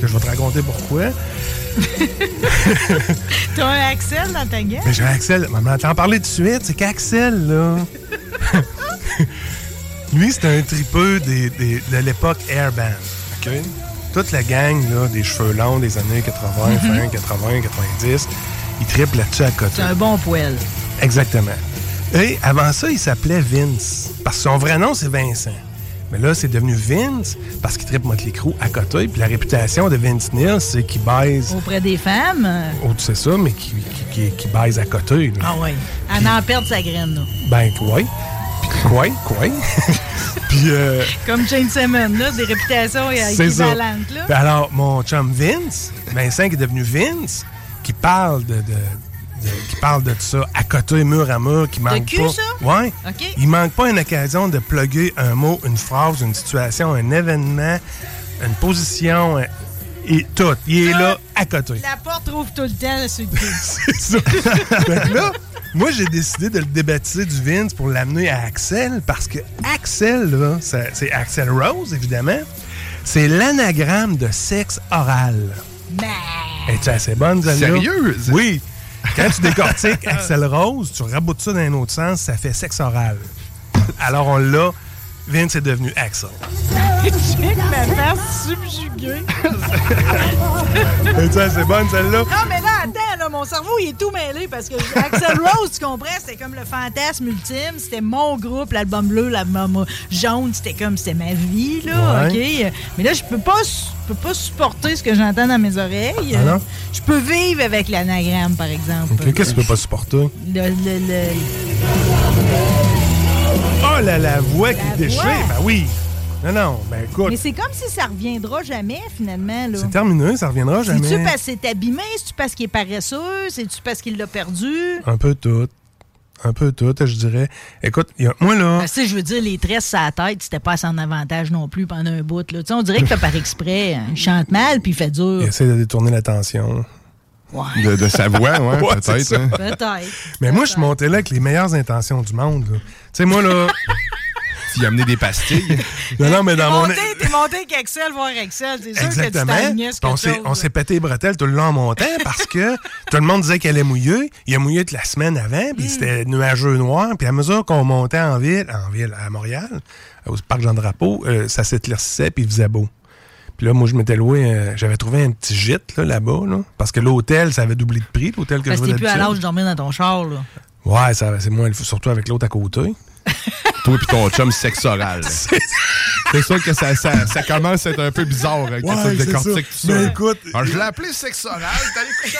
Speaker 13: que je vais te raconter pourquoi.
Speaker 2: T'as un Axel dans ta gueule?
Speaker 13: Mais j'ai Axel, mais on t'en parler tout de suite, c'est qu'Axel, là. Lui, c'est un tripeux des- des- de l'époque Airband. OK? Toute la gang, là, des cheveux longs des années 80, fin 80, 90, ils trippent là-dessus à côté.
Speaker 2: C'est un bon poêle.
Speaker 13: Exactement. Et avant ça, il s'appelait Vince. Parce que son vrai nom, c'est Vincent. Mais là, c'est devenu Vince parce qu'il trippe Motley Crue à côté. Puis la réputation de Vince Neil, c'est qu'il baise.
Speaker 2: Auprès des femmes, euh,
Speaker 13: Oh, tu sais ça, mais qui, qui, qui- qui baise à côté. là.
Speaker 2: ah ouais, elle en perd sa graine, là.
Speaker 13: Ben, quoi? Puis quoi? Quoi? Puis, euh,
Speaker 2: Comme Jane Simmons, là, des réputations euh,
Speaker 13: c'est ça.
Speaker 2: équivalentes, là.
Speaker 13: Puis alors, mon chum Vince, Vincent qui est devenu Vince, qui parle de, de- de- qui parle de ça à côté, mur à mur, qui manque
Speaker 2: cul,
Speaker 13: pas.
Speaker 2: ça?
Speaker 13: Ouais.
Speaker 2: OK.
Speaker 13: Il manque pas une occasion de plugger un mot, une phrase, une situation, un événement, une position, un- et tout. Il est là à côté.
Speaker 2: La porte trouve tout le temps sur le cul.
Speaker 13: ça. Fait que là, moi, j'ai décidé de le débaptiser du Vince pour l'amener à Axel parce que Axel, là, ça- c'est Axel Rose, évidemment. C'est l'anagramme de sexe oral. Es-tu assez bonne, Zalia?
Speaker 4: Sérieux?
Speaker 13: Oui. Quand tu décortiques Axel Rose, tu raboutes ça dans un autre sens, ça fait sexe oral. Alors, on l'a. Vince est devenu Axel.
Speaker 2: J'ai ma face subjuguée.
Speaker 13: Es-tu assez bonne, celle-là?
Speaker 2: Non, mais là, attends, là, mon cerveau, il est tout mêlé parce que Axel Rose, tu comprends, c'était comme le fantasme ultime. C'était mon groupe, l'album bleu, l'album jaune, c'était comme, c'était ma vie, là,
Speaker 13: Ouais.
Speaker 2: OK? Mais là, je peux pas, su- je peux pas supporter ce que j'entends dans mes oreilles.
Speaker 13: Ah non?
Speaker 2: Je peux vivre avec l'anagramme, par exemple.
Speaker 13: Ok, Qu'est-ce que tu peux pas supporter?
Speaker 2: Le- le- le-
Speaker 13: Oh là, la voix qui déchire!
Speaker 2: voix.
Speaker 13: Ben oui! Non, non, ben écoute.
Speaker 2: Mais c'est comme si ça reviendra jamais, finalement, là.
Speaker 13: C'est terminé, ça reviendra jamais.
Speaker 2: C'est-tu parce que c'est abîmé? C'est-tu parce qu'il est paresseux? C'est-tu parce qu'il l'a perdu?
Speaker 13: Un peu tout. Un peu tout, je dirais. Écoute, il y a- moi là.
Speaker 2: Parce que, je veux dire, les tresses à la tête, c'était pas à son avantage non plus pendant un bout. Là. Tu sais, On dirait qu'il fait par exprès. hein. Il chante mal puis il fait dur.
Speaker 13: Il essaie de détourner l'attention.
Speaker 4: De, de sa voix, ouais,
Speaker 13: Ouais, c'est
Speaker 4: peut-être.
Speaker 13: ça.
Speaker 4: hein.
Speaker 2: Peut-être.
Speaker 13: Mais moi, je suis monté là avec les meilleures intentions du monde. là. Tu sais, moi là.
Speaker 4: Tu as amené des pastilles.
Speaker 13: non, non, mais dans mon.
Speaker 2: Monté, t'es monté avec Axel, voir Axel. C'est sûr que tu
Speaker 13: Exactement.
Speaker 2: t'agnais ce
Speaker 13: Puis On s'est, on s'est pété les bretelles tout le long en montant parce que tout le monde disait qu'elle allait mouiller. Il a mouillé toute la semaine avant,
Speaker 2: Hmm.
Speaker 13: puis c'était nuageux noir. Puis à mesure qu'on montait en ville, en ville, à Montréal, au parc Jean-Drapeau, euh, ça s'éclaircissait, puis il faisait beau. Puis là, moi, je m'étais loué, euh, j'avais trouvé un petit gîte là, là-bas, là, parce que l'hôtel, ça avait doublé de prix, l'hôtel que
Speaker 2: Parce
Speaker 13: je
Speaker 2: que t'es
Speaker 13: venais
Speaker 2: plus à l'âge de dormir dans ton char. Là.
Speaker 13: Ouais, ça, c'est moins, le fun, surtout avec l'autre à côté.
Speaker 4: Toi puis ton chum sexe oral. C'est sûr que ça, ça, ça commence à être un peu bizarre hein, quand
Speaker 13: Ouais,
Speaker 4: ça
Speaker 13: c'est ça.
Speaker 4: décortique tout ça.
Speaker 13: Mais Ben, écoute,
Speaker 4: Alors, je l'ai appelé sexe oral, t'as l'écouté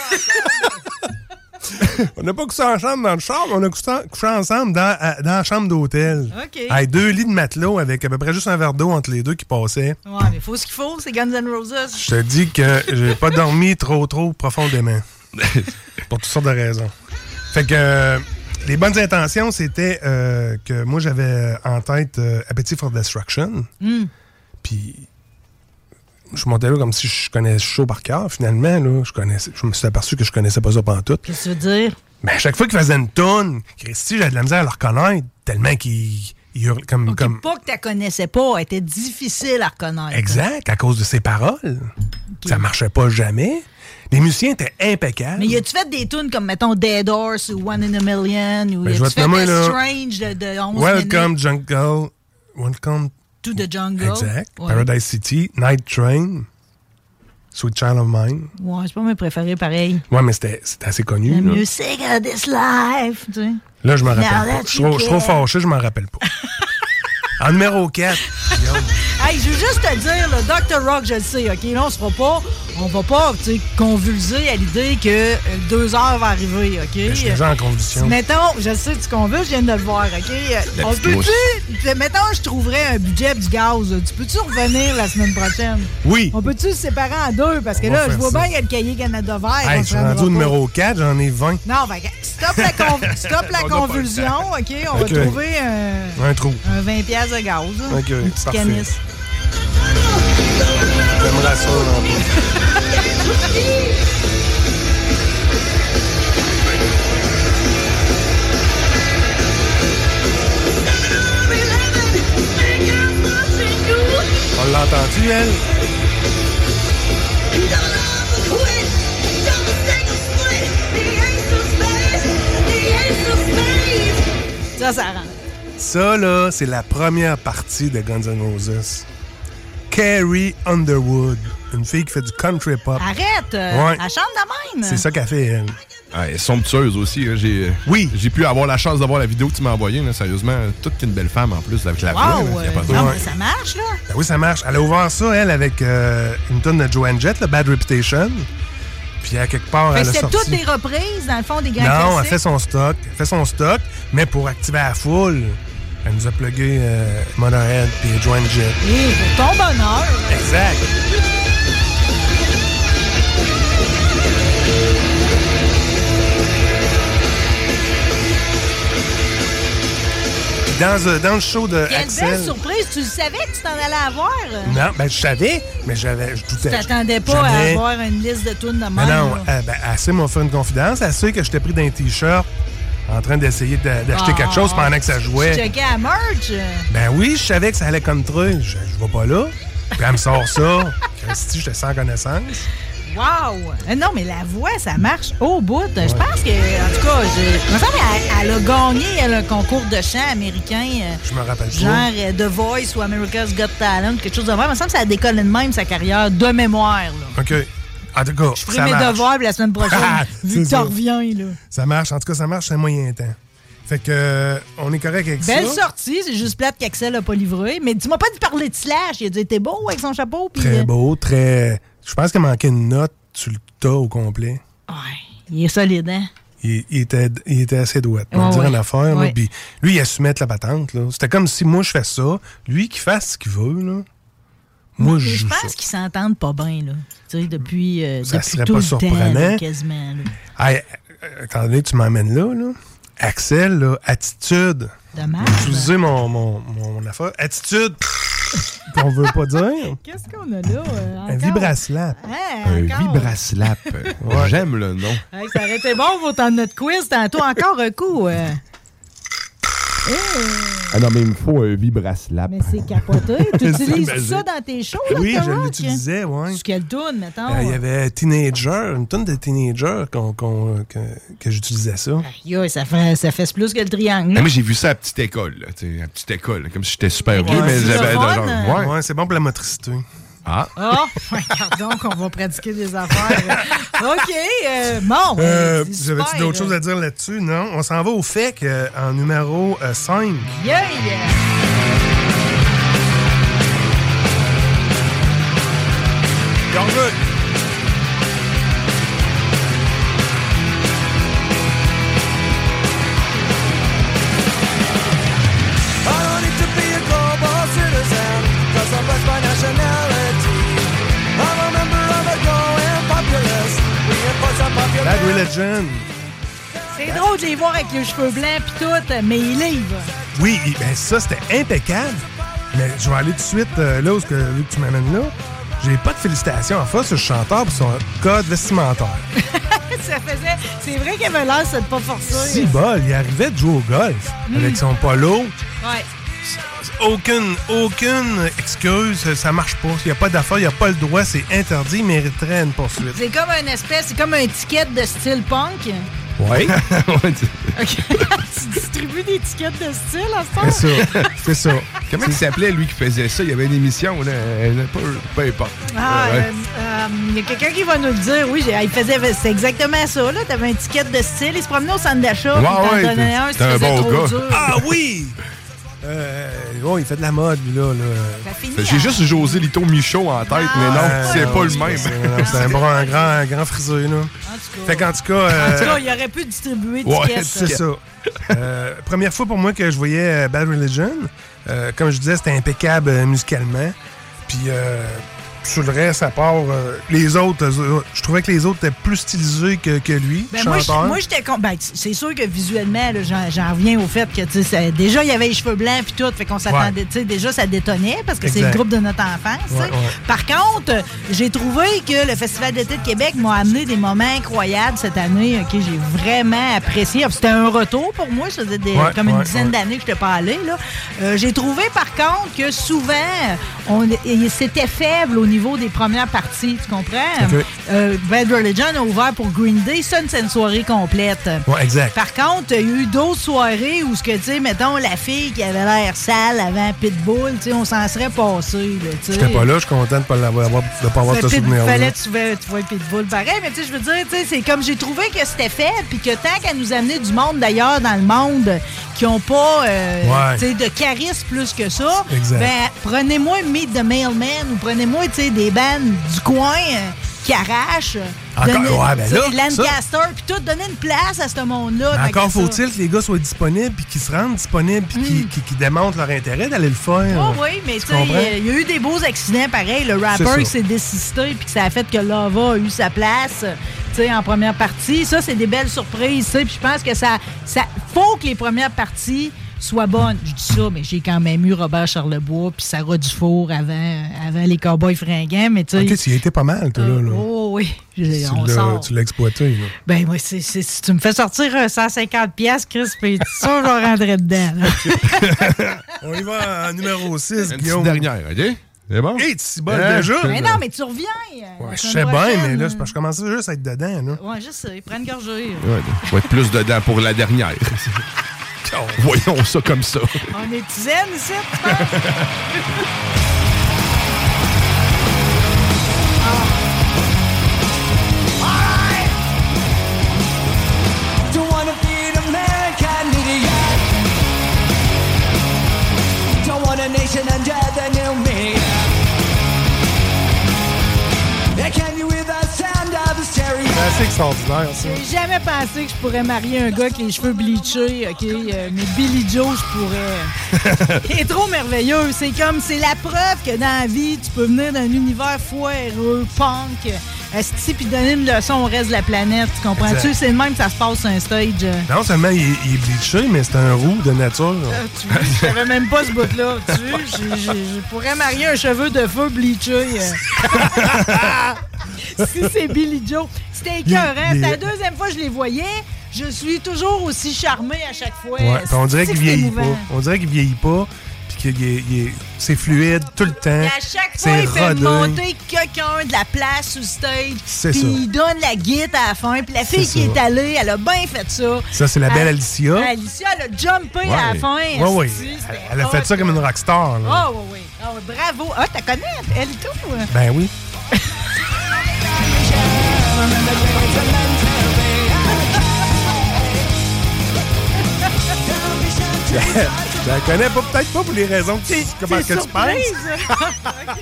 Speaker 13: On n'a pas couché ensemble dans le char, mais on a couché, couché ensemble dans, à- dans la chambre d'hôtel.
Speaker 2: OK.
Speaker 13: Hey, deux lits de matelas avec à peu près juste un verre d'eau entre les deux qui passait.
Speaker 2: Ouais, mais faut ce qu'il faut, c'est Guns N' Roses.
Speaker 13: Je te dis que j'ai pas dormi trop trop profondément. Pour toutes sortes de raisons. Fait que euh, les bonnes intentions, c'était euh, que moi j'avais en tête euh, Appetite for Destruction. Puis je montais là comme si je connaissais chaud par cœur. Finalement, là, je, connaissais, je me suis aperçu que je connaissais pas ça pantoute.
Speaker 2: Qu'est-ce que tu veux dire?
Speaker 13: Mais à chaque fois qu'il faisait une tonne, Christy, j'avais de la misère à le reconnaître tellement qu'il il hurle comme. comme
Speaker 2: Pas que tu la connaissais pas, elle était difficile à reconnaître.
Speaker 13: exact, à cause de ses paroles. Ça marchait pas jamais. Les musiciens étaient impeccables.
Speaker 2: Mais as-tu fait des tunes comme, mettons, Dead Horse ou One in a Million ou
Speaker 13: Ben,
Speaker 2: as-tu
Speaker 13: je vais te
Speaker 2: fait
Speaker 13: nommer,
Speaker 2: des
Speaker 13: là,
Speaker 2: Strange de, de 11
Speaker 13: Welcome
Speaker 2: minutes
Speaker 13: Jungle. Welcome.
Speaker 2: to the Jungle?
Speaker 13: Exact.
Speaker 2: Ouais.
Speaker 13: Paradise City. Night Train. Sweet Child of Mine.
Speaker 2: Ouais, c'est pas mes préférés, pareil.
Speaker 13: Ouais, mais c'était c'était assez connu.
Speaker 2: The
Speaker 13: là.
Speaker 2: music of this life, tu sais.
Speaker 13: Là, je m'en
Speaker 2: Now
Speaker 13: rappelle
Speaker 2: that
Speaker 13: pas. Je suis
Speaker 2: you
Speaker 13: trop- je suis trop
Speaker 2: care.
Speaker 13: fâché, je m'en rappelle pas. en numéro 4.
Speaker 2: Hey, je veux juste te dire, le Dr. Rock, je le sais, OK? Là, on sera pas, on va pas, tu sais, convulser à l'idée que euh, deux heures va arriver, OK? Euh,
Speaker 13: Je suis déjà en condition.
Speaker 2: Mettons, je sais tu qu'on veut, je viens de le voir, OK? Euh,
Speaker 13: La
Speaker 2: On
Speaker 13: petite
Speaker 2: peut-tu, mettons, je trouverais un budget du gaz, là. tu peux-tu revenir la semaine prochaine?
Speaker 13: Oui.
Speaker 2: On peut-tu se séparer en deux? Parce que
Speaker 13: On va
Speaker 2: là, je
Speaker 13: faire
Speaker 2: vois
Speaker 13: ça.
Speaker 2: bien, il y a le cahier Canada vert. on
Speaker 13: Hey, je
Speaker 2: se
Speaker 13: suis
Speaker 2: rendra
Speaker 13: rendu au
Speaker 2: pas.
Speaker 13: numéro 4, j'en ai 20.
Speaker 2: Non, ben, stop la, con- stop la
Speaker 13: On a pas le
Speaker 2: convulsion, OK? On
Speaker 13: OK.
Speaker 2: va trouver un,
Speaker 13: Un trou.
Speaker 2: un 20$ piastres de gaz, là.
Speaker 13: OK,
Speaker 2: une petite
Speaker 13: parfait.
Speaker 2: canisse.
Speaker 13: J'aimerais ça, là. On l'a entendu, elle?
Speaker 2: Ça, ça rentre.
Speaker 13: Ça, là, c'est la première partie de Guns N' Roses. Carrie Underwood, une fille qui fait du country pop.
Speaker 2: Arrête! euh,
Speaker 13: Ouais.
Speaker 2: Elle chante de même!
Speaker 13: C'est ça qu'elle fait, hein? elle.
Speaker 4: Ah, elle est somptueuse aussi. hein. J'ai,
Speaker 13: oui.
Speaker 4: J'ai pu avoir la chance d'avoir la vidéo que tu m'as envoyée. là. Sérieusement, toute qu'une belle femme en plus, avec la
Speaker 2: Wow!
Speaker 4: voix. là, y
Speaker 2: euh,
Speaker 4: a pas de-
Speaker 2: non,
Speaker 4: Ouais.
Speaker 2: mais ça marche, là!
Speaker 13: Ben oui, ça marche. Elle a ouvert ça, elle, avec euh, une tonne de Joanne Jett, le Bad Reputation. Puis, à quelque part,
Speaker 2: Fait
Speaker 13: elle
Speaker 2: que
Speaker 13: a
Speaker 2: c'était
Speaker 13: sorti...
Speaker 2: toutes des reprises, dans le fond, des grands
Speaker 13: Non, elle
Speaker 2: classiques.
Speaker 13: fait son stock. Elle fait son stock, mais pour activer la foule, elle nous a plugué euh, Motorhead puis Joanne Jett.
Speaker 2: Et pour ton bonheur!
Speaker 13: Exact. Puis dans, euh, dans le show de
Speaker 2: Quelle belle
Speaker 13: Axel...
Speaker 2: surprise! Tu le savais que tu t'en allais avoir!
Speaker 13: Non, ben je savais, mais j'avais... Je
Speaker 2: Tu
Speaker 13: doutais.
Speaker 2: t'attendais pas à
Speaker 13: Jamais.
Speaker 2: avoir une liste de tunes de même.
Speaker 13: Mais non,
Speaker 2: là.
Speaker 13: euh, ben, elle sait m'a fait une confidence. Elle sait que j'étais pris d'un t-shirt en train d'essayer de- d'acheter
Speaker 2: Ah,
Speaker 13: quelque chose pendant que ça jouait.
Speaker 2: Tu checkais à merch! euh.
Speaker 13: Ben oui, je savais que ça allait comme truc. Je, je vais pas là. Puis elle me sort ça. Christy, j'étais sans connaissance.
Speaker 2: Wow! Euh, Non, mais la voix, ça marche au bout. Je pense que, en tout cas, je... il me semble qu'elle- elle a gagné elle, un concours de chant américain. euh,
Speaker 13: Je me rappelle pas.
Speaker 2: Genre euh, The Voice ou America's Got Talent, quelque chose de vrai. Il me semble que ça décolle de même sa carrière de mémoire. Là.
Speaker 13: OK. En tout cas,
Speaker 2: Je ferai
Speaker 13: ça
Speaker 2: mes
Speaker 13: marche.
Speaker 2: devoirs la semaine
Speaker 13: Ah,
Speaker 2: prochaine, vu que
Speaker 13: c'est
Speaker 2: t'en
Speaker 13: ça.
Speaker 2: reviens. Là.
Speaker 13: Ça marche. En tout cas, ça marche, c'est un moyen temps. Fait que, euh, on est correct avec
Speaker 2: Belle
Speaker 13: ça.
Speaker 2: sortie, c'est juste plate qu'Axel n'a pas livré. Mais tu m'as pas dit parler de Slash. Il a dit T'es beau avec son chapeau. Puis, euh,
Speaker 13: Très beau, très. Je pense qu'il manquait une note. Tu le tas au complet.
Speaker 2: Il est solide, hein?
Speaker 13: Il, il était, il était assez doué. On va
Speaker 2: Ouais,
Speaker 13: dire
Speaker 2: ouais.
Speaker 13: une affaire. là.
Speaker 2: Ouais.
Speaker 13: Puis lui, il a su mettre la patente. là. C'était comme si moi, je fais ça. Lui, qui fasse ce qu'il veut. Là. Moi, je
Speaker 2: Je
Speaker 13: joue ça.
Speaker 2: pense qu'ils s'entendent pas bien, là. Tu sais, depuis, euh,
Speaker 13: Ça
Speaker 2: depuis
Speaker 13: serait
Speaker 2: tout
Speaker 13: pas
Speaker 2: le temps,
Speaker 13: surprenant.
Speaker 2: là, quasiment. là.
Speaker 13: Hey, euh, étant donné que tu m'emmènes là, là, Axel, là, attitude.
Speaker 2: Dommage. hein.
Speaker 13: Je vous dis mon, mon, mon, mon affaire. Attitude qu'on veut pas dire.
Speaker 2: Qu'est-ce qu'on a là? euh,
Speaker 13: Un
Speaker 2: encore?
Speaker 13: vibraslap.
Speaker 2: Hein, encore?
Speaker 4: vibraslap. J'aime le nom.
Speaker 2: Hey, ça aurait été bon pour temps de notre quiz tantôt. Encore un coup. euh. Hey.
Speaker 4: Ah non, mais il me faut un vibraslap.
Speaker 2: Mais c'est capoté. Tu utilises
Speaker 13: J'imagine.
Speaker 2: ça dans tes shows, là,
Speaker 13: Oui,
Speaker 2: Dr.
Speaker 13: je
Speaker 2: Rock?
Speaker 13: l'utilisais, ouais.
Speaker 2: Sur quelle tourne, mettons?
Speaker 13: Euh, Il y avait Teenager, une tonne de Teenager qu'on- qu'on- euh, que, que j'utilisais ça.
Speaker 2: Yo, ça fait, ça fait plus que le triangle.
Speaker 4: Ah, mais j'ai vu ça à petite école, là, tu sais, à petite école, là, comme si j'étais super vieux,
Speaker 2: Ouais,
Speaker 4: mais
Speaker 2: c'est
Speaker 4: j'avais
Speaker 2: le
Speaker 4: de
Speaker 2: fun,
Speaker 4: genre,
Speaker 2: euh.
Speaker 4: ouais.
Speaker 13: Ouais, c'est bon pour la motricité.
Speaker 4: Ah.
Speaker 2: Oh, regarde donc, on va pratiquer des affaires. OK, euh, bon.
Speaker 13: Euh,
Speaker 2: c'est super,
Speaker 13: J'avais-tu d'autres
Speaker 2: là.
Speaker 13: choses à dire là-dessus? Non? On s'en va au euh, fait euh, qu'en numéro 5,
Speaker 2: Yeah, yeah.
Speaker 3: Y'all good.
Speaker 14: I don't need to be a global citizen, cause I'm blessed by nationality. I'm a member of the going populace, we enforce our popular.
Speaker 13: Bad Religion.
Speaker 2: C'est drôle de les voir avec les cheveux blancs pis tout, mais ils livrent.
Speaker 13: Oui, il- ben ça, c'était impeccable. Mais je vais aller tout de suite euh, là où ce que, vu que tu m'amènes là. J'ai pas de félicitations en face sur le chanteur pour son code vestimentaire.
Speaker 2: ça faisait... C'est vrai qu'il avait l'air, ça de pas forcer.
Speaker 13: Ah, Si bol, il arrivait de jouer au golf
Speaker 2: Mm.
Speaker 13: avec son polo.
Speaker 2: Ouais.
Speaker 13: Aucune, aucune excuse, ça marche pas. Il n'y a pas d'affaire, il n'y a pas le droit, c'est interdit, il mériterait une poursuite.
Speaker 2: C'est comme un espèce, c'est comme un ticket de style punk.
Speaker 13: Oui.
Speaker 2: tu distribues des tickets de style à ce temps?
Speaker 13: C'est ça.
Speaker 4: Comment il s'appelait, lui, qui faisait ça? Il y avait une émission, là. euh, Peu, peu importe.
Speaker 2: Ah,
Speaker 4: Ouais.
Speaker 2: euh, euh, il y a quelqu'un qui va nous le dire. Oui, j'ai- il faisait, c'est exactement ça. Là, t'avais un ticket de style. Il se promenait au centre d'achat.
Speaker 13: Ouais,
Speaker 2: puis il
Speaker 13: ouais,
Speaker 2: t'en donnait
Speaker 13: t'es-
Speaker 2: un. si
Speaker 13: t'es un
Speaker 2: tu faisais
Speaker 13: bon
Speaker 2: trop
Speaker 13: gars.
Speaker 2: dur.
Speaker 13: Ah oui! Euh, oh, il fait de la mode, lui, là. là.
Speaker 4: J'ai juste José Lito Michaud en tête, mais non,
Speaker 13: Ah,
Speaker 4: c'est
Speaker 13: non,
Speaker 4: pas le
Speaker 13: c'est
Speaker 4: même.
Speaker 13: pas ça, non, C'est un, bras- un grand, un grand friseux, là. Fait qu'en tout cas...
Speaker 2: En tout
Speaker 13: euh,
Speaker 2: cas, il aurait pu distribuer des tickets.
Speaker 13: c'est ça. Euh, première fois pour moi que je voyais euh, Bad Religion. Euh, comme je disais, c'était impeccable euh, musicalement. Puis euh, sur le reste, à part euh, les autres, euh, je trouvais que les autres étaient plus stylisés que, que lui,
Speaker 2: Ben, moi,
Speaker 13: chanteur.
Speaker 2: j'- moi, j'étais con- ben, t- c'est sûr que visuellement, là, j'en- j'en reviens au fait que tu sais, ça- déjà, il y avait les cheveux blancs puis tout. Fait qu'on s'attendait, tu sais, déjà, ça détonnait parce que c'est le
Speaker 15: Exact.
Speaker 2: groupe de notre enfance. tu sais.
Speaker 15: Ouais, ouais.
Speaker 2: Par contre, euh, j'ai trouvé que le Festival d'été de Québec m'a amené des moments incroyables cette année euh, que j'ai vraiment apprécié. Ah, C'était un retour pour moi. Ça faisait des-
Speaker 15: Ouais,
Speaker 2: comme une
Speaker 15: ouais,
Speaker 2: dizaine
Speaker 15: ouais.
Speaker 2: d'années que je n'étais pas allée. là. Euh, j'ai trouvé, par contre, que souvent, on, et c'était faible au niveau des premières parties. Tu comprends?
Speaker 13: Ok.
Speaker 2: Euh, Bad Religion a ouvert pour Green Day, ça, c'est une soirée complète.
Speaker 13: Ouais, exact.
Speaker 2: Par contre, il y a eu d'autres soirées où, ce que tu sais, mettons, la fille qui avait l'air sale avant Pitbull, tu sais, on s'en serait passé. là, tu sais.
Speaker 13: J'étais pas là, je suis content de pas l'avoir- de pas avoir
Speaker 2: Fait
Speaker 13: ce
Speaker 2: Pit-
Speaker 13: souvenir-là.
Speaker 2: Fallait que tu vois, tu vois Pitbull pareil, mais tu sais, je veux dire, tu sais, c'est comme j'ai trouvé que c'était fait, puis que tant qu'à nous amener du monde d'ailleurs dans le monde qui ont pas euh,
Speaker 15: Ouais.
Speaker 2: tu sais, de charisme plus que ça,
Speaker 15: Exact.
Speaker 2: ben prenez-moi Meet the Mailman ou prenez-moi tu sais, des bandes du coin euh, qui arrachent.
Speaker 13: Encore-
Speaker 2: Donnez-
Speaker 13: ouais, ben
Speaker 2: tu sais,
Speaker 13: là,
Speaker 2: Lancaster, puis tout, donner une place à ce monde-là.
Speaker 13: Mais
Speaker 2: Fait que
Speaker 13: encore
Speaker 2: ça-
Speaker 13: faut-il que les gars soient disponibles, puis qu'ils se rendent disponibles, puis qu'ils qu'ils- qu'ils démontrent leur intérêt d'aller le faire.
Speaker 2: Ah oui, mais tu sais,
Speaker 13: comprends?
Speaker 2: il y a eu des beaux accidents pareil. Le
Speaker 13: ça.
Speaker 2: rapper qui s'est désisté puis que ça a fait que Lava a eu sa place tu sais, en première partie. Ça, c'est des belles surprises. tu sais, Puis je pense que ça, ça faut que les premières parties soient bonnes. Je dis ça, mais j'ai quand même eu Robert Charlebois puis Sarah Dufour avant, avant les Cowboys fringants. Mais tu sais,
Speaker 13: Ok, tu Ah, y étais pas mal, toi, là. là.
Speaker 2: oh oui, je-
Speaker 13: Tu
Speaker 2: on
Speaker 13: l'as-
Speaker 2: sort.
Speaker 13: Tu l'as exploité, là.
Speaker 2: Ben moi, c'est- c'est- si tu me fais sortir un 150 pièces, Chris, puis ça, je rentrerai dedans. là.
Speaker 13: On y va en numéro 6,
Speaker 4: Une petite
Speaker 13: Guillaume.
Speaker 4: dernière, OK? C'est bon?
Speaker 13: Hey, tu sais, bon,
Speaker 4: Hein?
Speaker 13: déjà?
Speaker 2: mais non, mais tu reviens. euh,
Speaker 13: Ouais,
Speaker 2: la
Speaker 13: je
Speaker 2: semaine
Speaker 13: sais bien, mais
Speaker 2: prochaine.
Speaker 13: là, c'est parce que je commençais juste à être dedans, là.
Speaker 2: Ouais, je sais. Prends une gorgée.
Speaker 4: Ouais, je vais être plus dedans pour la dernière. Voyons ça comme ça.
Speaker 2: On est zen ici, tu penses?
Speaker 14: To wanna be an American idiot. Don't want a nation under the new me. It can be with the sound of hysteria.
Speaker 13: C'est assez extraordinaire, ça.
Speaker 2: J'ai jamais pensé que je pourrais marier un gars avec les cheveux bleachés, OK? euh, mais Billy Joe, je pourrais. Il est trop merveilleux. C'est comme, c'est la preuve que dans la vie, tu peux venir d'un univers foireux, punk, esti, puis donner une leçon au reste de la planète. Tu comprends-tu?
Speaker 13: Exact.
Speaker 2: C'est le même que ça se passe sur un stage. euh.
Speaker 13: Non seulement il est, il est bleaché, mais c'est un roux de nature.
Speaker 2: Ah, tu vois, je savais même pas ce bout-là. Tu vois, j'ai- j'ai- je pourrais marier un cheveu de feu bleaché. euh. si c'est Billy Joe. C'était écœurant.
Speaker 13: Il- il-
Speaker 2: C'était la deuxième fois que je les voyais. Je suis toujours aussi charmée à chaque fois.
Speaker 13: Ouais, puis on dirait
Speaker 2: C'est
Speaker 13: qu'il vieillit
Speaker 2: émouvant.
Speaker 13: pas. On dirait qu'il vieillit pas, puis qu'il est- il est- c'est fluide tout le temps.
Speaker 2: Et à chaque fois,
Speaker 13: C'est
Speaker 2: il fait
Speaker 13: rodé.
Speaker 2: monter quelqu'un de la place sous stage.
Speaker 13: C'est
Speaker 2: Puis
Speaker 13: ça.
Speaker 2: il donne la guite à la fin. Puis la fille
Speaker 13: C'est
Speaker 2: qui est
Speaker 13: ça.
Speaker 2: allée, elle a bien fait ça.
Speaker 13: Ça, c'est la belle
Speaker 2: Elle-
Speaker 13: Alicia.
Speaker 2: Alicia, elle a jumpé à la fin.
Speaker 13: Ouais, ouais.
Speaker 2: Esti,
Speaker 13: Elle,
Speaker 2: c'était
Speaker 13: elle a fait ça comme une rockstar, là.
Speaker 2: Ah, oui, oui. Ah, oui, bravo. Ah, t'as connais, elle et tout.
Speaker 13: Ben oui. Je je la connais pas, peut-être pas pour les raisons que, comment que tu penses.
Speaker 2: penses?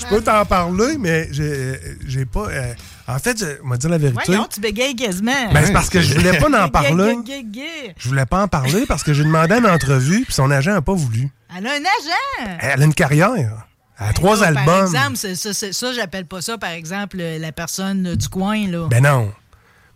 Speaker 13: Je peux t'en parler, mais j'ai j'ai pas. euh, en fait, je- on va dire la vérité.
Speaker 2: Voyons, tu bégayes quasiment.
Speaker 13: Ben, c'est parce que je voulais pas en
Speaker 2: Gué,
Speaker 13: parler.
Speaker 2: gué, gué, gué.
Speaker 13: Je voulais pas en parler parce que j'ai demandé une entrevue, puis son agent n'a pas voulu.
Speaker 2: Elle a un agent.
Speaker 13: Elle a une carrière. Elle a trois
Speaker 2: Ça, Ben, Par
Speaker 13: albums.
Speaker 2: exemple, ça, ça, ça, ça, j'appelle pas ça, par exemple, euh, la personne euh, du coin, là.
Speaker 13: Ben non.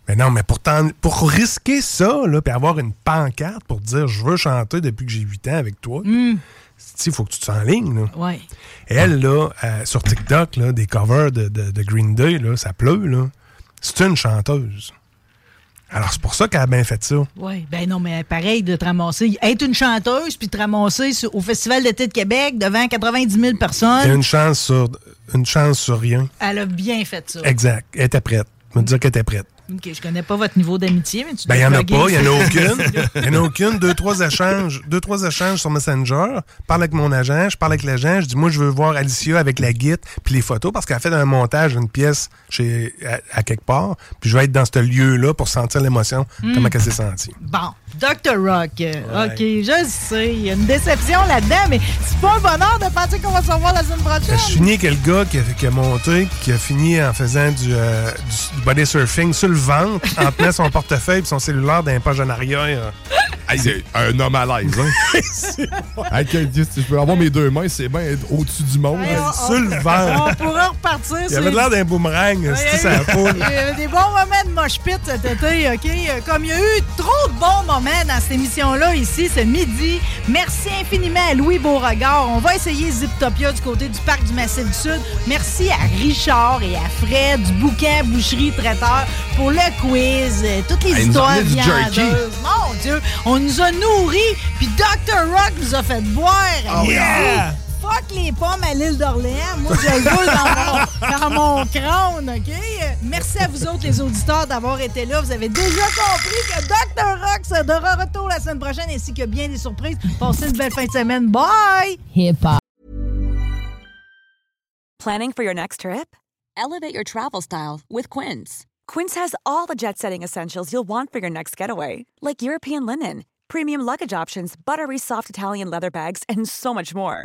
Speaker 13: Ben non, mais pourtant, pour risquer ça, là, puis avoir une pancarte pour dire je veux chanter depuis que j'ai 8 ans avec toi, il faut que tu te sens en ligne. Là.
Speaker 2: Ouais.
Speaker 13: Elle, là, euh, sur TikTok, là, des covers de, de- de Green Day, là, ça pleut, là. C'est une chanteuse. Alors, c'est pour ça qu'elle a bien fait ça.
Speaker 2: Oui, ben non, mais pareil, de te ramasser. Être une chanteuse puis te ramasser sur- au Festival d'été de Québec devant 90 000
Speaker 13: Il y a
Speaker 2: personnes,
Speaker 13: Ben, une chance sur, une chance sur rien.
Speaker 2: elle a bien fait ça.
Speaker 13: Exact. Elle était prête. Je me dire qu'elle était prête.
Speaker 2: OK, je connais pas votre niveau d'amitié, mais tu
Speaker 13: Ben, il n'y
Speaker 2: dois
Speaker 13: en a
Speaker 2: plugger
Speaker 13: pas, il n'y en a
Speaker 2: ça.
Speaker 13: aucune. Il n'y en a aucune. Deux, trois échanges, deux, trois échanges sur Messenger. Je parle avec mon agent, je parle avec l'agent, je dis, moi, je veux voir Alicia avec la guite puis les photos, parce qu'elle a fait un montage d'une pièce chez, à, à quelque part, puis je vais être dans ce lieu-là pour sentir l'émotion,
Speaker 2: Mm.
Speaker 13: comment elle s'est sentie.
Speaker 2: Bon, Dr. Rock, euh, OK, je sais, il y a une déception là-dedans, mais c'est pas un bonheur de penser qu'on va se revoir la semaine
Speaker 13: Je suis
Speaker 2: prochaine.
Speaker 13: né avec le gars qui a, qui a monté, qui a fini en faisant du, euh, du- du body surfing sur le ventre, en tenant son portefeuille et son cellulaire dans les poches en arrière.
Speaker 4: Hey, c'est un homme à l'aise, hein? Hey, que- je peux avoir mes deux mains, c'est bien au-dessus du monde.
Speaker 2: Hey, on-
Speaker 13: Sur le ventre.
Speaker 2: On pourra repartir
Speaker 13: Il avait l'air d'un boomerang, c'était sa
Speaker 2: Il
Speaker 13: foule.
Speaker 2: y a eu des bons moments de moche pit cet été, OK? Comme il y a eu trop de bons moments dans cette émission-là, ici, ce midi. Merci infiniment à Louis Beauregard. On va essayer Ziptopia du côté du parc du Massif du Sud. Merci à Richard et à Fred du Bouquin Boucherie Traiteur pour le quiz, euh, toutes les
Speaker 14: Ah, il nous
Speaker 2: histoires
Speaker 14: emmenait du
Speaker 2: viandeuses.
Speaker 14: jerky.
Speaker 2: Mon Dieu! On nous a nourris, puis Dr. Rock nous a fait boire.
Speaker 14: Oh,
Speaker 2: Merci.
Speaker 14: yeah!
Speaker 2: Fuck les pommes à l'île d'Orléans. Moi, je le veux dans mon, dans mon crâne, OK? Euh, Merci à vous autres, les auditeurs, d'avoir été là. Vous avez déjà compris que Dr. Rock sera de retour la semaine prochaine ainsi que bien des surprises. Passez une belle fin de semaine. Bye! Hip-hop.
Speaker 12: Planning for your next trip? Elevate your travel style with Quince. Quince has all the jet setting essentials you'll want for your next getaway, like European linen, premium luggage options, buttery soft Italian leather bags, and so much more.